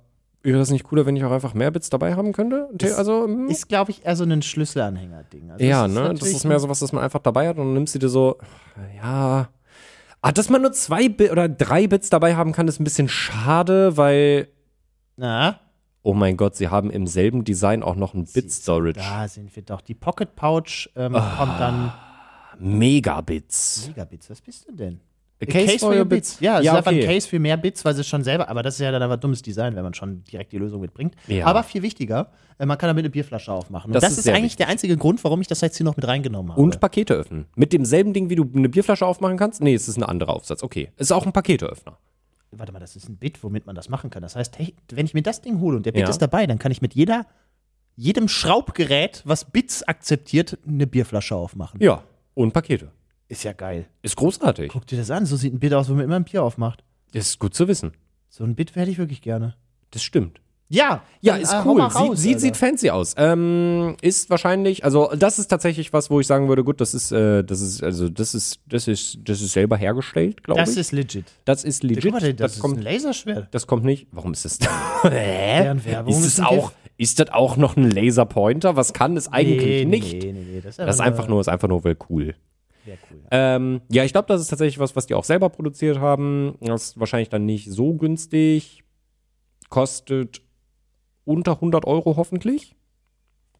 S2: wäre das nicht cooler, wenn ich auch einfach mehr Bits dabei haben könnte? The- also, mh.
S3: Ist, glaube ich, eher so ein Schlüsselanhänger-Ding. Also,
S2: Ja,
S3: das ist
S2: ne? Das
S3: natürlich-
S2: ist mehr sowas, das man einfach dabei hat und dann nimmst du dir so, ja. Ah, dass man nur zwei Bi oder drei Bits dabei haben kann, ist ein bisschen schade, weil,
S3: Na,
S2: oh mein Gott, sie haben im selben Design auch noch ein Bit-Storage.
S3: da sind wir doch. Die
S2: Ah.
S3: Pocket Pouch ähm, kommt dann.
S2: Megabits.
S3: Megabits, was bist du denn?
S2: A case, for your bits.
S3: Ja, es
S2: ja
S3: ist einfach ein
S2: okay.
S3: Case für mehr Bits, weil sie es schon selber, aber das ist ja dann aber dummes Design, wenn man schon direkt die Lösung mitbringt.
S2: Ja.
S3: Aber viel wichtiger, äh, man kann damit eine Bierflasche aufmachen. Und
S2: Das
S3: das,
S2: ist
S3: ist,
S2: sehr
S3: eigentlich der einzige Grund, warum ich das jetzt hier noch mit reingenommen habe.
S2: Und Pakete öffnen. Mit demselben Ding, wie du eine Bierflasche aufmachen kannst? Nee, es ist ein anderer Aufsatz. Okay. Es ist auch ein Paketeöffner.
S3: Warte mal, das ist ein Bit, womit man das machen kann. Das heißt, hey, wenn ich mir das Ding hole und der Bit
S2: Ja.
S3: ist dabei, dann kann ich mit jeder, jedem Schraubgerät, was Bits akzeptiert, eine Bierflasche aufmachen.
S2: Ja. Und Pakete.
S3: Ist ja geil.
S2: Ist großartig.
S3: Guck dir das an, so sieht ein Bit aus, womit man ein Bier aufmacht.
S2: Ist gut zu wissen.
S3: So ein Bit hätte ich wirklich gerne.
S2: Das stimmt.
S3: Ja,
S2: Ja,
S3: dann,
S2: ist
S3: äh, hau
S2: cool.
S3: mal raus,
S2: sieht,
S3: Alter.
S2: sieht, sieht fancy aus. Ähm, ist wahrscheinlich, also das ist tatsächlich was, wo ich sagen würde, gut, das ist, äh, das ist, also das ist, das ist, das ist selber hergestellt, glaube ich.
S3: Das ist legit.
S2: das ist legit.
S3: Guck mal, das,
S2: das,
S3: ist ein
S2: kommt,
S3: Laserschwert.
S2: das kommt nicht. Warum ist das? Hä?
S3: Deren Werbung
S2: Ist
S3: ist
S2: es
S3: ein
S2: auch,
S3: Gift.
S2: ist das auch noch ein Laserpointer? Was kann es eigentlich nicht?
S3: Nee, nee, nee, das ist,
S2: Das ist einfach nur, ist einfach nur weil cool.
S3: Sehr Äh. cool.
S2: Ähm, ja, ich glaube, das ist tatsächlich was, was die auch selber produziert haben. Das ist wahrscheinlich dann nicht so günstig. Kostet unter 100 Euro hoffentlich.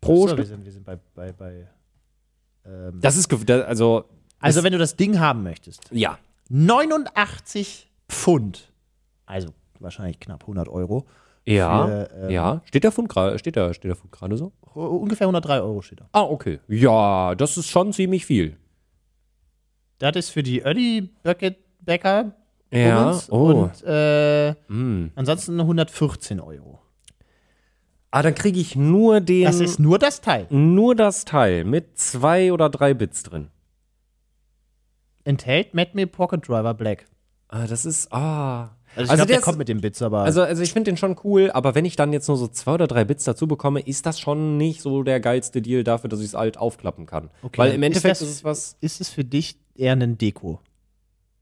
S2: Pro
S3: so, wir
S2: Stück.
S3: sind, wir sind bei, bei, bei ähm,
S2: Das ist, ge- da- also,
S3: Also, wenn du das Ding haben möchtest,
S2: ja.
S3: 89 Pfund, also wahrscheinlich knapp 100 Euro,
S2: Ja,
S3: Für, ähm,
S2: äh, ja. Steht der Fund gerade, steht der, steht der Fund gerade so?
S3: U- ungefähr 103 Euro steht da.
S2: Ah, okay. Ja, das ist schon ziemlich viel.
S3: Das ist für die Early Bucket Bäcker
S2: Ja,
S3: Bummens
S2: oh.
S3: und äh,
S2: Mm.
S3: ansonsten 114 Euro.
S2: Ah, dann kriege ich nur den,
S3: Das ist nur das Teil.
S2: nur das Teil mit zwei oder drei Bits drin.
S3: Enthält MadMe Pocket Driver Black.
S2: Ah, das ist, ah.
S3: Also, ich also glaub, der,
S2: ist-
S3: kommt mit den Bits, aber
S2: Also, also ich finde den schon cool, aber wenn ich dann jetzt nur so zwei oder drei Bits dazu bekomme, ist das schon nicht so der geilste Deal dafür, dass ich es alt aufklappen kann.
S3: Okay,
S2: Weil
S3: dann
S2: im
S3: ist
S2: Endeffekt ist,
S3: das-
S2: es was.
S3: ist es für dich eher ein Deko?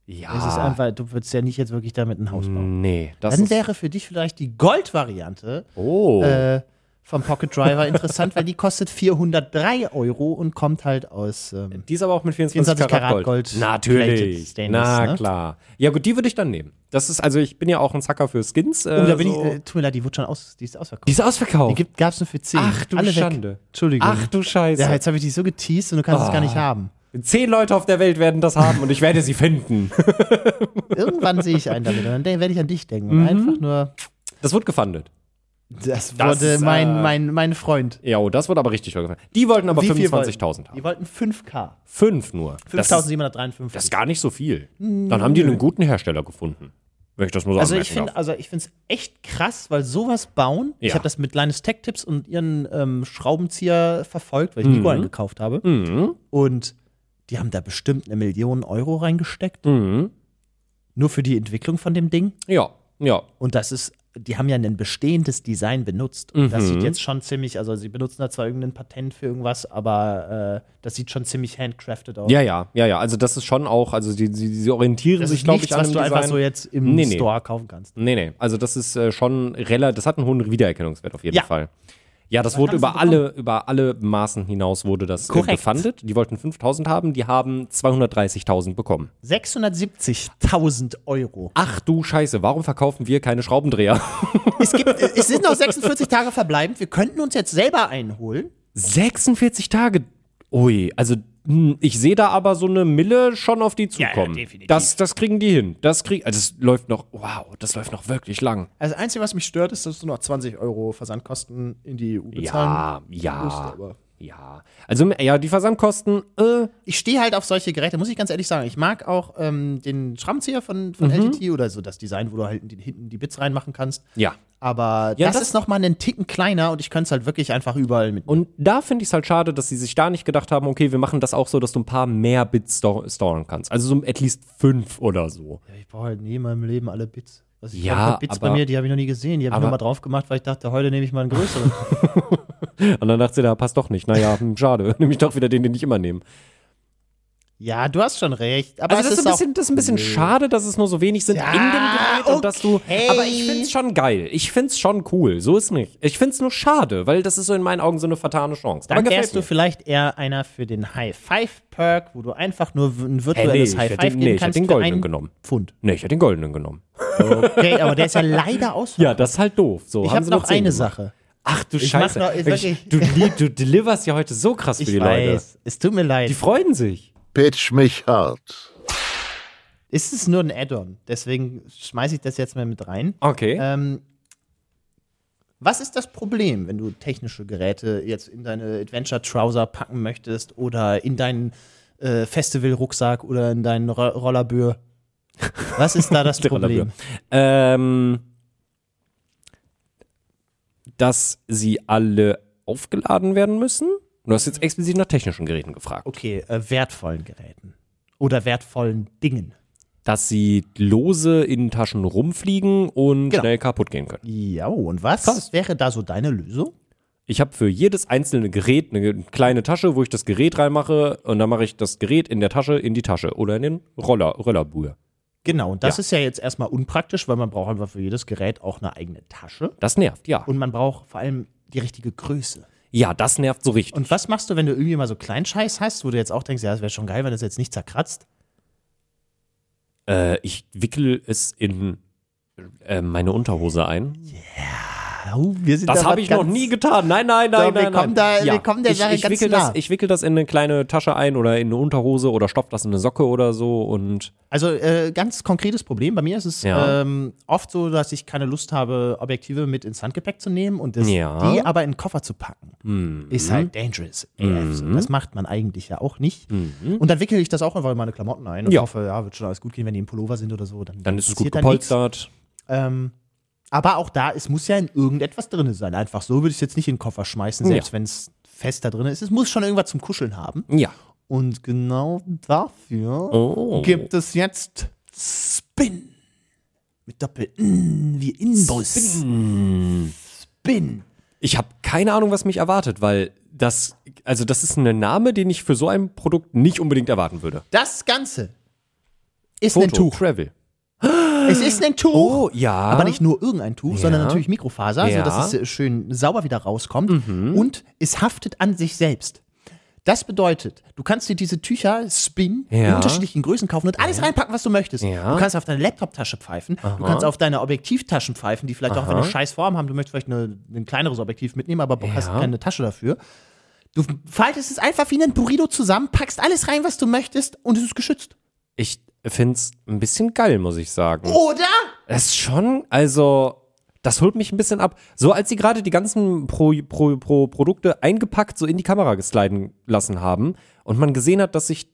S2: Ja.
S3: Es ist einfach, du würdest ja nicht jetzt wirklich damit ein Haus bauen.
S2: Nee, das
S3: Dann
S2: ist.
S3: wäre für dich vielleicht die Gold-Variante
S2: oh.
S3: äh, vom Pocket Driver interessant, weil die kostet 403 Euro und kommt halt aus. Ähm,
S2: die ist aber auch mit 24,
S3: 24
S2: Karat
S3: Karat
S2: Gold.
S3: Gold plated
S2: Natürlich.
S3: stainless,
S2: Na
S3: ne?
S2: klar. Ja gut, die würde ich dann nehmen. Das ist, also ich bin ja auch ein Zacker für Skins. Äh,
S3: oh, da bin
S2: so.
S3: ich. Äh, tut mir leid, die wurde schon aus, die ist
S2: die
S3: ausverkauft.
S2: ist ausverkauft.
S3: Die, gab es nur für 10.
S2: Ach du
S3: Alle weg.
S2: Schande.
S3: Entschuldigung.
S2: Ach du Scheiße.
S3: ja, jetzt habe ich die so geteased und du kannst es gar nicht
S2: Ah.
S3: haben.
S2: Zehn Leute auf der Welt werden das haben und ich werde sie finden.
S3: Irgendwann sehe ich einen damit und dann de- werde ich an dich denken. Und einfach nur,
S2: Das wird gefundet.
S3: das
S2: Mhm. Das
S3: wurde
S2: ist, äh,
S3: mein, mein, mein Freund.
S2: Ja, oh, das wird aber richtig gefundet. Die wollten aber
S3: Wie viel wollten-
S2: 25.000 haben.
S3: Die wollten 5K.
S2: Fünf nur. Das ist-
S3: 5753.
S2: Das ist gar nicht so viel. Dann haben die einen guten Hersteller gefunden. Wenn ich das mal so
S3: Hm, Also
S2: anmerken
S3: ich finde,
S2: darf.
S3: also ich finde es echt krass, weil sowas bauen. Ich
S2: Ja.
S3: habe das mit Linus Tech Tips und ihren ähm, Schraubenzieher verfolgt, weil ich
S2: Mhm.
S3: Nico einen gekauft habe. Und die haben da bestimmt eine Million Euro reingesteckt,
S2: Mhm.
S3: nur für die Entwicklung von dem Ding.
S2: Ja, ja.
S3: Und das ist, die haben ja ein bestehendes Design benutzt. Und das
S2: Mhm.
S3: sieht jetzt schon ziemlich, also sie benutzen da zwar irgendein Patent für irgendwas, aber äh, das sieht schon ziemlich handcrafted aus.
S2: Ja, ja, ja, ja. Also das ist schon auch, also die, die, sie orientieren
S3: das
S2: sich,
S3: ist
S2: glaube ich,
S3: nichts,
S2: an
S3: was
S2: dem
S3: du einfach
S2: Design.
S3: so jetzt im
S2: Nee, nee.
S3: Store kaufen kannst.
S2: nee, nee. Also das ist äh, schon relativ, das hat einen hohen Wiedererkennungswert auf jeden
S3: Ja.
S2: Fall. Ja, das wurde
S3: kannst du
S2: über alle, über alle Maßen hinaus wurde das äh,
S3: Korrekt.
S2: gefundet. Die wollten 5.000 haben, die haben 230.000 bekommen.
S3: 670.000 Euro.
S2: Ach du Scheiße, warum verkaufen wir keine Schraubendreher?
S3: Es, gibt, es sind noch 46 Tage verbleibend. Wir könnten uns jetzt selber einholen.
S2: 46 Tage. Ui, also hm, ich sehe da aber so eine Mille schon auf die zukommen.
S3: definitiv.
S2: das, das kriegen die hin. Das krieg, also das läuft noch, wow, das läuft noch wirklich lang.
S3: Also, das Einzige, was mich stört, ist, dass du noch 20 Euro Versandkosten in die
S2: Ja,
S3: EU bezahlen musst.
S2: ja,
S3: Aber
S2: ja. Also ja, die Versandkosten, äh,
S3: ich stehe halt auf solche Geräte, muss ich ganz ehrlich sagen. Ich mag auch ähm, den Schrammzieher von, von LTT oder so das Design, wo du halt die, hinten die Bits reinmachen kannst.
S2: ja.
S3: Aber
S2: Ja,
S3: das,
S2: das-
S3: ist noch mal einen Ticken kleiner und ich könnte es halt wirklich einfach überall mit.
S2: Und da finde ich es halt schade, dass sie sich da nicht gedacht haben, okay, wir machen das auch so, dass du ein paar mehr Bits stor- storen kannst. Also so at least fünf oder so.
S3: ich brauche halt nie in meinem Leben alle Bits. Also ich
S2: Ja,
S3: hab noch Bits
S2: aber-
S3: bei mir, die habe ich noch nie gesehen. Die habe ich
S2: aber-
S3: noch mal drauf gemacht, weil ich dachte, heute nehme ich mal einen größeren.
S2: Und dann dachte sie, da passt doch nicht. Naja, hm, schade. Nehme ich doch wieder den, den ich immer nehme.
S3: ja, du hast schon recht. Aber
S2: Also
S3: es
S2: das ist, ein
S3: auch-
S2: bisschen, das ist ein bisschen schade, dass es nur so wenig sind
S3: Ja,
S2: in dem Gerät und dass du.
S3: okay.
S2: Aber ich find's schon geil. Ich find's schon cool. So ist nicht. Ich find's nur schade, weil das ist so in meinen Augen so eine vertane Chance.
S3: Dann
S2: aber
S3: wärst
S2: gefällt
S3: du
S2: mir.
S3: vielleicht eher einer für den High-Five-Perk, wo du einfach nur w- ein
S2: Hey, nee, ich
S3: virtuelles
S2: hätte
S3: High-Five
S2: den,
S3: geben
S2: nee, ich hätte
S3: kannst
S2: den
S3: für
S2: goldenen
S3: einen
S2: genommen.
S3: Pfund.
S2: Nee, ich hätte den goldenen genommen.
S3: Okay, aber der ist ja leider aus.
S2: Ja, das ist halt doof. So,
S3: ich
S2: haben
S3: habe
S2: sie
S3: noch
S2: nur zehn
S3: eine
S2: gemacht.
S3: Sache.
S2: Ach du
S3: Ich mach
S2: Scheiße.
S3: noch-
S2: ich,
S3: wirklich.
S2: du, li- du deliverst ja heute so krass für
S3: Ich
S2: die Leute.
S3: weiß, es tut mir leid.
S2: Die freuen sich.
S7: Pitch mich hart.
S3: Es ist nur ein Add-on, deswegen schmeiße ich das jetzt mal mit rein.
S2: Okay.
S3: Ähm, was ist das Problem, wenn du technische Geräte jetzt in deine Adventure-Trouser packen möchtest oder in deinen äh, Festival-Rucksack oder in deinen Ro Rollerbür? Was ist da das Problem?
S2: Ähm, dass sie alle aufgeladen werden müssen? Du hast jetzt explizit nach technischen Geräten gefragt.
S3: Okay, äh, wertvollen Geräten oder wertvollen Dingen.
S2: Dass sie lose in Taschen rumfliegen und
S3: Genau.
S2: schnell kaputt gehen können.
S3: Ja, und was
S2: Krass.
S3: wäre da so deine Lösung?
S2: Ich habe für jedes einzelne Gerät eine ge- kleine Tasche, wo ich das Gerät reinmache und dann mache ich das Gerät in der Tasche in die Tasche oder in den Roller, Rollerbür.
S3: Genau, und das ist ja jetzt erstmal unpraktisch, weil man braucht einfach für jedes Gerät auch eine eigene Tasche
S2: Das nervt, ja.
S3: und man braucht vor allem die richtige Größe.
S2: ja, das nervt so richtig.
S3: Und was machst du, wenn du irgendwie mal so Kleinscheiß hast, wo du jetzt auch denkst, ja, das wäre schon geil, wenn das jetzt nicht zerkratzt?
S2: Äh, ich wickel es in äh, meine Unterhose ein.
S3: Oh, wir sind
S2: Das
S3: da
S2: habe
S3: was
S2: ich noch
S3: ganz-
S2: nie getan. Nein, nein, nein,
S3: Doch, wir
S2: nein.
S3: kommen
S2: nein.
S3: da- wir kommen der
S2: ich,
S3: Sache
S2: ich
S3: ganz
S2: wickel
S3: nah.
S2: das, Ich wickel das in eine kleine Tasche ein oder in eine Unterhose oder stopf das in eine Socke oder so und
S3: Also äh, ganz konkretes Problem. Bei mir ist es
S2: Ja.
S3: ähm, oft so, dass ich keine Lust habe, Objektive mit ins Handgepäck zu nehmen und das,
S2: Ja. Mhm.
S3: die aber in den Koffer zu packen. Ist halt dangerous. AF. Das macht man eigentlich ja auch nicht. Und dann wickele ich das auch einfach in meine Klamotten ein und
S2: Mhm. Ja.
S3: hoffe, ja, wird schon alles gut gehen, wenn die im Pullover sind oder so. Dann,
S2: dann ist es gut
S3: passiert da nichts.
S2: gepolstert.
S3: Ähm, aber auch da, es muss ja in irgendetwas drin sein. Einfach so würde ich es jetzt nicht in den Koffer schmeißen, selbst
S2: Ja.
S3: wenn es fest da drin ist. Es muss schon irgendwas zum Kuscheln haben.
S2: Ja.
S3: Und genau dafür
S2: Oh.
S3: gibt es jetzt Spin. Mit Doppel N wie Inbus. Spin. Spin.
S2: Ich habe keine Ahnung, was mich erwartet, weil das, also das ist ein Name, den ich für so ein Produkt nicht unbedingt erwarten würde.
S3: Das Ganze ist ein
S2: Foto,
S3: Tuch.
S2: Travel.
S3: Es ist ein Tuch.
S2: Oh, ja.
S3: Aber nicht nur irgendein Tuch, sondern natürlich Mikrofaser,
S2: Ja. Mhm.
S3: sodass es äh, schön sauber wieder rauskommt. Und es haftet an sich selbst. Das bedeutet, du kannst dir diese Tücher Spin in
S2: Ja.
S3: unterschiedlichen Größen kaufen und alles reinpacken, was du möchtest.
S2: Ja.
S3: Du kannst auf deine Laptoptasche pfeifen, du kannst auf deine Objektivtaschen pfeifen, die vielleicht auch eine scheiß Form haben. Du möchtest vielleicht eine, ein kleineres Objektiv mitnehmen, aber hast keine Tasche dafür. Du faltest es einfach wie einen Burrito zusammen, packst alles rein, was du möchtest und es ist geschützt.
S2: Ich find's ein bisschen geil, muss ich sagen.
S3: Oder?
S2: Das ist schon, also, das holt mich ein bisschen ab. So als sie gerade die ganzen Pro, Pro, Pro Produkte eingepackt so in die Kamera gesliden lassen haben und man gesehen hat, dass sich.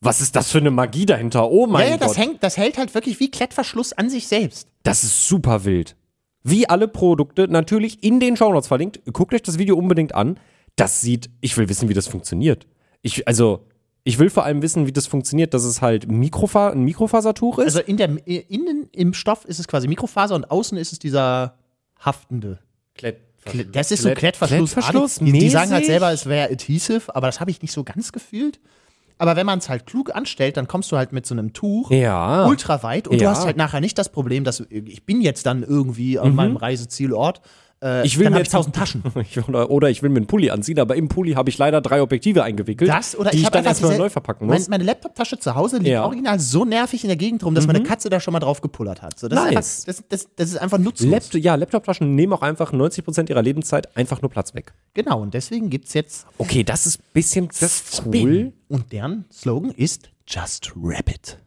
S2: Was ist das für eine Magie dahinter? Oh mein
S3: ja, ja,
S2: Gott.
S3: das, hängt, das hält halt wirklich wie Klettverschluss an sich selbst.
S2: Das ist super wild. Wie alle Produkte, natürlich in den Shownotes verlinkt. Guckt euch das Video unbedingt an. Das sieht, ich will wissen, wie das funktioniert. Ich, also, ich will vor allem wissen, wie das funktioniert, dass es halt Mikrofa ein Mikrofasertuch ist.
S3: Also in der, innen im Stoff ist es quasi Mikrofaser und außen ist es dieser haftende. Kle- Das ist so Klettverschluss. Ah,
S2: Klettverschlussmäßig?
S3: Die, die sagen halt selber, es wäre adhesive, aber das habe ich nicht so ganz gefühlt. Aber wenn man es halt klug anstellt, dann kommst du halt mit so einem Tuch
S2: ja.
S3: ultra weit und du
S2: Ja.
S3: hast halt nachher nicht das Problem, dass du, ich bin jetzt dann irgendwie an meinem Reisezielort. Äh,
S2: Mhm. Ich will
S3: dann
S2: mir
S3: hab
S2: jetzt-
S3: tausend Taschen.
S2: Ich, oder, oder ich will mir einen Pulli anziehen, aber im Pulli habe ich leider drei Objektive eingewickelt,
S3: Das oder
S2: die
S3: ich,
S2: ich
S3: habe
S2: dann
S3: einfach
S2: erstmal
S3: diese-
S2: neu verpacken
S3: mein-
S2: muss.
S3: Meine Laptoptasche zu Hause liegt
S2: Ja. Mhm.
S3: original so nervig in der Gegend rum, dass meine Katze da schon mal drauf gepullert hat. So, das,
S2: Nice.
S3: ist einfach, das, das, das ist einfach nutzlos.
S2: Lapt ja, Laptoptaschen nehmen auch einfach 90% ihrer Lebenszeit einfach nur Platz weg.
S3: genau, und deswegen gibt es jetzt
S2: Okay, das ist ein bisschen das cool.
S3: Und deren Slogan ist Just Rabbit.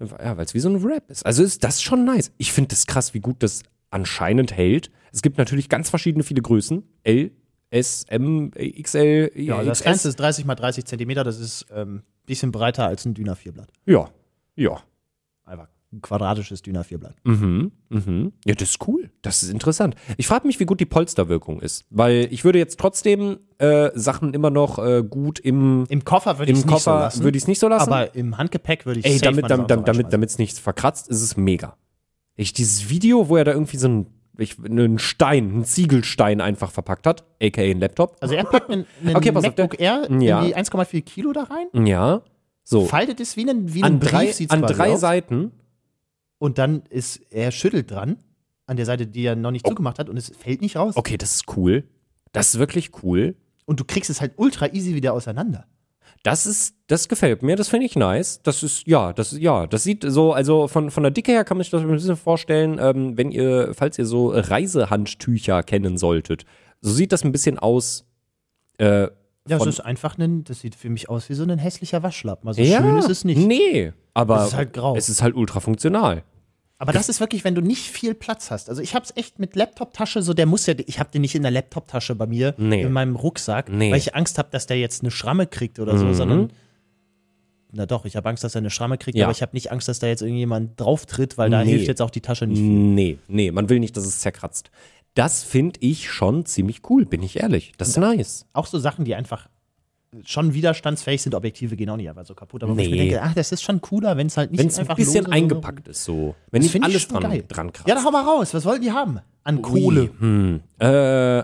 S2: Ja, weil es wie so ein Rap ist. Also ist das schon nice. Ich finde das krass, wie gut das anscheinend hält. Es gibt natürlich ganz verschiedene viele Größen. L, S, M, XL,
S3: Ja, das
S2: XS.
S3: Ganze Äh, ist 30 mal 30 Zentimeter, das ist ein ähm, bisschen breiter als ein DIN A4-Blatt.
S2: Ja, ja.
S3: Einfach ein quadratisches DIN A4-Blatt.
S2: Mhm, mhm. Ja, das ist cool. Das ist interessant. Ich frage mich, wie gut die Polsterwirkung ist. Weil ich würde jetzt trotzdem äh, Sachen immer noch äh, gut im,
S3: Im Koffer würde ich
S2: im
S3: es nicht so
S2: Koffer,
S3: lassen.
S2: würde ich es nicht so lassen.
S3: aber im Handgepäck würde ich
S2: Ey,
S3: safe
S2: damit
S3: meine Sachen
S2: damit damit
S3: so
S2: damit damit's nicht verkratzt, ist es mega. Ich dieses Video, wo er da irgendwie so einen, ich, einen Stein, einen Ziegelstein einfach verpackt hat, aka ein Laptop.
S3: Also er packt einen, einen
S2: Okay, pass auf,
S3: MacBook Air
S2: Ja.
S3: in die 1,4 Kilo da rein,
S2: ja, so
S3: faltet es wie einen, wie einen
S2: an drei,
S3: Brief, sieht's
S2: an
S3: quasi
S2: drei
S3: aus.
S2: Seiten.
S3: Und dann ist er schüttelt dran, an der Seite, die er noch nicht zugemacht hat und es fällt nicht raus.
S2: Okay, das ist cool. Das ist wirklich cool.
S3: Und du kriegst es halt ultra easy wieder auseinander.
S2: Das ist, das gefällt mir, das finde ich nice. Das ist, ja, das ist, ja, das sieht so, also von, von der Dicke her kann man sich das ein bisschen vorstellen, ähm, wenn ihr, falls ihr so Reisehandtücher kennen solltet, so sieht das ein bisschen aus, äh,
S3: Ja, es
S2: Von-
S3: ist einfach ein, das sieht für mich aus wie so ein hässlicher Waschlappen. Also
S2: Ja,
S3: schön ist es nicht.
S2: Nee, aber
S3: Es ist halt grau.
S2: es ist halt ultra funktional.
S3: Aber das ist wirklich, wenn du nicht viel Platz hast. Also ich hab's echt mit Laptoptasche, so der muss ja, ich hab den nicht in der Laptoptasche bei mir,
S2: Nee.
S3: in meinem Rucksack,
S2: Nee. Mhm.
S3: weil ich Angst hab, dass der jetzt eine Schramme kriegt oder so, sondern na doch, ich hab Angst, dass er eine Schramme kriegt,
S2: Ja.
S3: aber ich hab nicht Angst, dass da jetzt irgendjemand drauf tritt, weil da
S2: Nee.
S3: hilft jetzt auch die Tasche nicht.
S2: Nee, nee, man will nicht, dass es zerkratzt. Das finde ich schon ziemlich cool, bin ich ehrlich. Das ist nice.
S3: Auch so Sachen, die einfach schon widerstandsfähig sind, Objektive gehen auch nicht einfach so kaputt, aber wo ich
S2: Nee.
S3: mir denke, ach, das ist schon cooler, wenn es halt nicht
S2: Wenn es ein
S3: einfach
S2: bisschen
S3: lose-
S2: eingepackt ist, so. Wenn
S3: Das
S2: nicht
S3: find ich
S2: alles
S3: schon
S2: dran,
S3: geil.
S2: dran kratzt. hm,
S3: Ja, dann hau mal raus, was wollen die haben? An Kohle.
S2: Äh,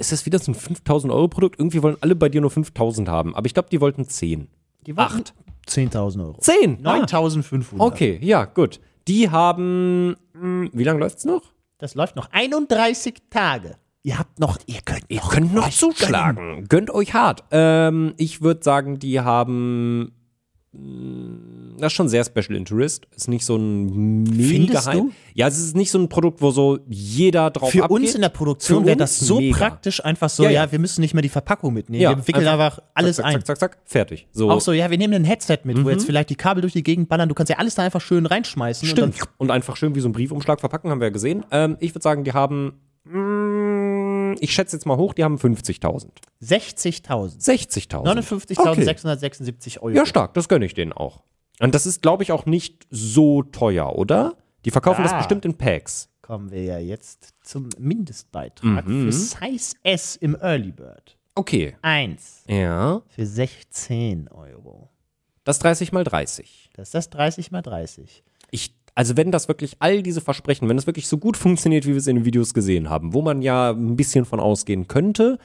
S2: ist das wieder so ein 5000-Euro-Produkt? Irgendwie wollen alle bei dir nur 5000 haben. Aber ich glaube, die wollten 10.
S3: Die wollten
S2: Acht.
S3: 10.000 Euro.
S2: 10? Ah,
S3: 9.500.
S2: okay, ja, gut. Die haben. Mh, wie lange läuft's noch?
S3: Das läuft noch 31 Tage. Ihr habt noch, ihr könnt
S2: Ihr könnt noch
S3: euch
S2: zuschlagen. Gönnt euch hart. Ähm, ich würde sagen, die haben. mh, Das ist schon sehr Special Interest. Ist nicht so ein mega
S3: Findest
S2: Hype.
S3: du?
S2: Ja, es ist nicht so ein Produkt, wo so jeder drauf
S3: Für
S2: abgeht.
S3: uns in der Produktion
S2: Für
S3: wäre
S2: uns
S3: das so
S2: mega.
S3: praktisch, einfach so,
S2: Ja,
S3: ja,
S2: ja.
S3: wir müssen nicht mehr die Verpackung mitnehmen.
S2: Ja, also,
S3: wir wickeln einfach, alles
S2: zack,
S3: ein.
S2: Zack, zack, zack, fertig. So. Mhm.
S3: Auch so, ja, wir nehmen ein Headset mit, wo jetzt vielleicht die Kabel durch die Gegend ballern. Du kannst ja alles da einfach schön reinschmeißen.
S2: Stimmt.
S3: Und dann,
S2: Und einfach schön wie so ein Briefumschlag verpacken, haben wir ja gesehen. Ähm, ich würde sagen, die haben, mm, ich schätze jetzt mal hoch, die haben 50.000.
S3: 60.000.
S2: 60.000.
S3: 59.676 Euro.
S2: Ja, stark, das gönne ich denen auch. Und das ist, glaube ich, auch nicht so teuer, oder? Die verkaufen das
S3: Ja.
S2: bestimmt in Packs.
S3: Kommen wir ja jetzt zum Mindestbeitrag für Size S im Early Bird.
S2: Okay.
S3: Eins
S2: Ja.
S3: für 16 Euro.
S2: Das 30 mal 30.
S3: Das ist das 30 mal 30.
S2: Ich, also wenn das wirklich all diese Versprechen, wenn das wirklich so gut funktioniert, wie wir es in den Videos gesehen haben, wo man ja ein bisschen von ausgehen könnte,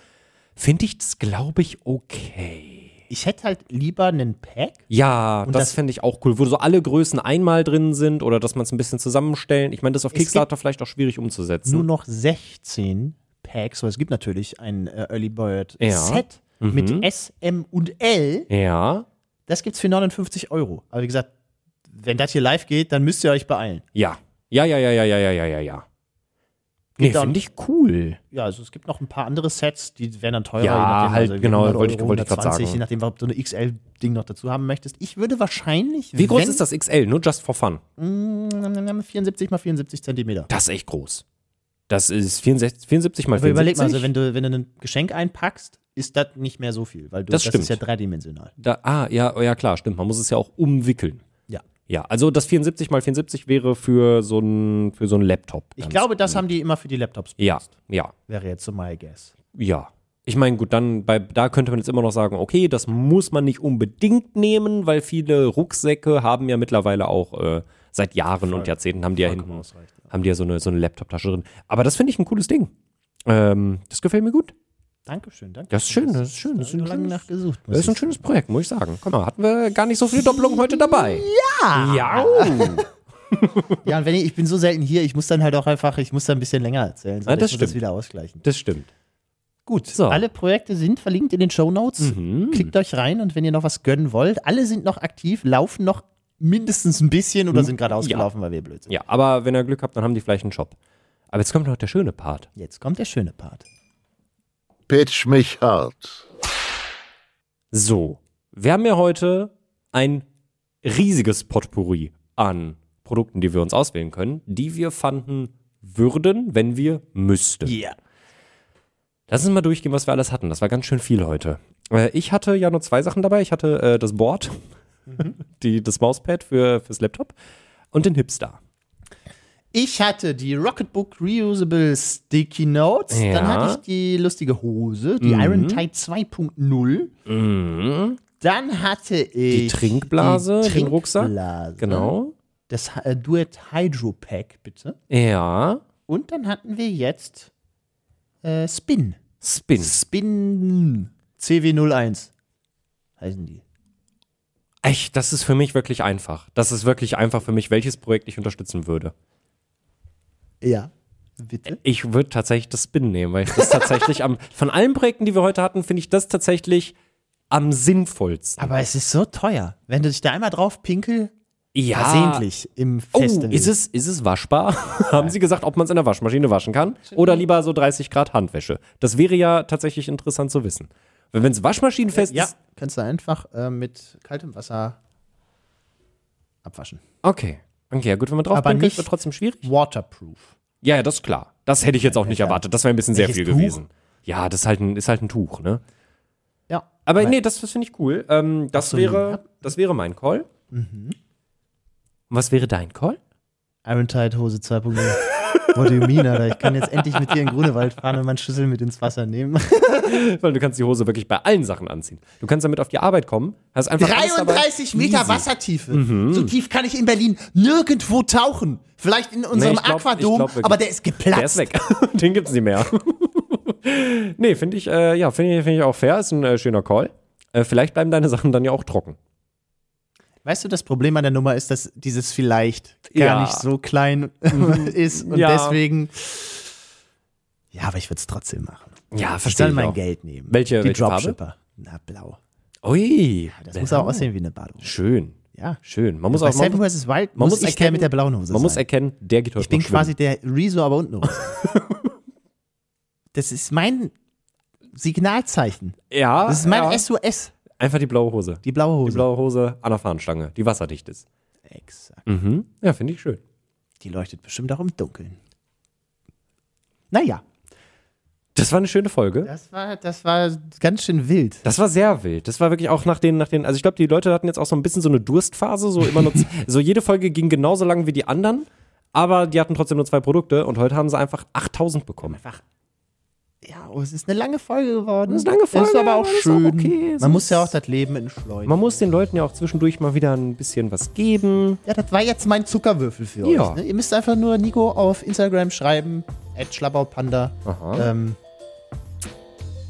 S2: finde ich das, glaube ich, okay.
S3: Ich hätte halt lieber einen Pack.
S2: Ja, das,
S3: das-
S2: fände ich auch cool, wo so alle Größen einmal drin sind oder dass man es ein bisschen zusammenstellen. Ich meine, das ist auf
S3: gibt
S2: Kickstarter vielleicht auch schwierig umzusetzen.
S3: Nur noch 16 Packs, weil es gibt natürlich ein äh, Early Bird
S2: Ja.
S3: Set mit S, M und L.
S2: ja,
S3: Das gibt's für 59 Euro. Aber wie gesagt, wenn das hier live geht, dann müsst ihr euch beeilen.
S2: ja, ja, ja, ja, ja, ja, ja, ja, ja, ja. Nee,
S3: Geht dann-
S2: finde ich cool.
S3: Ja, also es gibt noch ein paar andere Sets, die wären dann teurer. also,
S2: Ja, halt,
S3: wie
S2: genau,
S3: 100
S2: wollte ich-
S3: Euro,
S2: wollte ich grad
S3: 120,
S2: sagen.
S3: Je nachdem, ob du eine XL-Ding noch dazu haben möchtest. Ich würde wahrscheinlich.
S2: Wie groß
S3: wenn-
S2: ist das XL? Nur just for fun.
S3: Mm, 74 mal 74 Zentimeter.
S2: Das ist echt groß. Das ist 74, 74 mal
S3: Aber
S2: 74.
S3: überleg mal, also wenn du, wenn du ein Geschenk einpackst, ist das nicht mehr so viel, weil du,
S2: Das
S3: ist ja
S2: stimmt.
S3: dreidimensional.
S2: da, ah, ja, ja, klar, stimmt. Man muss es ja auch umwickeln.
S3: Ja.
S2: Ja, also das 74 mal 74 wäre für so ein für so einen Laptop.
S3: Ich
S2: ganz-
S3: glaube, das haben die immer für die Laptops
S2: Ja, ja.
S3: Wäre jetzt so my guess.
S2: Ja. Ich meine, gut, dann bei, da könnte man jetzt immer noch sagen, okay, das muss man nicht unbedingt nehmen, weil viele Rucksäcke haben ja mittlerweile auch äh, seit Jahren und Jahrzehnten haben die ja hinten, haben die ja so eine, so eine Laptoptasche drin. Aber das finde ich ein cooles Ding. Ähm, das gefällt mir gut.
S3: Dankeschön, danke.
S2: Das ist schön, das ist schön, das ist ein
S3: so lange
S2: schönes-
S3: nachgesucht.
S2: Das ist ein schönes Projekt, muss ich sagen. Guck mal, hatten wir gar nicht so viele Doppelungen heute dabei. Ja! Ja!
S3: Ja, und wenn ich, ich bin so selten hier, ich muss dann halt auch einfach, ich muss da ein bisschen länger erzählen, sonst
S2: Ah, das
S3: muss
S2: stimmt.
S3: das wieder ausgleichen.
S2: Das stimmt.
S3: Gut,
S2: So.
S3: alle Projekte sind verlinkt in den Show Notes.
S2: Mhm.
S3: Klickt euch rein und wenn ihr noch was gönnen wollt, alle sind noch aktiv, laufen noch mindestens ein bisschen oder sind gerade ausgelaufen, weil wir blöd sind.
S2: Mhm. Ja, aber wenn ihr Glück habt, dann haben die vielleicht einen Shop. Aber jetzt kommt noch der schöne Part.
S3: Jetzt kommt der schöne Part.
S1: Pitch mich hart.
S2: So, wir haben ja heute ein riesiges Potpourri an Produkten, die wir uns auswählen können, die wir fanden würden, wenn wir müssten.
S3: Yeah.
S2: Lass uns mal durchgehen, was wir alles hatten. Das war ganz schön viel heute. Äh, ich hatte ja nur zwei Sachen dabei. Ich hatte äh, das Board, die, das Mauspad für, fürs Laptop und den Hipster.
S3: Ich hatte die Rocketbook Reusable Sticky Notes.
S2: Ja. Mhm.
S3: Dann hatte ich die lustige Hose, die Iron Tide 2.0. Dann hatte ich
S2: Die Trinkblase,
S3: die
S2: den Rucksack.
S3: Trinkblase.
S2: Genau.
S3: Das äh, Duet Hydro Pack, bitte.
S2: Ja.
S3: Und dann hatten wir jetzt äh, Spin.
S2: Spin.
S3: Spin CW01 heißen die.
S2: Echt, das ist für mich wirklich einfach. Das ist wirklich einfach für mich, welches Projekt ich unterstützen würde.
S3: Ja. Bitte?
S2: Ich würde tatsächlich das Spin nehmen, weil ich das tatsächlich am, von allen Projekten, die wir heute hatten, finde ich das tatsächlich am sinnvollsten.
S3: Aber es ist so teuer. Wenn du dich da einmal drauf pinkel,
S2: ja.
S3: versehentlich im
S2: Oh,
S3: Festival.
S2: ist es, ist es waschbar? Haben Sie gesagt, ob man es in der Waschmaschine waschen kann? Oder lieber so 30 Grad Handwäsche? Das wäre ja tatsächlich interessant zu wissen. Wenn es waschmaschinenfest
S3: Ja,
S2: ist.
S3: kannst du einfach äh, mit kaltem Wasser abwaschen.
S2: Okay. Okay, ja gut, wenn man drauf
S3: Aber
S2: pinkelt,
S3: nicht-
S2: wird trotzdem schwierig.
S3: Waterproof.
S2: Ja, ja, das ist klar. Das hätte ich jetzt auch nicht erwartet. Das wäre ein bisschen sehr
S3: Welches
S2: viel
S3: Tuch?
S2: gewesen. Ja, das ist halt ein, ist halt ein Tuch, ne?
S3: Ja.
S2: Aber nee, das, das finde ich cool. Ähm, das,
S3: so,
S2: wäre, das wäre mein Call. Mhm. Und was wäre dein Call?
S3: Irontide Hose 2.0. What do you mean, Alter? Ich kann jetzt endlich mit dir in den Grunewald fahren und meinen Schlüssel mit ins Wasser nehmen.
S2: Weil du kannst die Hose wirklich bei allen Sachen anziehen. Du kannst damit auf die Arbeit kommen. Hast einfach alles dabei. Mhm.
S3: 33 Meter Wassertiefe. So tief kann ich in Berlin nirgendwo tauchen. Vielleicht in unserem
S2: Nee, ich glaub- ich
S3: Aquadom,
S2: glaub wirklich.
S3: aber der ist geplatzt.
S2: Der ist weg. Den gibt's nicht mehr. nee, finde ich, äh, ja, finde ich, finde ich auch fair. Ist ein äh, schöner Call. Äh, vielleicht bleiben deine Sachen dann ja auch trocken.
S3: Weißt du, das Problem an der Nummer ist, dass dieses vielleicht gar
S2: Ja. Mhm.
S3: nicht so klein ist und
S2: Ja.
S3: deswegen. Ja, aber ich würde es trotzdem machen.
S2: Ja,
S3: Ich soll mein Geld nehmen.
S2: Welche-
S3: Die
S2: welche Farbe?
S3: Dropshipper. Na, blau.
S2: Ui,
S3: Das muss auch aussehen wie eine Badehose.
S2: schön,
S3: Ja.
S2: schön. Man muss
S3: Bei
S2: auch, man,
S3: Seven vs. Wild
S2: man muss
S3: muss, ich
S2: erkennen-
S3: der mit der blauen Hose
S2: man muss
S3: sein.
S2: erkennen, der geht heute
S3: Ich bin
S2: noch schwimmen.
S3: quasi der Rezo, aber unten rum. das ist mein Signalzeichen.
S2: Ja,
S3: Das ist mein
S2: ja.
S3: SOS,
S2: Einfach die blaue Hose. Die,
S3: die blaue Hose.
S2: blaue Hose an der Fahnenstange, die wasserdicht ist.
S3: Exakt.
S2: Mhm. Ja, finde ich schön.
S3: Die leuchtet bestimmt auch im Dunkeln. Naja.
S2: Das war eine schöne Folge.
S3: Das war, das war ganz schön wild.
S2: Das war sehr wild. Das war wirklich auch nach den, nach den, also ich glaube, die Leute hatten jetzt auch so ein bisschen so eine Durstphase, so immer nur, z- so jede Folge ging genauso lang wie die anderen, aber die hatten trotzdem nur zwei Produkte und heute haben sie einfach 8000 bekommen.
S3: Ja, oh, es ist eine lange Folge geworden.
S2: Das ist eine lange
S3: Ist
S2: Folge,
S3: aber auch
S2: aber ist auch
S3: schön.
S2: okay. Es
S3: Man muss ja
S2: ist-
S3: auch das Leben entschleunigen.
S2: Man muss den Leuten ja auch zwischendurch mal wieder ein bisschen was geben.
S3: Ja, das war jetzt mein Zuckerwürfel für
S2: Ja.
S3: euch. Ne? Ihr müsst einfach nur Nico auf Instagram schreiben, schlabbaupanda.
S2: Aha.
S3: Ähm,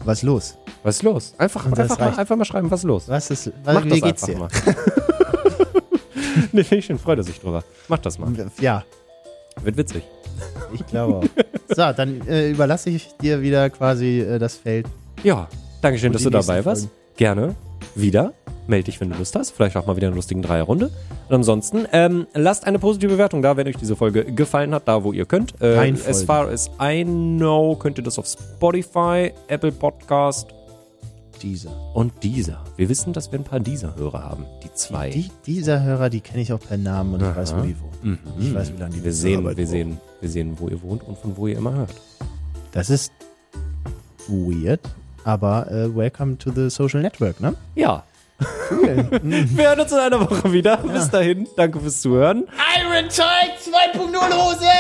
S3: was ist los?
S2: Was ist los? Einfach,
S3: Und das
S2: einfach, mal,
S3: reicht.
S2: einfach mal schreiben, was ist los?
S3: Was ist, was,
S2: Macht
S3: wie
S2: das
S3: also geht's dir?
S2: einfach mal. nee, finde ich schön, freut er sich drüber. Macht das mal.
S3: Ja,
S2: Wird witzig.
S3: ich glaube auch. so, dann äh, überlasse ich dir wieder quasi äh, das Feld.
S2: Ja, Dankeschön,
S3: Und
S2: dass
S3: die
S2: du dabei
S3: nächsten
S2: warst. Gerne wieder. Meld dich, wenn du Lust hast. Vielleicht auch mal wieder eine lustigen Dreierrunde. Und ansonsten, ähm, lasst eine positive Bewertung da, wenn euch diese Folge gefallen hat, da wo ihr könnt. Äh,
S3: Reihenfolge.
S2: as far as I know, könnt ihr das auf Spotify, Apple Podcast
S3: Dieser.
S2: und dieser. Wir wissen, dass wir ein paar dieser Hörer haben. Die zwei.
S3: Die, dieser Hörer, die kenne ich auch per Namen und ich weiß, wo die wohnen. Ich weiß, wie lange die
S2: Mhm. wir sehen,
S3: Arbeit
S2: wir
S3: brauchen.
S2: sehen, wir sehen, wo ihr wohnt und von wo ihr immer hört.
S3: Das ist weird, aber äh, welcome to the social network, ne?
S2: Ja. Cool. wir hören uns in einer Woche wieder. Bis dahin, danke fürs Zuhören.
S3: Iron Tide 2.0 Hose!